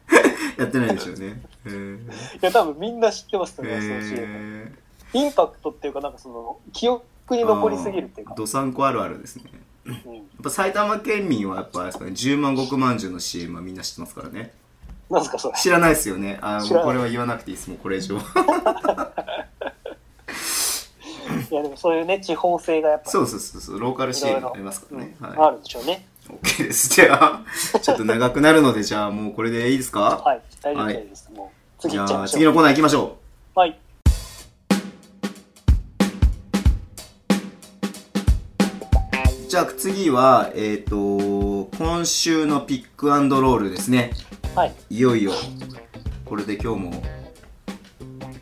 Speaker 1: やってないんでしょうねえー
Speaker 2: いや、多分みんな知ってますと思います、その CM
Speaker 1: え
Speaker 2: インパクトっていうか、なんかその、記憶に
Speaker 1: ー
Speaker 2: 残りすぎるっていう
Speaker 1: あー
Speaker 2: か。
Speaker 1: どさんこあるあるですね
Speaker 2: うん。
Speaker 1: やっぱ埼玉県民はやっぱあれですかね10万石まんじゅうの CM はみんな知ってますからね
Speaker 2: なんすか、それ。
Speaker 1: 知らないですよねあー
Speaker 2: 知らない
Speaker 1: これは言わなくていいですもうこれ以上
Speaker 2: いや、でもそういうね、地方性がやっぱ、
Speaker 1: そうそうそうそうローカル CM ありますからね、
Speaker 2: うん
Speaker 1: は
Speaker 2: あるんでしょうね。
Speaker 1: い OK ですじゃあちょっと長くなるのでじゃあもうこれでいいですか
Speaker 2: はい、大丈夫です。もう、次
Speaker 1: じ
Speaker 2: 行っちゃい
Speaker 1: ゃ
Speaker 2: ま
Speaker 1: あ
Speaker 2: しょう。
Speaker 1: 次のコーナー行きましょ
Speaker 2: はい。
Speaker 1: うじゃあ次はえっ、と今週のピックアンドロールですね
Speaker 2: はい。
Speaker 1: いよいよこれで今日も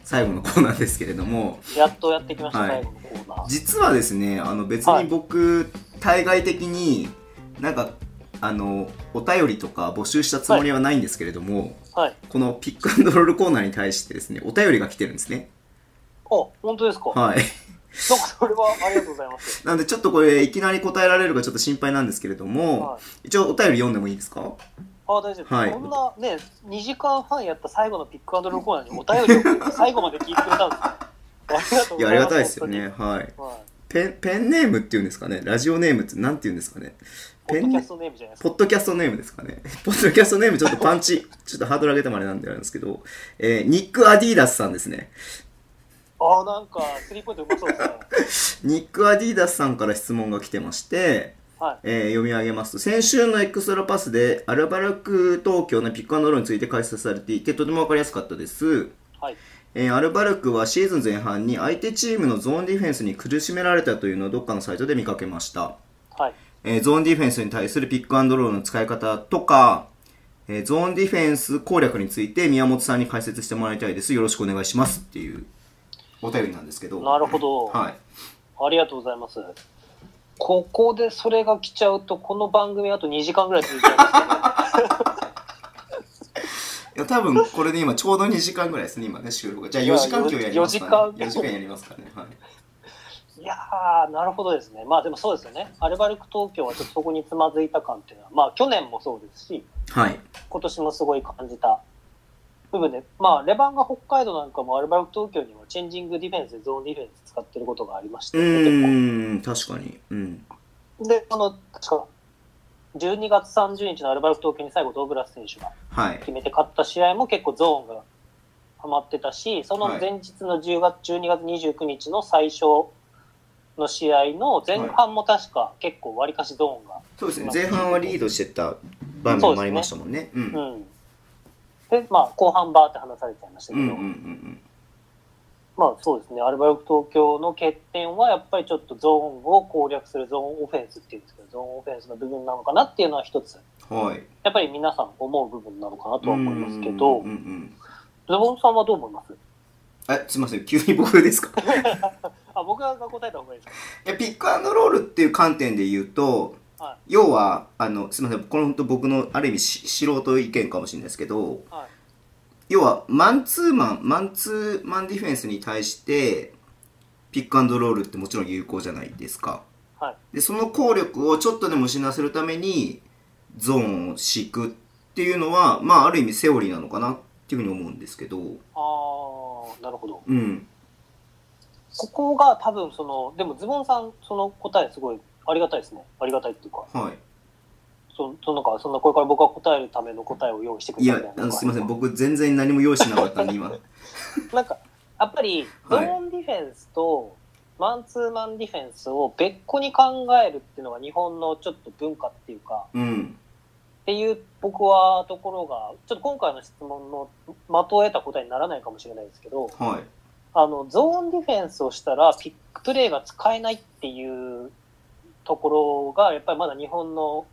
Speaker 1: 最後のコーナーですけれども
Speaker 2: やっとやってきました、
Speaker 1: はい
Speaker 2: 最後のコーナー。
Speaker 1: 実はですねあの別
Speaker 2: は
Speaker 1: に
Speaker 2: い
Speaker 1: 僕、対外的になんかあのお便りとか募集したつもりはないんですけれども、
Speaker 2: はい。
Speaker 1: このピックアンドロールコーナーに対してですねお便りが来てるんですね
Speaker 2: お、本当ですか。
Speaker 1: はい
Speaker 2: なんかそれはありがとうございます。
Speaker 1: なんでちょっとこれいきなり答えられるかちょっと心配なんですけれども、
Speaker 2: はい、
Speaker 1: 一応お便り読んでもいいですか
Speaker 2: あ大丈夫です。
Speaker 1: はい
Speaker 2: こんなね、2時間半やった最後のピックアンドロールコーナーにお便りを最後まで聞いてくれたんですね。ありがとうございます。
Speaker 1: いやありがたいですよねはい
Speaker 2: 本当に。はい。
Speaker 1: ペンペンネームっていうんですかねラジオネームってなんて言うんですかね
Speaker 2: ポ
Speaker 1: ペ
Speaker 2: ッ
Speaker 1: ン
Speaker 2: ドキ
Speaker 1: ネ
Speaker 2: ャストネームじゃないです
Speaker 1: ポ
Speaker 2: か。
Speaker 1: ッドキャストネームですかね。 ポッドキャストネームちょっとパンチ、 ちょっとハードル上げてもあれなんであるんですけど、えーニック・アディーダスさんですね。
Speaker 2: あーなんか、スリーポイントうまそうですね。
Speaker 1: ニック・アディーダスさんから質問が来てまして、
Speaker 2: はい。
Speaker 1: えー読み上げますと、先週のエクストラパスでアルバルク東京のピックアンドロールについて解説されていて、とてもわかりやすかったです。
Speaker 2: はい。
Speaker 1: えーアルバルクはシーズン前半に相手チームのゾーンディフェンスに苦しめられたというのをどっかのサイトで見かけました。
Speaker 2: はい。
Speaker 1: えーゾーンディフェンスに対するピックアンドロールの使い方とか、えーゾーンディフェンス攻略について宮本さんに解説してもらいたいです。よろしくお願いしますっていうお便りなんですけど。
Speaker 2: なるほど。
Speaker 1: はい。
Speaker 2: ありがとうございます。ここでそれが来ちゃうと、この番組あと2時間ぐらい続いちゃうんですけど。
Speaker 1: や多分これで今ちょうど2時間ぐらいですね、今ね、収録が。じゃあ4時間今日やりますから、ね。
Speaker 2: いや
Speaker 1: 4時
Speaker 2: 4時
Speaker 1: 間
Speaker 2: 間
Speaker 1: やりますからね。はい。
Speaker 2: いやー、なるほどですね。まあでもそうですよね。アルバルク東京はちょっとそこにつまずいた感っていうのは、まあ去年もそうですし、
Speaker 1: はい。
Speaker 2: 今年もすごい感じた部分で、まあレバンが北海道なんかもアルバルク東京にはチェンジングディフェンス、ゾーンディフェンス使ってることがありまして、
Speaker 1: う
Speaker 2: 結
Speaker 1: ーん、確かに。うん。
Speaker 2: 構で、あの、確か、12月30日のアルバルク東京に最後ドーブラス選手が
Speaker 1: はい。
Speaker 2: 決めて勝った試合も結構ゾーンがハマってたし、その前日の10月、12月29日の最初の試合の前半も確か結構割かしゾーンが、
Speaker 1: そうですね、前半はリードしてた場面もありましたもんね。うん。うん
Speaker 2: うん。で、まあ後半バーって話されちゃいました
Speaker 1: う
Speaker 2: けど、
Speaker 1: んうんうん。
Speaker 2: まあそうですね、アルバルク東京の欠点はやっぱりちょっとゾーンを攻略するゾーンオフェンスっていうんですけど、ゾーンオフェンスの部分なのかなっていうのは一つ、
Speaker 1: はい。
Speaker 2: やっぱり皆さん思う部分なのかなとは思いますけど
Speaker 1: うんうん、うん
Speaker 2: ズボンさんはどう思います
Speaker 1: うん。え、すみません、急に僕ですか
Speaker 2: あ、僕が答えた方がいいです
Speaker 1: いや、ピックアンドロールっていう観点で言うと、
Speaker 2: かは
Speaker 1: 要は、あの、すみません、これ本当僕のある意味し素人意見かもしれないですけど、
Speaker 2: い。はい。
Speaker 1: 要は、マンツーマン、マンツーマンディフェンスに対して、ピックアンドロールってもちろん有効じゃないですか。
Speaker 2: はい。
Speaker 1: でその効力をちょっとでも失わせるためにゾーンを敷くっていうのはまあある意味セオリーなのかなっていうふうに思うんですけど
Speaker 2: ああ、なるほど。
Speaker 1: うん
Speaker 2: ここが多分その、でもズボンさん、その答えすごいありがたいですね。ありがたいっていうか、
Speaker 1: は
Speaker 2: そそのなんか、そんなこれから僕が答えるための答えを用意してく
Speaker 1: いい
Speaker 2: れた
Speaker 1: や
Speaker 2: みたい
Speaker 1: あ
Speaker 2: な。
Speaker 1: のすいません。僕全然何も用意しなかったんで 今
Speaker 2: なんか、やっぱり、ゾ
Speaker 1: はい
Speaker 2: ーンディフェンスと、マンツーマンディフェンスを別個に考えるっていうのが日本のちょっと文化っていうか、
Speaker 1: うん
Speaker 2: っていう僕はところが、ちょっと今回の質問の的を得た答えにならないかもしれないですけど、
Speaker 1: はい
Speaker 2: あの、ゾーンディフェンスをしたら、ピックプレーが使えないっていうところが、やっぱりまだ日本の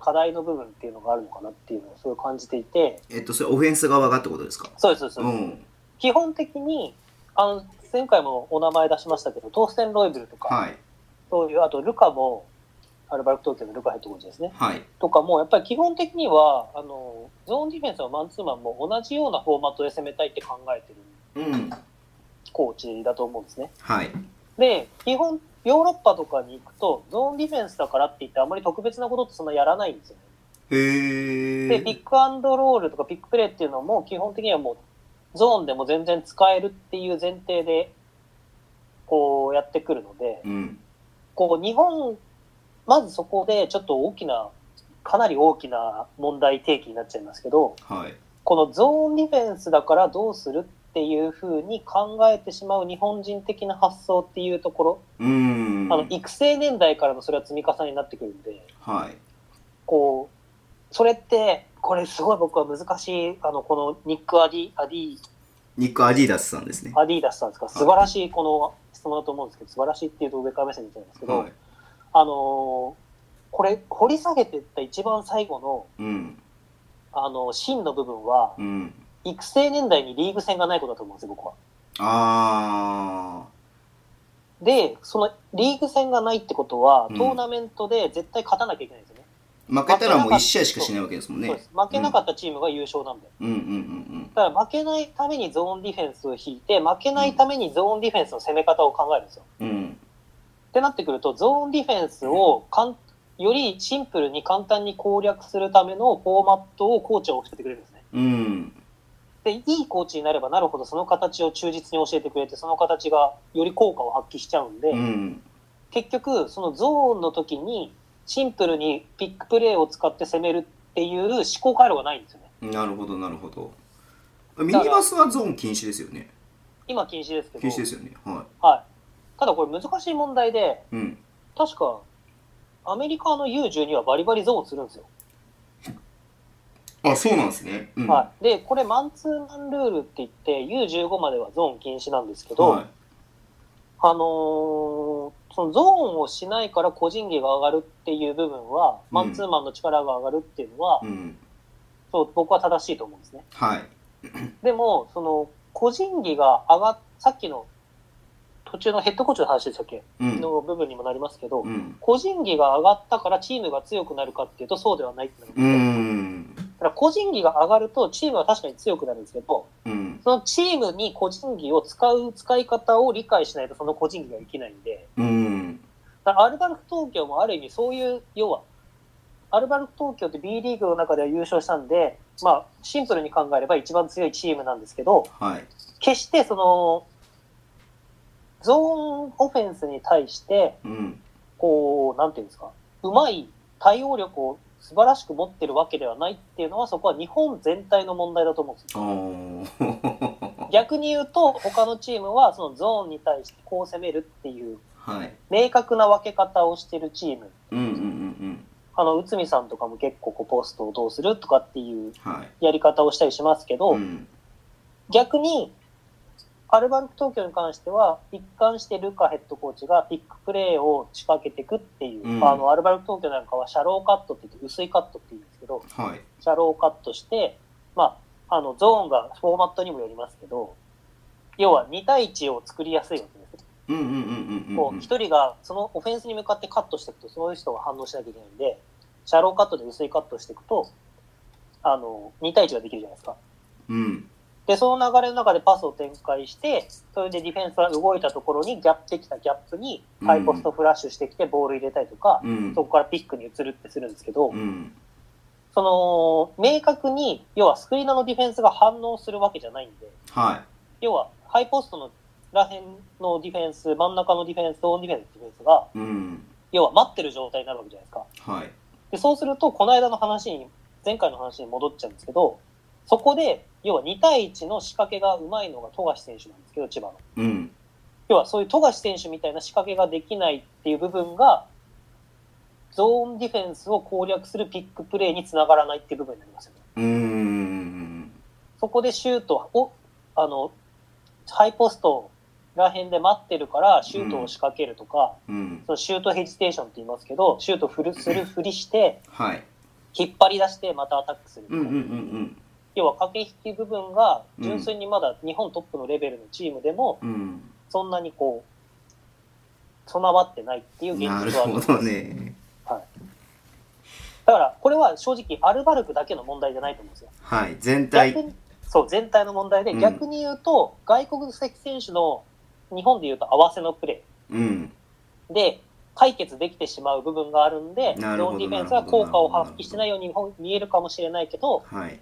Speaker 2: 課題の部分っていうのがあるのかなっていうのをすごい感じていて、
Speaker 1: えっとそれオフェンス側がってことですか
Speaker 2: そうです、そうです。
Speaker 1: うん
Speaker 2: 基本的に、あの、前回もお名前出しましたけど、トーステン・ロイブルとか、
Speaker 1: はい
Speaker 2: そういう、あとルカも、アルバルク東京のルカヘッドコーチですね。
Speaker 1: はい
Speaker 2: とかも、やっぱり基本的には、あの、ゾーンディフェンスはマンツーマンも同じようなフォーマットで攻めたいって考えてる
Speaker 1: うん
Speaker 2: コーチだと思うんですね。
Speaker 1: はい
Speaker 2: で、基本、ヨーロッパとかに行くと、ゾーンディフェンスだからって言って、あまり特別なことってそんなやらないんですよね。
Speaker 1: へ
Speaker 2: で、ピ
Speaker 1: え
Speaker 2: ックアンドロールとかピックプレーっていうのも、基本的にはもう、ゾーンでも全然使えるっていう前提で、こうやってくるので、
Speaker 1: うん
Speaker 2: こう、日本、まずそこでちょっと大きな、かなり大きな問題提起になっちゃいますけど、
Speaker 1: はい
Speaker 2: このゾーンディフェンスだからどうするっていう風に考えてしまう日本人的な発想っていうところ、
Speaker 1: うん
Speaker 2: あの育成年代からのそれは積み重ねになってくるんで、
Speaker 1: はい
Speaker 2: こう、それって、これすごい僕は難しい、あの、このニック・アディ、アディ、
Speaker 1: ニック・アディダスさんですね
Speaker 2: アディダスさんですか、素晴らしいこの質問だと思うんですけど、素晴らしいっていうと上から目線みたいなんですけど、
Speaker 1: はい
Speaker 2: あのーこれ、掘り下げていった一番最後の、
Speaker 1: うん
Speaker 2: あの、芯の部分は、
Speaker 1: うん
Speaker 2: 育成年代にリーグ戦がないことだと思うんですよ、僕は。
Speaker 1: ああ
Speaker 2: で、そのリーグ戦がないってことは、
Speaker 1: う
Speaker 2: ト
Speaker 1: ん
Speaker 2: ーナメントで絶対勝たなきゃいけないんですよね。
Speaker 1: 負けたらもう1試合しかしないわけですもんね。
Speaker 2: そうです。負けなかったチームが優勝なんで。
Speaker 1: うんうんうん
Speaker 2: だから負けないためにゾーンディフェンスを引いて、負けないためにゾーンディフェンスの攻め方を考えるんですよ。
Speaker 1: うん。うん。
Speaker 2: ってなってくると、ゾーンディフェンスをかんよりシンプルに簡単に攻略するためのフォーマットをコーチは教えてくれるんですね。
Speaker 1: うん。
Speaker 2: で、いいコーチになればなるほどその形を忠実に教えてくれて、その形がより効果を発揮しちゃうんで、
Speaker 1: うん。
Speaker 2: 結局、そのゾーンの時にシンプルにピックプレーを使って攻めるっていう思考回路がないんですよね。
Speaker 1: なるほど、なるほど。ミニバスはゾーン禁止ですよね。
Speaker 2: 今禁止ですけど。
Speaker 1: 禁止ですよね。は
Speaker 2: はい。ただこれ難しい問題で、
Speaker 1: い。うん。
Speaker 2: 確か、アメリカの U12 はバリバリゾーンするんですよ。
Speaker 1: あ、そうなんですね。うん。
Speaker 2: はい。で、これマンツーマンルールって言って、U15 まではゾーン禁止なんですけど、
Speaker 1: は
Speaker 2: あのーそのゾーンをしないから個人技が上がるっていう部分は、
Speaker 1: うん
Speaker 2: マンツーマンの力が上がるっていうのは、
Speaker 1: い。うん。
Speaker 2: そう僕は正しいと思うんですね。
Speaker 1: はい。
Speaker 2: でも、その、個人技が上がっ、さっきの途中のヘッドコーチの話でしたっけ
Speaker 1: うん。
Speaker 2: の部分にもなりますけど、
Speaker 1: うん。
Speaker 2: 個人技が上がったからチームが強くなるかっていうとそうではないってなる
Speaker 1: うん。
Speaker 2: から個人技が上がるとチームは確かに強くなるんですけど、
Speaker 1: うん
Speaker 2: そのチームに個人技を使う使い方を理解しないとその個人技がいけないんで、
Speaker 1: うん
Speaker 2: だからアルバルク東京もある意味そういう、要は、アルバルク東京って B リーグの中では優勝したんで、まあ、シンプルに考えれば一番強いチームなんですけど、
Speaker 1: はい
Speaker 2: 決してその、ゾーンオフェンスに対して、
Speaker 1: うん
Speaker 2: こう、なんていうんですか、うまい対応力を素晴らしく持ってるわけではないっていうのは、そこは日本全体の問題だと思うんですよ。
Speaker 1: おー
Speaker 2: 逆に言うと、他のチームはそのゾーンに対してこう攻めるっていう、
Speaker 1: はい
Speaker 2: 明確な分け方をしてるチーム。
Speaker 1: うんうんうん
Speaker 2: あの、内海さんとかも結構こうポストをどうするとかっていう
Speaker 1: うんはい
Speaker 2: やり方をしたりしますけど、
Speaker 1: うん
Speaker 2: 逆に、アルバルク東京に関しては、一貫してルカヘッドコーチがピックプレーを仕掛けていくっていう、
Speaker 1: うん
Speaker 2: あの、アルバルク東京なんかはシャローカットって言って、薄いカットって言うんですけど、
Speaker 1: はい
Speaker 2: シャローカットして、まあ、あの、ゾーンがフォーマットにもよりますけど、要は2対1を作りやすいわけですね。
Speaker 1: うんうんうんうんうん
Speaker 2: こう、一人がそのオフェンスに向かってカットしていくと、その人が反応しなきゃいけないんで、シャローカットで薄いカットしていくと、あの、2対1ができるじゃないですか。
Speaker 1: うん
Speaker 2: で、その流れの中でパスを展開して、それでディフェンスが動いたところにギャップできたギャップに、ハイポストフラッシュしてきてボール入れたりとか、
Speaker 1: うん
Speaker 2: そこからピックに移るってするんですけど、
Speaker 1: うん
Speaker 2: その、明確に、要はスクリーナーのディフェンスが反応するわけじゃないんで、
Speaker 1: は
Speaker 2: 要はハイポストのら辺のディフェンス、真ん中のディフェンス、オンディフェンス、ディフェンスが、
Speaker 1: いうん
Speaker 2: 要は待ってる状態になるわけじゃないですか。
Speaker 1: はい
Speaker 2: で、そうすると、この間の話に、前回の話に戻っちゃうんですけど、そこで、要は2対1の仕掛けがうまいのが富樫選手なんですけど、千葉の。
Speaker 1: うん
Speaker 2: 要はそういう富樫選手みたいな仕掛けができないっていう部分が、ゾーンディフェンスを攻略するピックプレーにつながらないっていう部分になりますよね。
Speaker 1: うーん
Speaker 2: そこでシュートを、あの、ハイポストら辺で待ってるから、シュートを仕掛けるとか、
Speaker 1: うん
Speaker 2: そのシュートヘジテーションって言いますけど、シュート振る、するふりして、
Speaker 1: はい
Speaker 2: 引っ張り出してまたアタックすると
Speaker 1: う
Speaker 2: か。
Speaker 1: んうんうん
Speaker 2: 要は駆け引き部分が、純粋にまだ日本トップのレベルのチームでも、
Speaker 1: うん
Speaker 2: そんなにこう、備わってないっていう
Speaker 1: うん
Speaker 2: 現実
Speaker 1: なる
Speaker 2: はある
Speaker 1: ほどね
Speaker 2: だから、これは正直、アルバルクだけの問題じゃないと思うんですよ。
Speaker 1: はい全体
Speaker 2: 逆にそう全体の問題で、
Speaker 1: うん
Speaker 2: 逆に言うと、外国籍選手の日本で言うと合わせのプレ
Speaker 1: うん
Speaker 2: ーで解決できてしまう部分があるんで、ゾ
Speaker 1: なるほ
Speaker 2: ー
Speaker 1: ど
Speaker 2: ンディフェンスが効果を発揮してないように見えるかもしれないけど、
Speaker 1: はい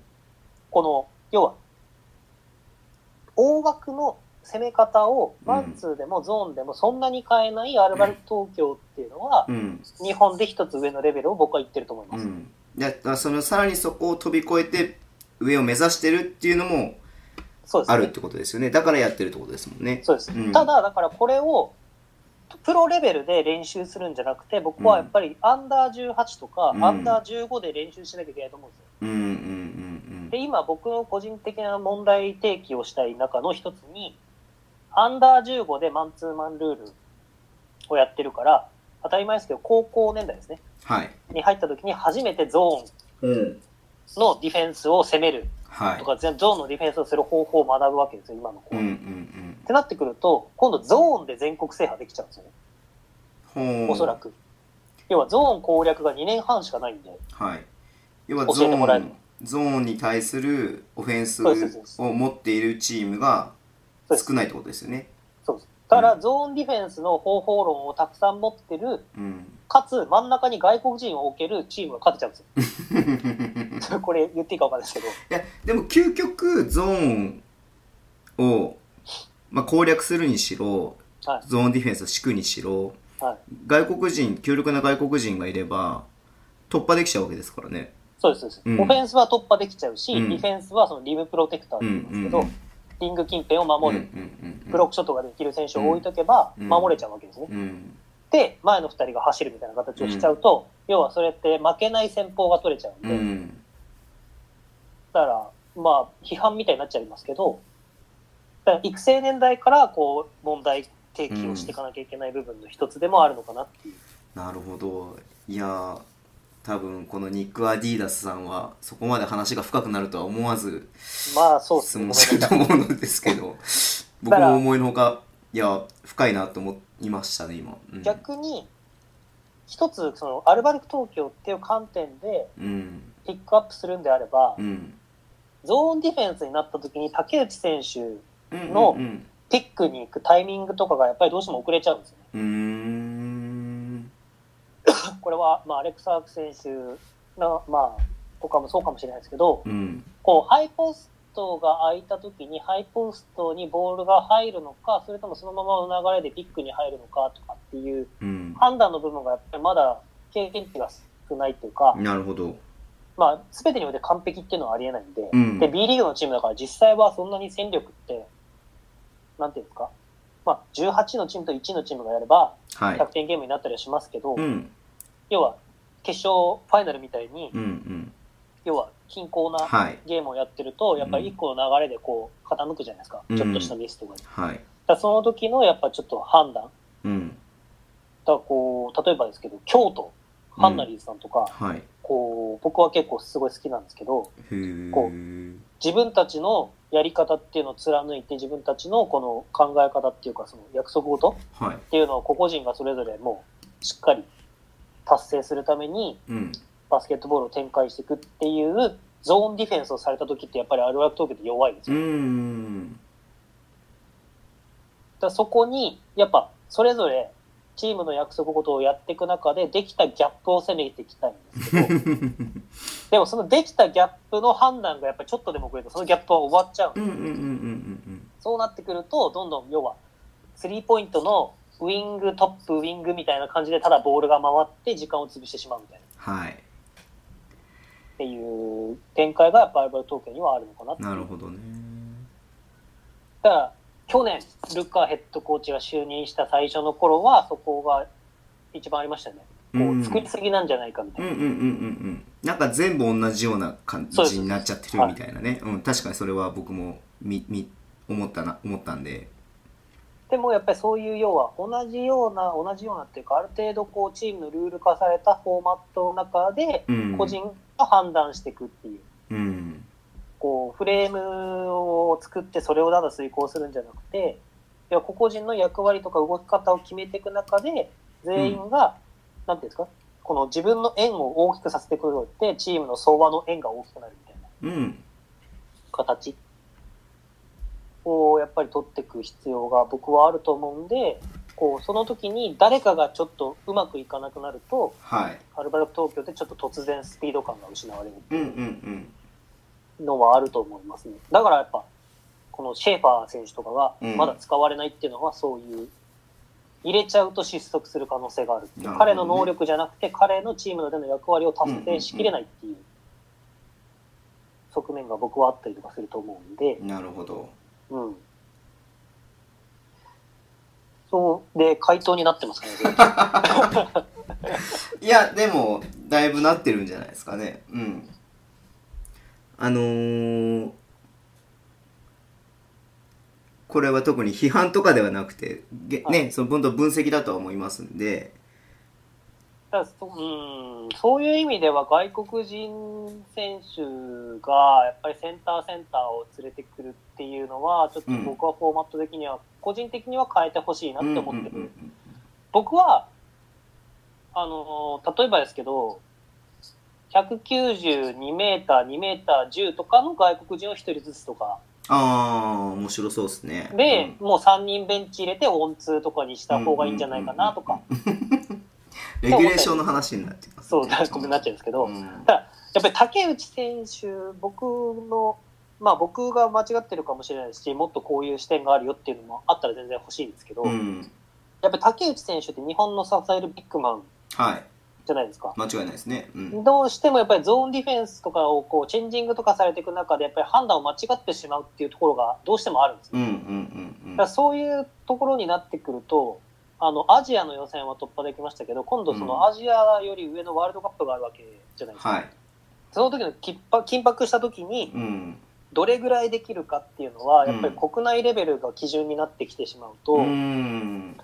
Speaker 2: この、要は、大枠の攻め方をマンツーでもゾーンでもそんなに変えないアルバルク東京っていうのは、
Speaker 1: うん
Speaker 2: 日本で一つ上のレベルを僕は言ってると思いま
Speaker 1: う
Speaker 2: す。
Speaker 1: んだからそのさらにそこを飛び越えて上を目指してるっていうのも
Speaker 2: そうです
Speaker 1: あ
Speaker 2: ね。
Speaker 1: るってことですよねだからやってるってことですもんね
Speaker 2: そうです、
Speaker 1: うん
Speaker 2: ただ、だからこれをプロレベルで練習するんじゃなくて、僕はやっぱりアンダー18とか、
Speaker 1: うん
Speaker 2: アンダー15で練習しなきゃいけないと思うんですよ。
Speaker 1: うんうん
Speaker 2: で、今、僕の個人的な問題提起をしたい中の一つに、アンダー15でマンツーマンルールをやってるから、当たり前ですけど、高校年代ですね、
Speaker 1: はい
Speaker 2: に入った時に初めてゾー
Speaker 1: うん
Speaker 2: ンのディフェンスを攻める
Speaker 1: はい
Speaker 2: とか、ゾーンのディフェンスをする方法を学ぶわけですよ、今の子
Speaker 1: うんう
Speaker 2: は。
Speaker 1: んう
Speaker 2: っ
Speaker 1: ん
Speaker 2: てなってくると、今度ゾーンで全国制覇できちゃうんですよね。
Speaker 1: ほう
Speaker 2: おそらく。要はゾーン攻略が2年半しかないんで、
Speaker 1: はい要はゾ
Speaker 2: 教えてもらえ
Speaker 1: ー
Speaker 2: る
Speaker 1: ンゾーンに対するオフェンス
Speaker 2: そうですそうです
Speaker 1: を持っているチームが
Speaker 2: そうです
Speaker 1: 少ないってことですよね
Speaker 2: そうです。だからゾーンディフェンスの方法論をたくさん持ってる、
Speaker 1: うん
Speaker 2: かつ真ん中に外国人を置けるチームが勝てちゃうんで
Speaker 1: い
Speaker 2: すよ。これ言っていいかわかんないですけど、
Speaker 1: やでも究極ゾーンを、まあ、攻略するにしろ
Speaker 2: は
Speaker 1: ゾーンディフェンスを敷くにしろ
Speaker 2: い。はい。
Speaker 1: 外国人強力な外国人がいれば突破できちゃうわけですからね
Speaker 2: そうです、そうです。
Speaker 1: うん
Speaker 2: オフェンスは突破できちゃうし、
Speaker 1: うん
Speaker 2: ディフェンスはそのリムプロテクターって言うんですけど、
Speaker 1: うんうん
Speaker 2: リング近辺を守る、
Speaker 1: うんうんうん
Speaker 2: ブロックショットができる選手を置いとけば、
Speaker 1: うん
Speaker 2: 守れちゃうわけですね。
Speaker 1: うん
Speaker 2: で、前の2人が走るみたいな形をしちゃうと、要はそれって負けない戦法が取れちゃうん
Speaker 1: う
Speaker 2: で、
Speaker 1: ん
Speaker 2: だから、まあ、批判みたいになっちゃいますけど、だから育成年代からこう問題提起をしていかなきゃいけない部分の一つでもあるのかなっていう。
Speaker 1: なるほどいやー多分このニック・アディーダスさんはそこまで話が深くなるとは思わず
Speaker 2: まあ、そうで
Speaker 1: 質
Speaker 2: すね。ごめん
Speaker 1: 問す
Speaker 2: なさ
Speaker 1: る
Speaker 2: い
Speaker 1: と思うのですけ ど僕
Speaker 2: だから
Speaker 1: も思いのほかいや深いなと思いましたね今、うん、
Speaker 2: 逆に、一つ、その、アルバルク東京っていう観点で、
Speaker 1: うん
Speaker 2: ピックアップするんであれば、
Speaker 1: うん
Speaker 2: ゾーンディフェンスになった時に竹内選手
Speaker 1: うんうん
Speaker 2: の
Speaker 1: うん
Speaker 2: ピックに行くタイミングとかがやっぱりどうしても遅れちゃうんですよね。
Speaker 1: うーん
Speaker 2: これは、まあ、アレクサーク選手の、まあ、とかもそうかもしれないですけど、
Speaker 1: うん
Speaker 2: こう、ハイポストが空いた時に、ハイポストにボールが入るのか、それともそのままの流れでピックに入るのかとかっていう
Speaker 1: うん
Speaker 2: 判断の部分がやっぱりまだ経験値が少ないというか、
Speaker 1: なるほど
Speaker 2: まあ、全てにおいて完璧っていうのはありえないんで、
Speaker 1: うん
Speaker 2: で、B リーグのチームだから実際はそんなに戦力って、なんていうんですか、まあ、18のチームと1のチームがやれば、
Speaker 1: はい
Speaker 2: 100点ゲームになったりはしますけど、
Speaker 1: うん
Speaker 2: 要は、決勝、ファイナルみたいに、
Speaker 1: うんうん
Speaker 2: 要は、均衡な
Speaker 1: はい
Speaker 2: ゲームをやってると、やっぱり1個の流れでこう、傾くじゃないですか。
Speaker 1: うん
Speaker 2: ちょっとしたミスとかに。だか
Speaker 1: はい
Speaker 2: らその時の、やっぱちょっと判断。だか
Speaker 1: うん
Speaker 2: らこう、例えばですけど、京都、ハンナリーズさんとか、
Speaker 1: はい
Speaker 2: こう、僕は結構すごい好きなんですけど、
Speaker 1: へー
Speaker 2: こ自分たちのやり方っていうのを貫いて自分たちのこの考え方っていうかその約束事
Speaker 1: はい
Speaker 2: っていうのを個々人がそれぞれもうしっかり達成するために
Speaker 1: うん
Speaker 2: バスケットボールを展開していくっていうゾーンディフェンスをされた時ってやっぱりアルワーク東京って弱いです
Speaker 1: う
Speaker 2: よ、
Speaker 1: ん
Speaker 2: だからそこにやっぱそれぞれチームの約束事をやっていく中でできたギャップを攻めていきたいんですけどでもそのできたギャップの判断がやっぱりちょっとでも遅れるとそのギャップは終わっちゃうんで
Speaker 1: うんうんうんうんうん
Speaker 2: そうなってくると、どんどん要は、スリーポイントのウィング、トップ、ウィングみたいな感じで、ただボールが回って時間を潰してしまうみたいな、
Speaker 1: はい
Speaker 2: っていう展開がやっぱアイバル東京にはあるのかなって。
Speaker 1: なるほどね
Speaker 2: だから、去年、ルッカーヘッドコーチが就任した最初の頃は、そこが一番ありましたよね。こ
Speaker 1: うん
Speaker 2: う、作りすぎなんじゃないかみた
Speaker 1: う
Speaker 2: い
Speaker 1: ん
Speaker 2: な。
Speaker 1: うんうんうんうんなんか全部同じような感
Speaker 2: そうです
Speaker 1: じになっちゃってるみたいなねうん確かにそれは僕もみみ思ったな思ったんで
Speaker 2: でもやっぱりそういう要は、同じような、同じようなっていうか、ある程度こう、チームのルール化されたフォーマットの中で、
Speaker 1: うん
Speaker 2: 個人が判断していくっていう。
Speaker 1: うん
Speaker 2: こう、フレームを作ってそれをただ遂行するんじゃなくて、いや、個々人の役割とか動き方を決めていく中で、全員が、なんていうんですか、この自分の円を大きくさせてくるって、チームの相場の円が大きくなるみたいな
Speaker 1: うん
Speaker 2: 形をやっぱり取っていく必要が僕はあると思うんで、こう、その時に誰かがちょっとうまくいかなくなると、
Speaker 1: はい
Speaker 2: アルバルク東京でちょっと突然スピード感が失われる。
Speaker 1: うんうんうん
Speaker 2: のはあると思いますね。だからやっぱ、このシェーファー選手とかが
Speaker 1: うん
Speaker 2: まだ使われないっていうのはそういう、入れちゃうと失速する可能性があるっていう
Speaker 1: なるほどね
Speaker 2: 彼の能力じゃなくて、彼のチームでの役割を達成しきれないっていう側面が僕はあったりとかすると思うんで、
Speaker 1: なるほど
Speaker 2: うん。そう、で、回答になってますかね、全然
Speaker 1: いやでもだいぶなってるんじゃないですかねうんあのーこれは特に批判とかではなくてげ
Speaker 2: は
Speaker 1: ねその本当分析だとは思いますんで
Speaker 2: ただそうん、そういう意味では外国人選手がやっぱりセンターセンターを連れてくるっていうのはちょっと僕はフォーマット的には、個人的には変えてほしいなっ
Speaker 1: うん
Speaker 2: て
Speaker 1: うんう
Speaker 2: 思ってる、
Speaker 1: ん
Speaker 2: 僕はあの例えばですけど192メーター2メーター10とかの外国人を1人ずつとか
Speaker 1: ああ面白そうですね
Speaker 2: で、もう3人ベンチ入れてオンツーとかにした方がいいんじゃないかなとか、
Speaker 1: うんレギュレーションの話になってます
Speaker 2: そうだごめんなっちゃうんですけど、
Speaker 1: うん
Speaker 2: やっぱり竹内選手、僕の、まあ僕が間違ってるかもしれないし、もっとこういう視点があるよっていうのもあったら全然欲しいんですけど、
Speaker 1: う
Speaker 2: やっ
Speaker 1: ん
Speaker 2: ぱり竹内選手って日本の支えるビッグマン
Speaker 1: はい
Speaker 2: じゃないですか。
Speaker 1: 間違いないですねうん
Speaker 2: どうしてもやっぱりゾーンディフェンスとかをこうチェンジングとかされていく中でやっぱり判断を間違ってしまうっていうところがどうしてもあるんですね
Speaker 1: うんうんうんうん
Speaker 2: だからそういうところになってくると、あの、アジアの予選は突破できましたけど、今度そ
Speaker 1: うん
Speaker 2: のアジアより上のワールドカップがあるわけじゃないですか。
Speaker 1: はい
Speaker 2: その時の緊迫緊迫した時に、
Speaker 1: うん
Speaker 2: どれぐらいできるかっていうのは、
Speaker 1: うん
Speaker 2: やっぱり国内レベルが基準になってきてしまうと、
Speaker 1: うん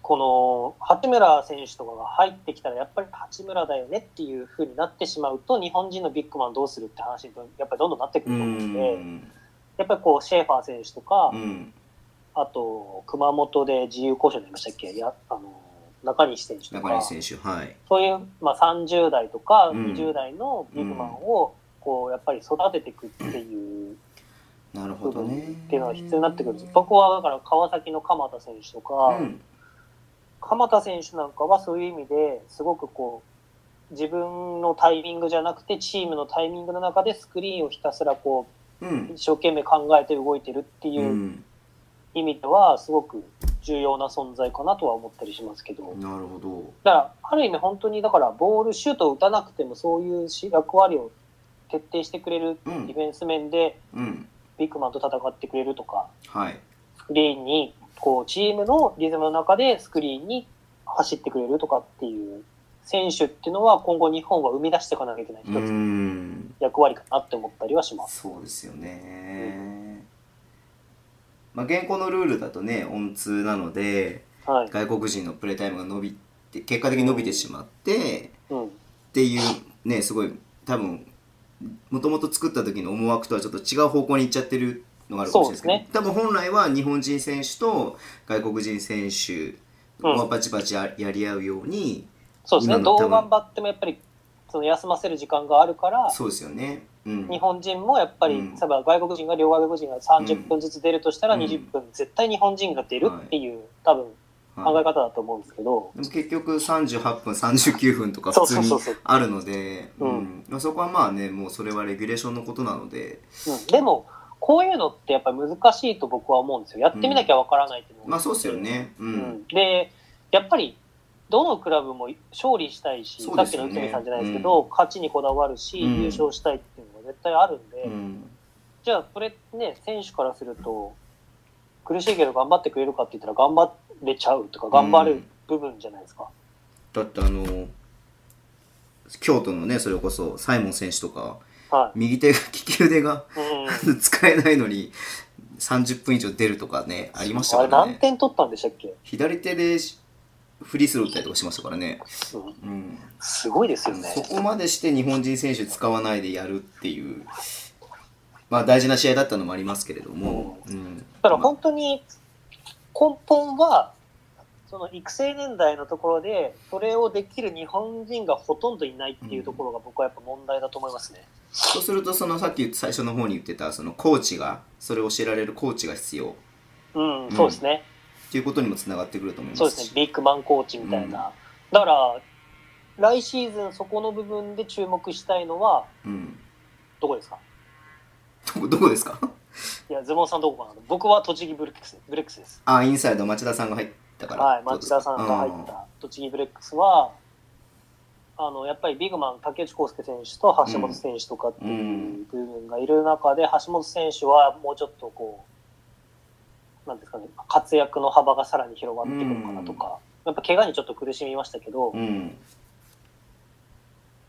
Speaker 2: この八村選手とかが入ってきたら、やっぱり八村だよねっていう風になってしまうと、日本人のビッグマンどうするって話に、やっぱりどんどんなってく
Speaker 1: う
Speaker 2: ると思うんで、
Speaker 1: ん
Speaker 2: やっぱりこう、シェーファー選手とか、
Speaker 1: うん
Speaker 2: あと、熊本で自由交渉になりましたっけやあの中西選手と
Speaker 1: 中
Speaker 2: か、
Speaker 1: 西選手、はい。
Speaker 2: そういう、まあ、30代とか
Speaker 1: うん
Speaker 2: 20代のビッグマンを、こう、やっぱり育てていくっていう
Speaker 1: なるほ
Speaker 2: 部
Speaker 1: ど
Speaker 2: 分
Speaker 1: ね。
Speaker 2: っていうのが必要になってくるんです。僕はだから川崎の鎌田選手とか、
Speaker 1: うん、
Speaker 2: 鎌田選手なんかはそういう意味ですごくこう、自分のタイミングじゃなくて、チームのタイミングの中でスクリーンをひたすらこ
Speaker 1: うん、
Speaker 2: う、一生懸命考えて動いてるっていううん意味では、すごく重要な存在かなとは思ったりしますけど。
Speaker 1: なるほど。
Speaker 2: だから、ある意味本当に、だから、ボール、シュートを打たなくても、そういうし役割を徹底してくれる、
Speaker 1: う
Speaker 2: ディ
Speaker 1: ん
Speaker 2: フ、ェンス面で
Speaker 1: うん、
Speaker 2: ビッグマンと戦ってくれるとか、
Speaker 1: はい。
Speaker 2: スクリーンに、こう、チームのリズムの中でスクリーンに走ってくれるとかっていう選手っていうのは、今後日本は生み出していかなきゃいけないう一
Speaker 1: ー
Speaker 2: つ
Speaker 1: ん、
Speaker 2: 役割かなって思ったりはします。
Speaker 1: そうですよね。まあ、現行のルールだとね、オンツーなので、
Speaker 2: はい。
Speaker 1: 外国人のプレータイムが伸びて、結果的に伸びてしまって、
Speaker 2: うん。
Speaker 1: っていうねすごい多分もともと作った時の思惑とはちょっと違う方向に行っちゃってるのがあるかもしれないですけど
Speaker 2: そうで
Speaker 1: 多分本来は日本人選手と外国人選手
Speaker 2: う
Speaker 1: が
Speaker 2: ん
Speaker 1: バチバチややり合うように、
Speaker 2: そうです
Speaker 1: 今
Speaker 2: ね。
Speaker 1: の
Speaker 2: ど
Speaker 1: 多分
Speaker 2: う頑張ってもやっぱり、その休ませる時間があるから、
Speaker 1: そうですよね。うん、
Speaker 2: 日本人もやっぱり、
Speaker 1: うん
Speaker 2: 例えば外国人が両外国人が30分ずつ出るとしたら
Speaker 1: うん
Speaker 2: 20分、絶対日本人が出るっていう、多分考
Speaker 1: は
Speaker 2: え
Speaker 1: い
Speaker 2: 方だと思うんですけど、
Speaker 1: でも結局38分39分とか
Speaker 2: そう
Speaker 1: 普通
Speaker 2: そう
Speaker 1: に
Speaker 2: そうそう、
Speaker 1: あるので
Speaker 2: うん
Speaker 1: うんまあそこはまあねもうそれはレギュレーションのことなので
Speaker 2: うんでもこういうのってやっぱり難しいと僕は思うんですよやってみなきゃわからないっていうのが
Speaker 1: まあそうですよ、ね。う
Speaker 2: うんん、でやっぱりどのクラブも勝利したいし、
Speaker 1: そうで
Speaker 2: さっ
Speaker 1: す
Speaker 2: き
Speaker 1: よ
Speaker 2: の
Speaker 1: ね
Speaker 2: 内海さんじゃないですけど、勝ちにこだわるし、
Speaker 1: うん
Speaker 2: 優勝したいっていうのが絶対あるんで、
Speaker 1: うん
Speaker 2: じゃあそれね選手からすると苦しいけど頑張ってくれるかって言ったら頑張れちゃうとか頑張れる部分じゃないですか、
Speaker 1: だってあの京都のねそれこそサイモン選手とか
Speaker 2: は
Speaker 1: 右手が利き腕が
Speaker 2: い、うん、
Speaker 1: 使えないのに30分以上出るとかねありました
Speaker 2: あれ
Speaker 1: から
Speaker 2: 何
Speaker 1: ね
Speaker 2: 点取ったんでしたっけ、
Speaker 1: 左手でフリースロー打ったりとかしましたからね、
Speaker 2: うん
Speaker 1: うん、
Speaker 2: すごいですよね
Speaker 1: そこまでして日本人選手使わないでやるっていうまあ大事な試合だったのもありますけれども、うん、だ
Speaker 2: だから本当に根本はその育成年代のところでそれをできる日本人がほとんどいないっていうところが僕はやっぱ問題だと思いますね、
Speaker 1: そうするとそのさっき最初の方に言ってたそのコーチがそれを教えられるコーチが必要
Speaker 2: うん
Speaker 1: ん
Speaker 2: そうですね、
Speaker 1: っていうことにもつながってくると思います
Speaker 2: そうですねビッグマンコーチみたいな、だから来シーズンそこの部分で注目したいのは
Speaker 1: うん、
Speaker 2: どこですか
Speaker 1: どこどこですか
Speaker 2: いや、ズボンさんどこかな僕は栃木ブレックスブレックスです。
Speaker 1: あ、インサイド町田さんが入ったから。
Speaker 2: はい、町田さんが入った栃木ブレックスは、あの、やっぱりビッグマン、竹内康介選手と橋本選手とかっていう部分がいる中で、橋本選手はもうちょっとこう、なんですかね、活躍の幅がさらに広がってくるかなとか、やっぱ怪我にちょっと苦しみましたけど、
Speaker 1: うん。うん。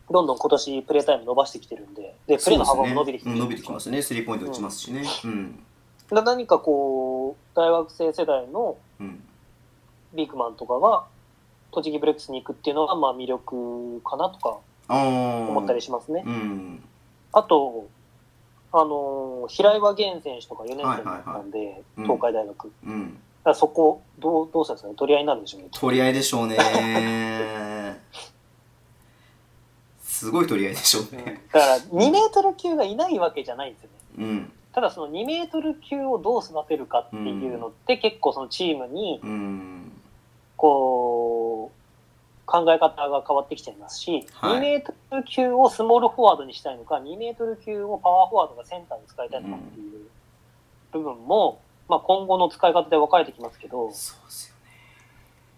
Speaker 2: どんどん今年プレータイム伸ばしてきてるんで、で、プレーの幅も伸びてきて
Speaker 1: そうですねうん
Speaker 2: る
Speaker 1: 伸びてきますね。スリーポイント打ちますしね。うん。
Speaker 2: だ何かこう、大学生世代の
Speaker 1: うん。
Speaker 2: ビッグマンとかが栃木ブレックスに行くっていうのがまあ魅力かなとか
Speaker 1: ああ。
Speaker 2: 思ったりしますね。
Speaker 1: うん。
Speaker 2: あと、あのー平岩源選手とか4年生だったんで、
Speaker 1: うん
Speaker 2: 東海大学。だ
Speaker 1: うん。
Speaker 2: からそこ、どう、どうしたんですかね取り合いになるんでしょうね。
Speaker 1: 取り合いでしょうね。すごい取り合いでしょう
Speaker 2: うん
Speaker 1: ね。
Speaker 2: だから2メートル級がいないわけじゃないんですよね。
Speaker 1: うん。
Speaker 2: ただその2メートル級をどう育てるかっていうのって結構そのチームに
Speaker 1: うん。
Speaker 2: こう、考え方が変わってきちゃいますし、
Speaker 1: はい
Speaker 2: 2メートル級をスモールフォワードにしたいのか、2メートル級をパワーフォワードがセンターに使いたいのかっていう部分も、まあ今後の使い方で分かれてきますけど、
Speaker 1: そうですよね。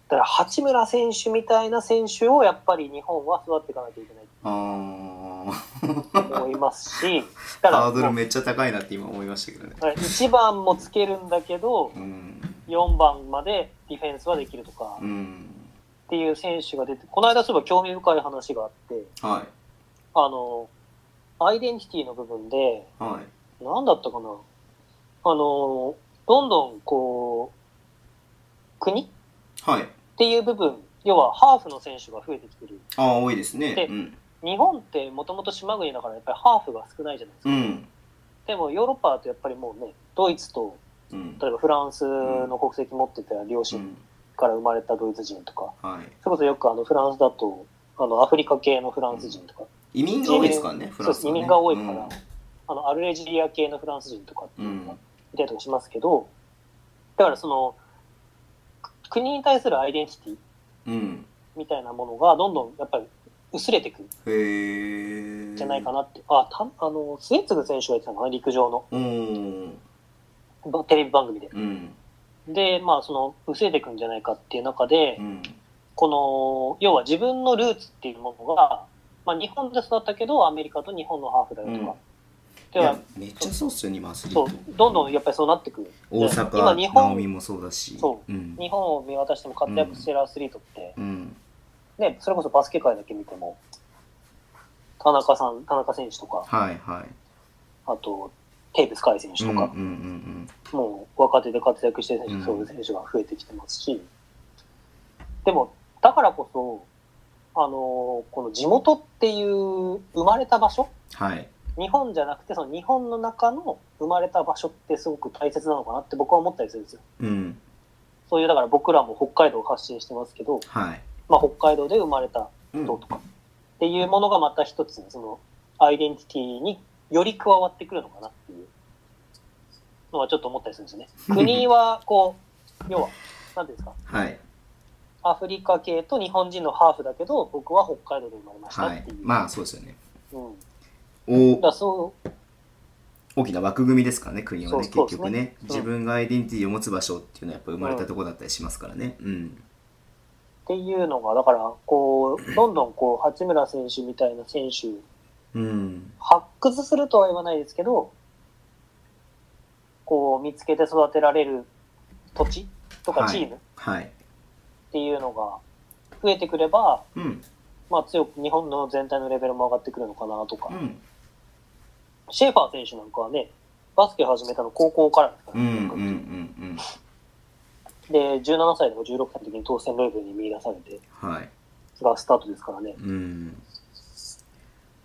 Speaker 2: だから八村選手みたいな選手をやっぱり日本は育っていかなきゃいけない
Speaker 1: ああ。
Speaker 2: と思いま すし、だから
Speaker 1: ハードルめっちゃ高いなって今思いましたけどね。
Speaker 2: 1番もつけるんだけど
Speaker 1: う、ん。
Speaker 2: 4番までディフェンスはできるとか
Speaker 1: う
Speaker 2: っ
Speaker 1: ん。
Speaker 2: ていう選手が出て、この間そういえば興味深い話があって、
Speaker 1: は
Speaker 2: あの、アイデンティティの部分で、
Speaker 1: い。はい。
Speaker 2: 何だったかな。あの、どんどんこう、国っ
Speaker 1: はい。
Speaker 2: ていう部分、要はハーフの選手が増えてきてる。
Speaker 1: ああ、多いですね
Speaker 2: で。
Speaker 1: うん。
Speaker 2: 日本ってもともと島国だからやっぱりハーフが少ないじゃないですか。
Speaker 1: うん。
Speaker 2: でもヨーロッパだとやっぱりもうね、ドイツと、
Speaker 1: うん。
Speaker 2: 例えばフランスの国籍持ってた両親から生まれたドイツ人とか、
Speaker 1: は
Speaker 2: それこそよくあのフランスだと、あのアフリカ系のフランス人とか、
Speaker 1: い、移民が多いですからね、フランスはね
Speaker 2: そうです移民が多いからあのアルレジリア系のフランス人とかって
Speaker 1: う
Speaker 2: いうんのがいたりとかしますけど、だからその、国に対するアイデンティティ
Speaker 1: うん、うん
Speaker 2: みたいなものがどんどんやっぱり薄れてくるん
Speaker 1: へえ
Speaker 2: じゃないかなって、あたあのスエツグ選手が言ってたのかな、陸上の
Speaker 1: うん
Speaker 2: ばテレビ番組で。
Speaker 1: うん
Speaker 2: で、まあ、その薄れてくんじゃないかっていう中で、
Speaker 1: うん
Speaker 2: この要は自分のルーツっていうものが、まあ、日本で育ったけどアメリカと日本のハーフだよとか、
Speaker 1: うんい
Speaker 2: では
Speaker 1: やめっちゃそうっすよね今アスリー
Speaker 2: そ
Speaker 1: ト
Speaker 2: うどんどんやっぱりそうなってくる
Speaker 1: 大
Speaker 2: 今
Speaker 1: 阪
Speaker 2: 日
Speaker 1: 直美
Speaker 2: 本
Speaker 1: もそうだし
Speaker 2: そ
Speaker 1: ん
Speaker 2: 日本を見渡しても活躍してるアスリートって、
Speaker 1: うん
Speaker 2: ね、それこそバスケ界だけ見ても田中さん田中選手とか
Speaker 1: はいはい
Speaker 2: あとテーブス海選手と
Speaker 1: うんうん
Speaker 2: か、
Speaker 1: うん
Speaker 2: もう若手で活躍してる選手、
Speaker 1: うん
Speaker 2: そういう選手が増えてきてますしでもだからこそあのこの地元っていう生まれた場所
Speaker 1: はい
Speaker 2: 日本じゃなくてその日本の中の生まれた場所ってすごく大切なのかなって僕は思ったりするんですよ。
Speaker 1: うん
Speaker 2: そういうだから僕らも北海道を発信してますけど、
Speaker 1: はい
Speaker 2: まあ、北海道で生まれた
Speaker 1: うん
Speaker 2: 人とかっていうものがまた一つそのアイデンティティにより加わってくるのかなっていうのはちょっと思ったりするんですよね。国はこう要は何ていうんですか
Speaker 1: はい
Speaker 2: アフリカ系と日本人のハーフだけど僕は北海道で生まれました
Speaker 1: は
Speaker 2: っ
Speaker 1: い
Speaker 2: ていう。
Speaker 1: まあそうですよね
Speaker 2: うん、だか
Speaker 1: お
Speaker 2: らそう
Speaker 1: 大きな枠組みですからね国はね
Speaker 2: そう
Speaker 1: 結
Speaker 2: そうですね
Speaker 1: 局ね
Speaker 2: うん
Speaker 1: 自分がアイデンティティを持つ場所っていうのはやっぱ生まれたとこだったりしますからねうん
Speaker 2: っていうのが、だから、こう、どんどんこう、八村選手みたいな選手、
Speaker 1: うん
Speaker 2: 発掘するとは言わないですけど、こう、見つけて育てられる土地とか
Speaker 1: はい
Speaker 2: チームっ
Speaker 1: はい
Speaker 2: ていうのが増えてくれば、
Speaker 1: うん
Speaker 2: まあ強く日本の全体のレベルも上がってくるのかなとか
Speaker 1: う、ん
Speaker 2: シェーファー選手なんかはね、バスケ始めたの高校からですか
Speaker 1: う
Speaker 2: ら、
Speaker 1: んうんうんうん
Speaker 2: で、17歳でも16歳の時に当選レベルに見出されて、
Speaker 1: はい
Speaker 2: がスタートですからね。
Speaker 1: うん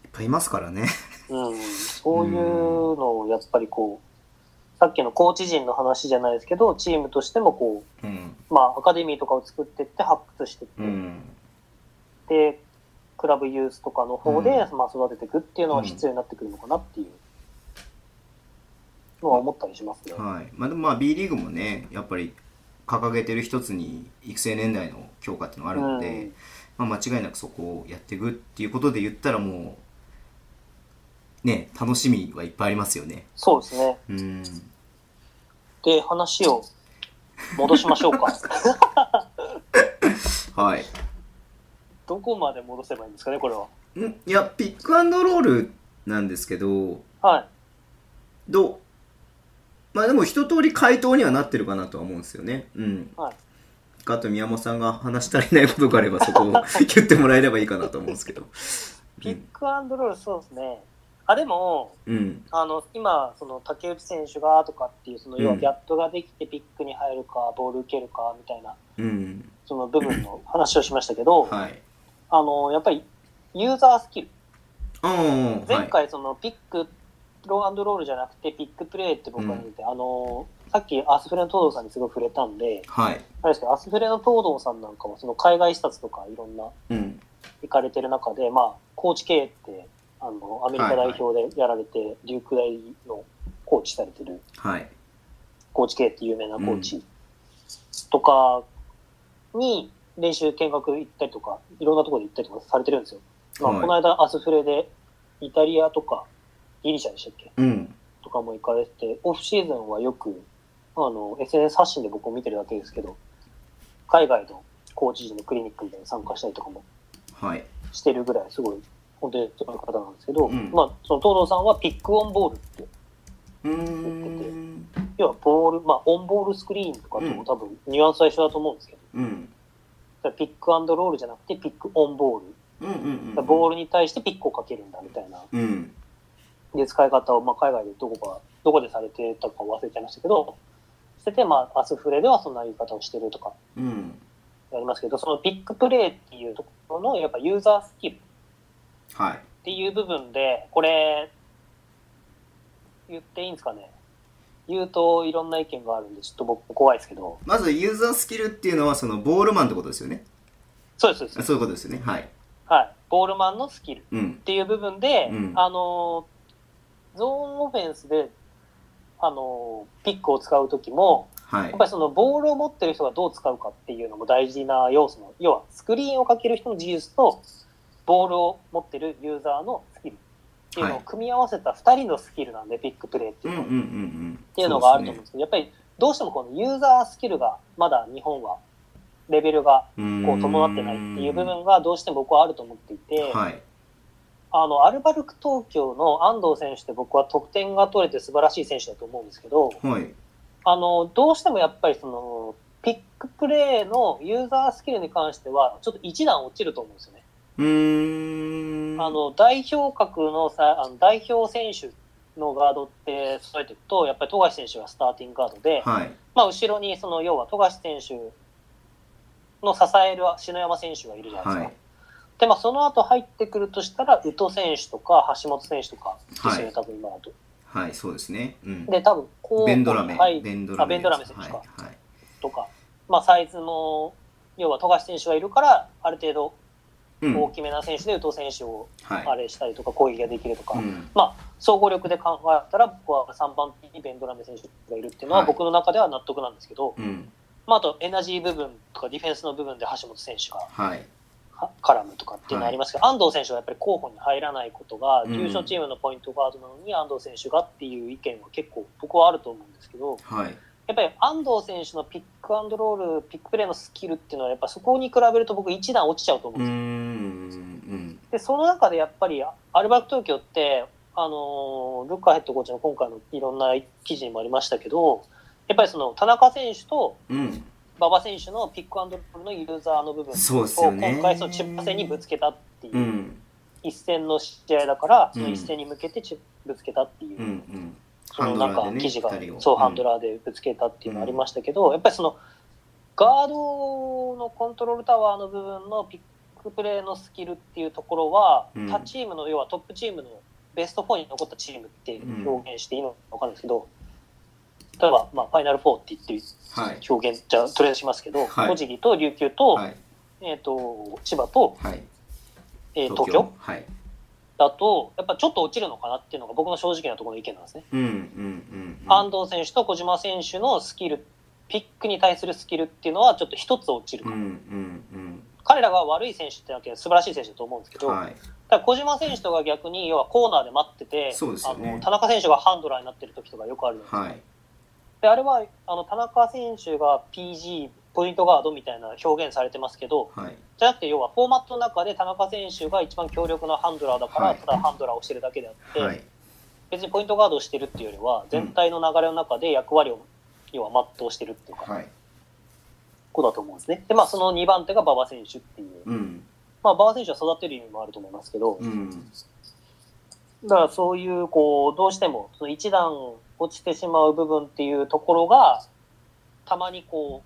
Speaker 1: いっぱいいますからね
Speaker 2: うん、そういうのをやっぱりこう、さっきのコーチ陣の話じゃないですけど、チームとしてもこ
Speaker 1: うん
Speaker 2: う、まあアカデミーとかを作ってって発掘してって、
Speaker 1: うん
Speaker 2: で、クラブユースとかの方で、
Speaker 1: う
Speaker 2: まあ育てていくっていうのが必要になってくるのかなっていうのは思ったりしますね。
Speaker 1: はいまあ、でもまあ B リーグもねやっぱり掲げてる一つに育成年代の強化っていうのがあるので、まあ、間違いなくそこをやっていくっていうことで言ったらもうね楽しみはいっぱいありますよね。
Speaker 2: そうですね。
Speaker 1: うん
Speaker 2: で、話を戻しましょう か。
Speaker 1: はい、
Speaker 2: どこまで戻せばいいんですかね、これは。
Speaker 1: んいやピックアンドロールなんですけど
Speaker 2: はい。
Speaker 1: どうまあでも一通り回答にはなってるかなとは思うんですよね。うん
Speaker 2: はい
Speaker 1: あと宮本さんが話し足りないことがあればそ こを言ってもらえればいいかなと思うんですけど。
Speaker 2: ピックアンドロール、そうですね。あ、でも、
Speaker 1: うん、
Speaker 2: あの今、その竹内選手がとかっていう、その要
Speaker 1: う
Speaker 2: は
Speaker 1: ん
Speaker 2: ギャップができてピックに入るか、ボール受けるかみたいな、
Speaker 1: うん、
Speaker 2: その部分の話をしましたけど、
Speaker 1: はい。
Speaker 2: あのやっぱりユーザースキル、
Speaker 1: うん
Speaker 2: 前回、そのピック、ローアンドロールじゃなくて、ピックプレーって僕は言って、あのさっきアスフレの東堂さんにすごい触れたんで、
Speaker 1: はい、はい、
Speaker 2: あれですけど、アスフレの東堂さんなんかは、その海外視察とかいろんな
Speaker 1: うん、
Speaker 2: 行かれてる中で、まあ、コーチ経営って、あのアメリカ代表でやられて、琉球大のコーチされてる。
Speaker 1: はい、
Speaker 2: コーチ系って有名なコーチとかに練習見学行ったりとか、いろんなところで行ったりとかされてるんですよ。まあ、
Speaker 1: はい
Speaker 2: この間、アスフレでイタリアとかギリシャでしたっけ
Speaker 1: うん、
Speaker 2: とかも行かれてて、オフシーズンはよく、あの、SNS 発信で僕も見てるだけですけど、海外のコーチ陣のクリニックみたいに参加したりとかも
Speaker 1: はい、
Speaker 2: してるぐらい、すごい、本当にそういう方なんですけど、
Speaker 1: うん
Speaker 2: まあ、その東堂さんはピックオンボールって、
Speaker 1: うーん、
Speaker 2: 要はボール、まあ、オンボールスクリーンとかとも多分ニュアンスは一緒だと思うんですけど、
Speaker 1: うん、
Speaker 2: だからピックアンドロールじゃなくてピックオンボール。
Speaker 1: うん、うん、
Speaker 2: だからボールに対してピックをかけるんだみたいな。
Speaker 1: ル、うん、
Speaker 2: で、使い方を、まあ、海外でどこか、どこでされてたか忘れちゃいましたけど、してて、まあ、アスフレではそんな言い方をしてるとか
Speaker 1: うん、
Speaker 2: やりますけど、そのピックプレーっていうところの、やっぱユーザースキルっ
Speaker 1: はい。
Speaker 2: ていう部分で、これ、言っていいんですかね。言うといろんな意見があるんで、ちょっと僕怖いですけど。
Speaker 1: まずユーザースキルっていうのはそのボールマンってことですよね
Speaker 2: そうです、そうです。
Speaker 1: そういうことですよねはい
Speaker 2: はい。ボールマンのスキルっ
Speaker 1: うん
Speaker 2: ていう部分で、
Speaker 1: うん
Speaker 2: あのー、ゾーンオフェンスで、あのー、ピックを使うときも、
Speaker 1: は
Speaker 2: や
Speaker 1: い
Speaker 2: っぱりそのボールを持ってる人がどう使うかっていうのも大事な要素の、要はスクリーンをかける人の技術と、ボールを持ってるユーザーのスキルっていうのを組み合わせた2人のスキルなんで、ピックプレーって
Speaker 1: う
Speaker 2: い
Speaker 1: ん
Speaker 2: う
Speaker 1: うんうんうん
Speaker 2: のはっていうのがあると
Speaker 1: そで
Speaker 2: 思うんですけど、やっぱりどうしてもこのユーザースキルがまだ日本はレベルが
Speaker 1: すね
Speaker 2: こう伴ってないっていう部分がどうしても僕はあると思っていて、
Speaker 1: うんはい
Speaker 2: あのアルバルク東京の安藤選手って僕は得点が取れて素晴らしい選手だと思うんですけど、
Speaker 1: はい
Speaker 2: あのどうしてもやっぱりそのピックプレーのユーザースキルに関してはちょっと一段落ちると思うんですよね。
Speaker 1: うーん
Speaker 2: あの代表格のさあの代表選手のガードって揃えていくとやっぱり富樫選手がスターティングガードで、
Speaker 1: はい
Speaker 2: まあ、後ろにその要は富樫選手の支える篠山選手がいるじゃないです
Speaker 1: は
Speaker 2: か。
Speaker 1: い
Speaker 2: で、まあ、その後入ってくるとしたら、宇都選手とか橋本選手とかですよね、
Speaker 1: はい
Speaker 2: 多分今だと。
Speaker 1: はいそうですねうん
Speaker 2: で、多分こう、
Speaker 1: ベンドラメ
Speaker 2: はい、
Speaker 1: ベンド
Speaker 2: あベンドラメ選手
Speaker 1: はい
Speaker 2: か
Speaker 1: はい
Speaker 2: とか、まあ、サイズも、要は富樫選手がいるから、ある程度
Speaker 1: うん
Speaker 2: 大きめな選手で宇都選手をあ
Speaker 1: はい
Speaker 2: れしたりとか、攻撃ができるとか、
Speaker 1: うん
Speaker 2: まあ、総合力で考えたら、僕は3番手にベンドラメ選手がいるっていうの
Speaker 1: は
Speaker 2: は、
Speaker 1: い
Speaker 2: 僕の中では納得なんですけど、
Speaker 1: うん
Speaker 2: まあ、あとエナジー部分とか、ディフェンスの部分で橋本選手が
Speaker 1: はい
Speaker 2: は絡むとかっていうのはありますけど、安藤選手がやっぱり候補に入らないことが、
Speaker 1: うん
Speaker 2: 優勝チームのポイントガードなのに安藤選手がっていう意見は結構僕はあると思うんですけど、
Speaker 1: はい
Speaker 2: やっぱり安藤選手のピックアンドロール、ピックプレーのスキルっていうのは、やっぱそこに比べると僕一段落ちちゃうと思う
Speaker 1: うんー
Speaker 2: ですよ。
Speaker 1: ん
Speaker 2: で、その中でやっぱりアルバルク東京って、あのールッカーヘッドコーチの今回のいろんな記事にもありましたけど、やっぱりその田中選手と
Speaker 1: うんうん
Speaker 2: 馬場選手のピックアンドロールのユーザーの部分を
Speaker 1: そうですよね
Speaker 2: 今回その千葉戦にぶつけたっていう。
Speaker 1: うん
Speaker 2: 一戦の試合だから、
Speaker 1: うん
Speaker 2: その一戦に向けてちぶつけたっていう、
Speaker 1: うんうん
Speaker 2: そのなんか記事が、
Speaker 1: 二人を
Speaker 2: そう、ハンドラーでぶつけたっていうのありましたけど、やっぱりその、ガードのコントロールタワーの部分のピックプレーのスキルっていうところは、
Speaker 1: うん
Speaker 2: 他チームの、要はトップチームのベスト4に残ったチームって表現していいのかわかんないですけど、例えば、まあ、ファイナル4って言ってる
Speaker 1: はい
Speaker 2: 表現、じゃあとりあえずしますけど、
Speaker 1: はい
Speaker 2: 栃木と琉球と、
Speaker 1: はい
Speaker 2: えっ、と、千葉と、
Speaker 1: はい
Speaker 2: えー東京
Speaker 1: はい
Speaker 2: だと、やっぱちょっと落ちるのかなっていうのが僕の正直なところの意見なんですね。
Speaker 1: うんうんうんうん
Speaker 2: 安藤選手と小島選手のスキル、ピックに対するスキルっていうのはちょっと一つ落ちる
Speaker 1: う
Speaker 2: か
Speaker 1: ん
Speaker 2: な、
Speaker 1: うん
Speaker 2: 彼らが悪い選手ってわけで素晴らしい選手だと思うんですけ
Speaker 1: う
Speaker 2: ど、
Speaker 1: んはい
Speaker 2: ただ小島選手とか逆に、要はコーナーで待ってて、
Speaker 1: そうですよね
Speaker 2: あの田中選手がハンドラーになってる時とかよくあるじゃないで
Speaker 1: は
Speaker 2: すか
Speaker 1: い
Speaker 2: であれはあの田中選手が PG、ポイントガードみたいな表現されてますけど、
Speaker 1: はい
Speaker 2: じゃなくて、要はフォーマットの中で田中選手が一番強力なハンドラーだから、
Speaker 1: はい
Speaker 2: ただハンドラーをしてるだけであって、
Speaker 1: はい
Speaker 2: 別にポイントガードをしてるっていうよりは、全体の流れの中で役割を、要は全うしてるっていうか、
Speaker 1: はい
Speaker 2: ことだと思うんですね。で、まあ、その2番手が馬場選手っていう。
Speaker 1: うん
Speaker 2: まあ、馬場選手は育てる意味もあると思いますけど、
Speaker 1: うん
Speaker 2: だからそういう、こう、どうしても、その一段落ちてしまう部分っていうところが、たまにこ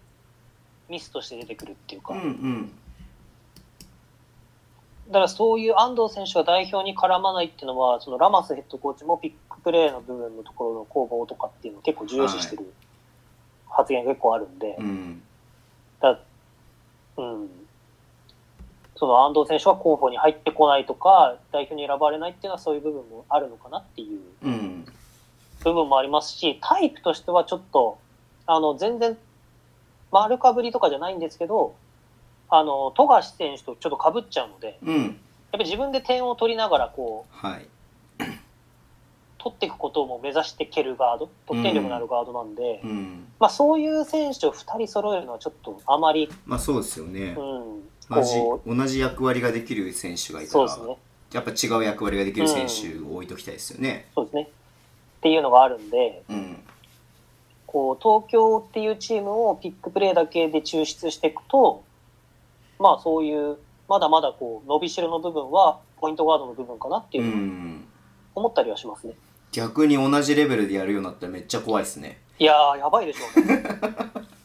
Speaker 2: う、ミスとして出てくるっていうか、
Speaker 1: うんう
Speaker 2: だ
Speaker 1: ん
Speaker 2: からそういう安藤選手が代表に絡まないっていうのは、そのラマスヘッドコーチもピックプレーの部分のところの攻防とかっていうのを結構重視してる発言が結構あるんで、
Speaker 1: うん
Speaker 2: だうん、その安藤選手は候補に入ってこないとか、代表に選ばれないっていうのはそういう部分もあるのかなっていう
Speaker 1: うん
Speaker 2: 部分もありますし、タイプとしてはちょっと、あの、全然、丸かぶりとかじゃないんですけど、あの、富樫選手とちょっとかぶっちゃうので、やっ
Speaker 1: うん
Speaker 2: ぱり自分で点を取りながら、こう、
Speaker 1: はい
Speaker 2: 取っていくことも目指して蹴るガード、得点力のあるガードなんで、
Speaker 1: うん
Speaker 2: まあそういう選手を2人揃えるのはちょっとあまり、
Speaker 1: まあそうですよ
Speaker 2: うん、
Speaker 1: ね同じ
Speaker 2: こ
Speaker 1: 同じ役割ができる選手が
Speaker 2: う、
Speaker 1: いた
Speaker 2: そう
Speaker 1: ら
Speaker 2: ですね。
Speaker 1: やっぱ違う役割ができる選手を置いときたいですよね
Speaker 2: そうですね。っていうのがあるんで、
Speaker 1: うん
Speaker 2: こう、東京っていうチームをピックプレーだけで抽出していくと、まあそういう、まだまだこう、伸びしろの部分は、ポイントガードの部分かなって
Speaker 1: う
Speaker 2: いう、
Speaker 1: ん
Speaker 2: 思ったりはしますね。
Speaker 1: 逆に同じレベルでやるようになったらめっちゃ怖いですね
Speaker 2: いやー、やばいでしょう ね。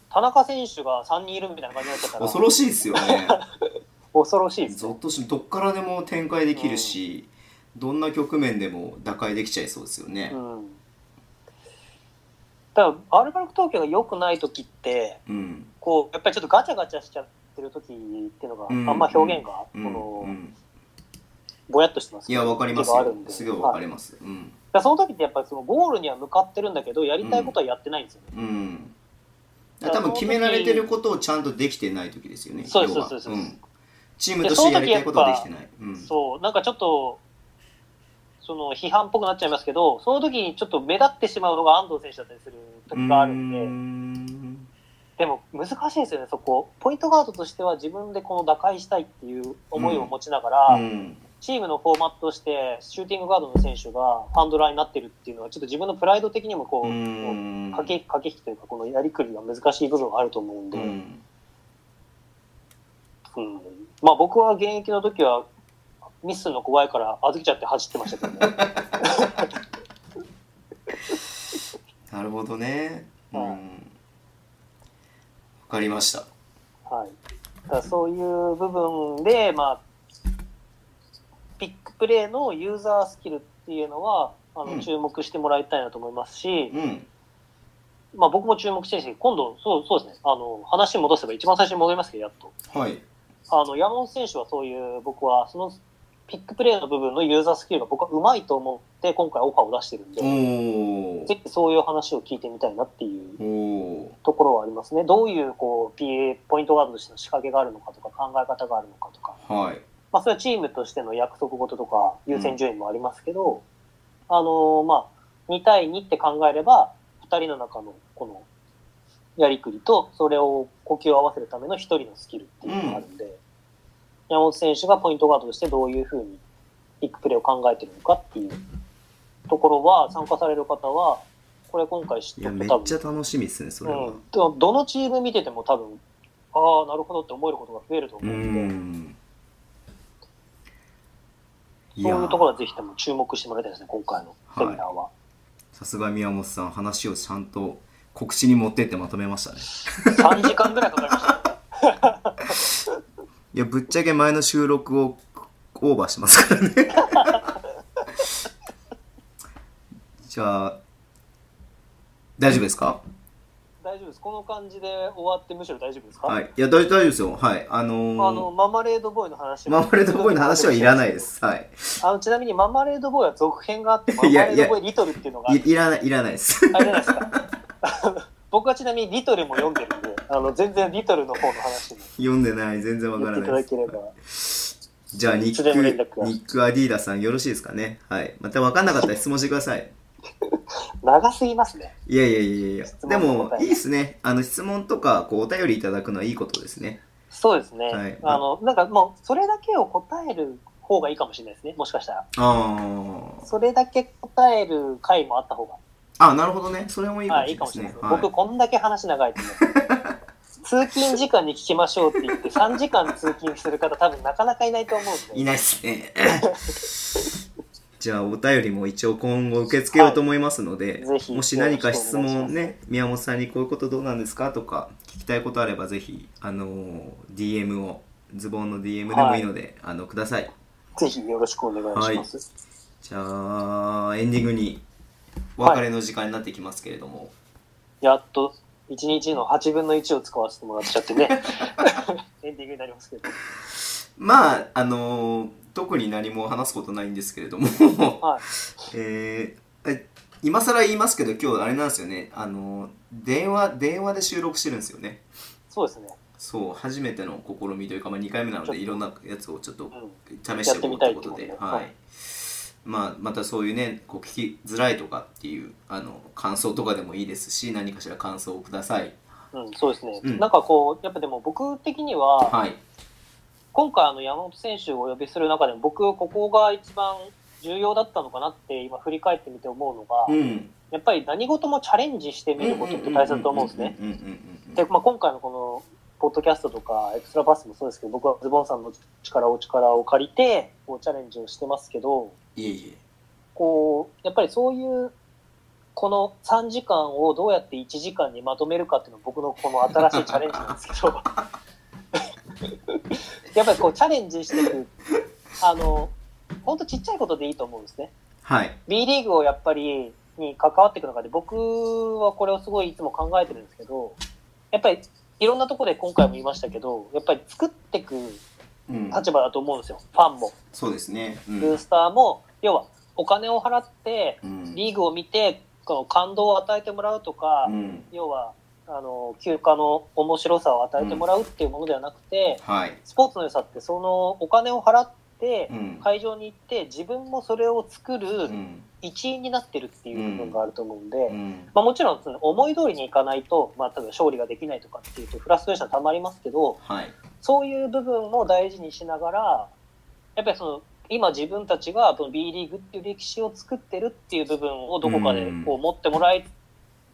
Speaker 2: 田中選手が3人いるみたいな感じになっちゃったら、
Speaker 1: 恐ろしいですよね
Speaker 2: 恐ろしいです
Speaker 1: ゾ
Speaker 2: ね。
Speaker 1: ッとしどっからでも展開できるし、どんな局面でも打開できちゃいそうですよね
Speaker 2: う。ん。だからアルバルク東京が良くない時って
Speaker 1: うん
Speaker 2: こうやっぱりちょっとガチャガチャしちゃってる時っていうのが、
Speaker 1: うん
Speaker 2: あんま表現が、
Speaker 1: うん
Speaker 2: この
Speaker 1: うん
Speaker 2: ぼやっとしてます
Speaker 1: いやわかります
Speaker 2: 時がある
Speaker 1: よ
Speaker 2: んです
Speaker 1: ごいわかりますうん
Speaker 2: だからその時ってやっぱりそのゴールには向かってるんだけどやりたいことはやってないんですよね、
Speaker 1: うんだから多分決められてることをちゃんとできてない時ですよね
Speaker 2: そうです
Speaker 1: 要は
Speaker 2: そうですそうです
Speaker 1: んチームとしてやりたいことができてないうん
Speaker 2: そうなんかちょっとその批判っぽくなっちゃいますけどその時にちょっと目立ってしまうのが安藤選手だったりする時があるんで
Speaker 1: うーん
Speaker 2: でも難しいですよねそこポイントガードとしては自分でこの打開したいっていう思いを持ちながら、
Speaker 1: うん
Speaker 2: チームのフォーマットとしてシューティングガードの選手がハンドラーになってるっていうのはちょっと自分のプライド的にもこう、
Speaker 1: うん
Speaker 2: 駆け駆け引きというかこのやりくりが難しい部分があると思うんで、
Speaker 1: うん
Speaker 2: うんまあ僕は現役の時はミスの怖いから預けちゃって走ってましたけ どね
Speaker 1: なるほどねうん
Speaker 2: はい
Speaker 1: わかりました
Speaker 2: はい、だからそういう部分で、まあ、ピックプレーのユーザースキルっていうのはあ
Speaker 1: うん
Speaker 2: の注目してもらいたいなと思いますし、
Speaker 1: うん
Speaker 2: まあ、僕も注目してるし今度そうそうですねあの話戻せば一番最初に戻りますけどやっと
Speaker 1: はい
Speaker 2: あの山本選手はそういう僕はそのピックプレーの部分のユーザースキルが僕はうまいと思って今回オファーを出してるんで。
Speaker 1: おお
Speaker 2: ぜひそういう話を聞いてみたいなってい
Speaker 1: お
Speaker 2: う
Speaker 1: お
Speaker 2: ところはありますね。どういうこう PA ポイントガードとしての仕掛けがあるのかとか考え方があるのかとか、
Speaker 1: ーはい
Speaker 2: まあ、それはチームとしての約束事とか優先順位もありますけど、あのーまあ、2対2って考えれば、2人の中のこのやりくりと、それを呼吸を合わせるための1人のスキルっていうのがあるんで、山本選手がポイントガードとしてどういうふうにビッグプレーを考えてるのかっていうところは、参加される方は、これ今回知っ
Speaker 1: い
Speaker 2: て
Speaker 1: や
Speaker 2: お
Speaker 1: め
Speaker 2: く
Speaker 1: っ
Speaker 2: と多
Speaker 1: ち
Speaker 2: 分
Speaker 1: ゃ、楽しみですねそれ
Speaker 2: う
Speaker 1: は
Speaker 2: んど、どのチーム見てても多分、ああ、なるほどって思えることが増えると
Speaker 1: う
Speaker 2: 思うんで、
Speaker 1: んい
Speaker 2: そうい
Speaker 1: や
Speaker 2: うところはぜひとも注目してもらいたいですね、今回のセミナーは。
Speaker 1: さすが宮本さん話をちゃんと告知に持ってってまとめましたね
Speaker 2: 3時間ぐらいかかりました ね。
Speaker 1: いやぶっちゃけ前の収録をオーバーしてますからね じゃあ大丈夫ですか
Speaker 2: 大丈夫です。この感じで終わってむしろ大丈夫ですか、
Speaker 1: はいいや大大丈夫ですよはいあ
Speaker 2: あ
Speaker 1: のー
Speaker 2: の、ママレードボーイの話
Speaker 1: マーマレードボーイの話はいらないで。すはい
Speaker 2: あの、ちなみにママレードボーイは続編があって、ママ
Speaker 1: いや
Speaker 2: レ
Speaker 1: い
Speaker 2: ー
Speaker 1: や
Speaker 2: ドボーイリトルっていうのがある
Speaker 1: いいらないいらないです
Speaker 2: あれじゃないですか。 僕はちなみにリトルも読んでるんで、あの、全然リトルの方の話も
Speaker 1: 読んでない全然わか
Speaker 2: 言っ
Speaker 1: ら
Speaker 2: ていた
Speaker 1: ない
Speaker 2: だ
Speaker 1: です
Speaker 2: ければ。
Speaker 1: じゃあニ
Speaker 2: い
Speaker 1: ッ
Speaker 2: つ
Speaker 1: ク
Speaker 2: でも連絡は
Speaker 1: ニックアディーダさんよろしいですかねはいまたわかんなかったら質問してください
Speaker 2: 長すぎますね。
Speaker 1: いやいやいやいや
Speaker 2: 質問
Speaker 1: でも
Speaker 2: 答え
Speaker 1: いいですねあの質問とかこうお便りいただくのはいいことですね
Speaker 2: そうですね。
Speaker 1: はい
Speaker 2: あの、なんかもう、それだけを答える方がいいかもしれないですね、もしかしたら。
Speaker 1: あー
Speaker 2: それだけ答える回もあった方が。
Speaker 1: あなるほどねそれもいいか
Speaker 2: あ
Speaker 1: もし
Speaker 2: いい
Speaker 1: れ
Speaker 2: か
Speaker 1: ないです
Speaker 2: もし
Speaker 1: ね
Speaker 2: れないです、
Speaker 1: はい
Speaker 2: 僕こんだけ話長いと思う通勤時間に聞きましょうって言って3時間通勤する方多分なかなかいないと思うんで
Speaker 1: いないですね じゃあお便りも一応今後受け付けようと思いますので、
Speaker 2: はいぜひ
Speaker 1: もし何か質
Speaker 2: よろしくお願い
Speaker 1: 問
Speaker 2: しま
Speaker 1: ね宮本さんにこういうことどうなんですかとか聞きたいことあればぜひあのー DM をズボンの DM でもいいので、あのください
Speaker 2: ぜひよろしくお願いします、
Speaker 1: じゃあエンディングにお別れの時間になってきますけれども、
Speaker 2: やっと1日の8分の1を使わせてもらっちゃってねエンディングになりますけど
Speaker 1: まああのー特に何も話すことないんですけれども
Speaker 2: はい
Speaker 1: えーえ今更言いますけど今日あれなんですよねあの電話電話で収録してるんですよね
Speaker 2: そうですね、
Speaker 1: そう初めての試みというか、まあ、2回目なの
Speaker 2: ちょっ
Speaker 1: で
Speaker 2: と
Speaker 1: いろんなやつをちょっと
Speaker 2: うん、
Speaker 1: 試してみようということ
Speaker 2: やってみたいってこと
Speaker 1: で、
Speaker 2: ね
Speaker 1: は
Speaker 2: はいい
Speaker 1: まあ、またそういうねこう聞きづらいとかっていうあの感想とかでもいいですし何かしら感想をください
Speaker 2: うん、そうですね、
Speaker 1: うん
Speaker 2: なんかこうやっぱでも僕的には、
Speaker 1: はい
Speaker 2: 今回あの山本選手をお呼びする中でも僕ここが一番重要だったのかなって今振り返ってみて思うのが、
Speaker 1: うん
Speaker 2: やっぱり何事もチャレンジしてみることって大切だと思うんですね。
Speaker 1: うんうんうんうん
Speaker 2: で、まあ、今回のこの、ポッドキャストとか、エクストラパスもそうですけど、僕はズボンさんの力を力を借りて、こうチャレンジをしてますけど、
Speaker 1: いえい
Speaker 2: こう、やっぱりそういう、この3時間をどうやって1時間にまとめるかっていうのが僕のこの新しいチャレンジなんですけど、 やっぱりこうチャレンジしていく、あの、ほんとちっちゃいことでいいと思うんですね。
Speaker 1: えはい
Speaker 2: B リーグをやっぱりに関わっていく中で、僕はこれをすごいいつも考えてるんですけど、やっぱりいろんなところで今回も言いましたけど、やっぱり作っていく
Speaker 1: うん、
Speaker 2: 立場だと思うんですよ。ファンも、
Speaker 1: そうですね。う
Speaker 2: ブー
Speaker 1: ん
Speaker 2: スターも、要はお金を払って、
Speaker 1: うん
Speaker 2: リーグを見て、この感動を与えてもらうとか、
Speaker 1: うん、
Speaker 2: 要は、あの、休暇の面白さを与えてもらうっていうものではなくて、
Speaker 1: はい、
Speaker 2: スポーツの良さって、そのお金を払って
Speaker 1: う、ん、
Speaker 2: 会場に行って、自分もそれを作る
Speaker 1: うん、
Speaker 2: 一員になってるっていう部分があると思うんで、
Speaker 1: うん、
Speaker 2: まあ、もちろんその思い通りにいかないと、まあ、多分勝利ができないとかっていうとフラストレーションたまりますけど
Speaker 1: はい、
Speaker 2: そういう部分も大事にしながらやっぱりその今自分たちがこの B リーグっていう歴史を作ってるっていう部分をどこかでこう持ってもらい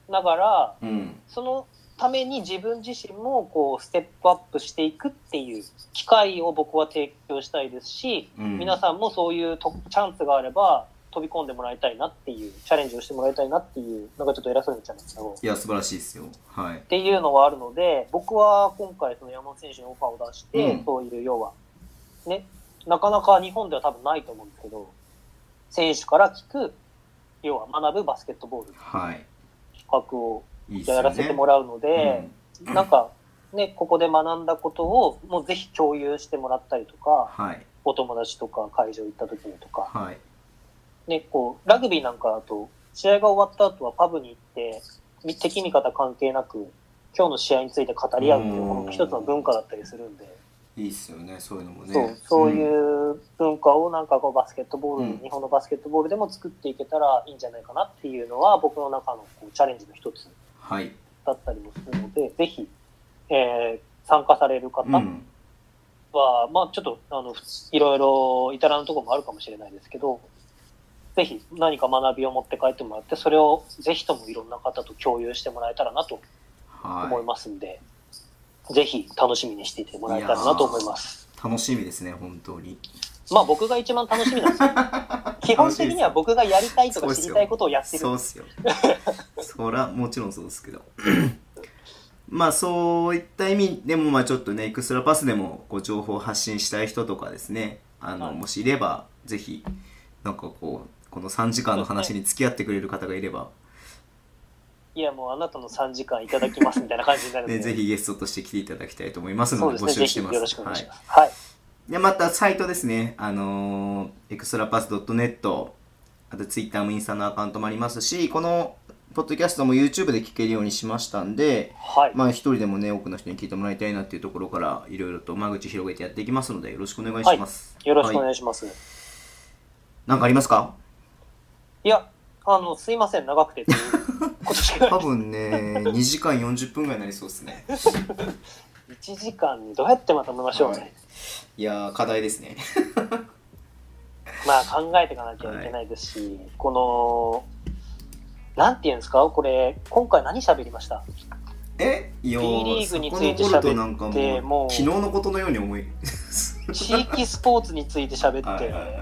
Speaker 2: ながら
Speaker 1: うん、
Speaker 2: そのために自分自身もこうステップアップしていくっていう機会を僕は提供したいですし
Speaker 1: うん、
Speaker 2: 皆さんもそういうとチャンスがあれば飛び込んでもらいたいなっていうチャレンジをしてもらいたいなっていうなんかちょっと偉そうになっちゃうんですけどっ
Speaker 1: いや素晴らしいですよ。はい、
Speaker 2: ていうのはあるので僕は今回その山本選手にオファーを出して、
Speaker 1: うん
Speaker 2: そういう要はねなかなか日本では多分ないと思うんですけど選手から聞く要は学ぶバスケットボールの
Speaker 1: はい、
Speaker 2: 企画を
Speaker 1: いいですよね。
Speaker 2: やらせてもらうので
Speaker 1: うん、
Speaker 2: なんかねここで学んだことをもうぜひ共有してもらったりとか
Speaker 1: はい、
Speaker 2: お友達とか会場行った時にとか
Speaker 1: はい、、
Speaker 2: ね、こう、ラグビーなんかだと、試合が終わった後はパブに行って、み敵味方関係なく、今日の試合について語り合うっていううんこの一つの文化だったりするんで、
Speaker 1: いいですよね。そういうのもね。
Speaker 2: そう、そう
Speaker 1: うん。
Speaker 2: いう文化をなんかこうバスケットボール、
Speaker 1: うん
Speaker 2: 日本のバスケットボールでも作っていけたらいいんじゃないかなっていうのは、僕の中のこうチャレンジの一つ
Speaker 1: はい、
Speaker 2: だったりもするので、ぜひ、えー参加される方
Speaker 1: う
Speaker 2: は、
Speaker 1: ん、
Speaker 2: まあちょっと、あの、いろいろ至らぬところもあるかもしれないですけど、ぜひ何か学びを持って帰ってもらって、それをぜひともいろんな方と共有してもらえたらなと思い
Speaker 1: は
Speaker 2: ますんで、ぜひ楽しみにしていてもらえたらなと思います。
Speaker 1: い、楽しみですね本当に。
Speaker 2: まあ僕が一番楽し みなんですよ。基本的には僕がやりたいとか知りたいことをやってる
Speaker 1: そう。っすよ。そら、もちろんそうですけど。 まあ、そういった意味でも、まあ、ちょっとね、エクストラパスでも、こう、情報を発信したい人とかですね、あの、
Speaker 2: はい
Speaker 1: もしいれば、ぜひ、なんかこう、この3時間の話に付き合ってくれる方がいれば、
Speaker 2: いやもうあなたの3時間いただきますみたいな感じになるん
Speaker 1: ね
Speaker 2: で、
Speaker 1: ぜひゲストとして来ていただきたいと思います
Speaker 2: そ
Speaker 1: の
Speaker 2: う
Speaker 1: で、
Speaker 2: です
Speaker 1: 募
Speaker 2: ね、ぜ
Speaker 1: 集
Speaker 2: ひ
Speaker 1: して
Speaker 2: よ
Speaker 1: ます。
Speaker 2: ろしくお願いし
Speaker 1: は
Speaker 2: ます。はい。
Speaker 1: い、で、また、サイトですね、あのー、エクストラパス .net、あと、ツイッターもインスタのアカウントもありますし、この、ポッドキャストも YouTube で聞けるようにしましたんで、
Speaker 2: はい。
Speaker 1: まあ、一人でもね、多くの人に聞いてもらいたいなっていうところから、いろいろと間口広げてやっていきますので、よろしくお願いします。
Speaker 2: よろしくお願
Speaker 1: はい
Speaker 2: します。
Speaker 1: なんかありますか
Speaker 2: いや、あの、すいません、長くてということしか
Speaker 1: 多分ね、2時 間40分ぐらいになりそうですね。
Speaker 2: 1時間にどうやってまとめましょうね、
Speaker 1: はいいやー、課題ですね。
Speaker 2: まあ考えていかなきゃいけないですし、このなんていうんですかこれ今回何喋りました
Speaker 1: えいや
Speaker 2: B リーグについて
Speaker 1: 遡るとなんか
Speaker 2: 喋って
Speaker 1: も
Speaker 2: も
Speaker 1: う、
Speaker 2: う
Speaker 1: 昨日のことのように思い、
Speaker 2: 地域スポーツについて喋って、
Speaker 1: はいはいはい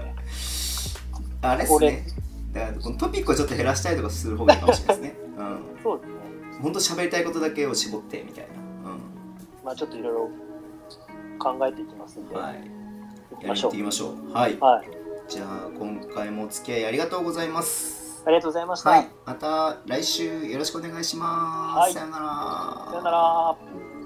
Speaker 1: あれです
Speaker 2: こ
Speaker 1: ね
Speaker 2: れ。
Speaker 1: だからこのトピックをちょっと減らしたりとかする方がいいかもしれないですね。うん。
Speaker 2: そうですね
Speaker 1: ほんと喋りたいことだけを絞って、みたいな。
Speaker 2: まあちょっといろいろ考えていきますん
Speaker 1: う
Speaker 2: で、、
Speaker 1: ん。はいい。
Speaker 2: き
Speaker 1: や
Speaker 2: ま
Speaker 1: り
Speaker 2: し
Speaker 1: き
Speaker 2: ょ
Speaker 1: っていきましょう。はい。
Speaker 2: うはい
Speaker 1: じゃあ、今回もお付き合いありがとうございます。
Speaker 2: ありがとうございました、
Speaker 1: はい、また来週よろしくお願いします。
Speaker 2: はい
Speaker 1: さよなら。
Speaker 2: さよなら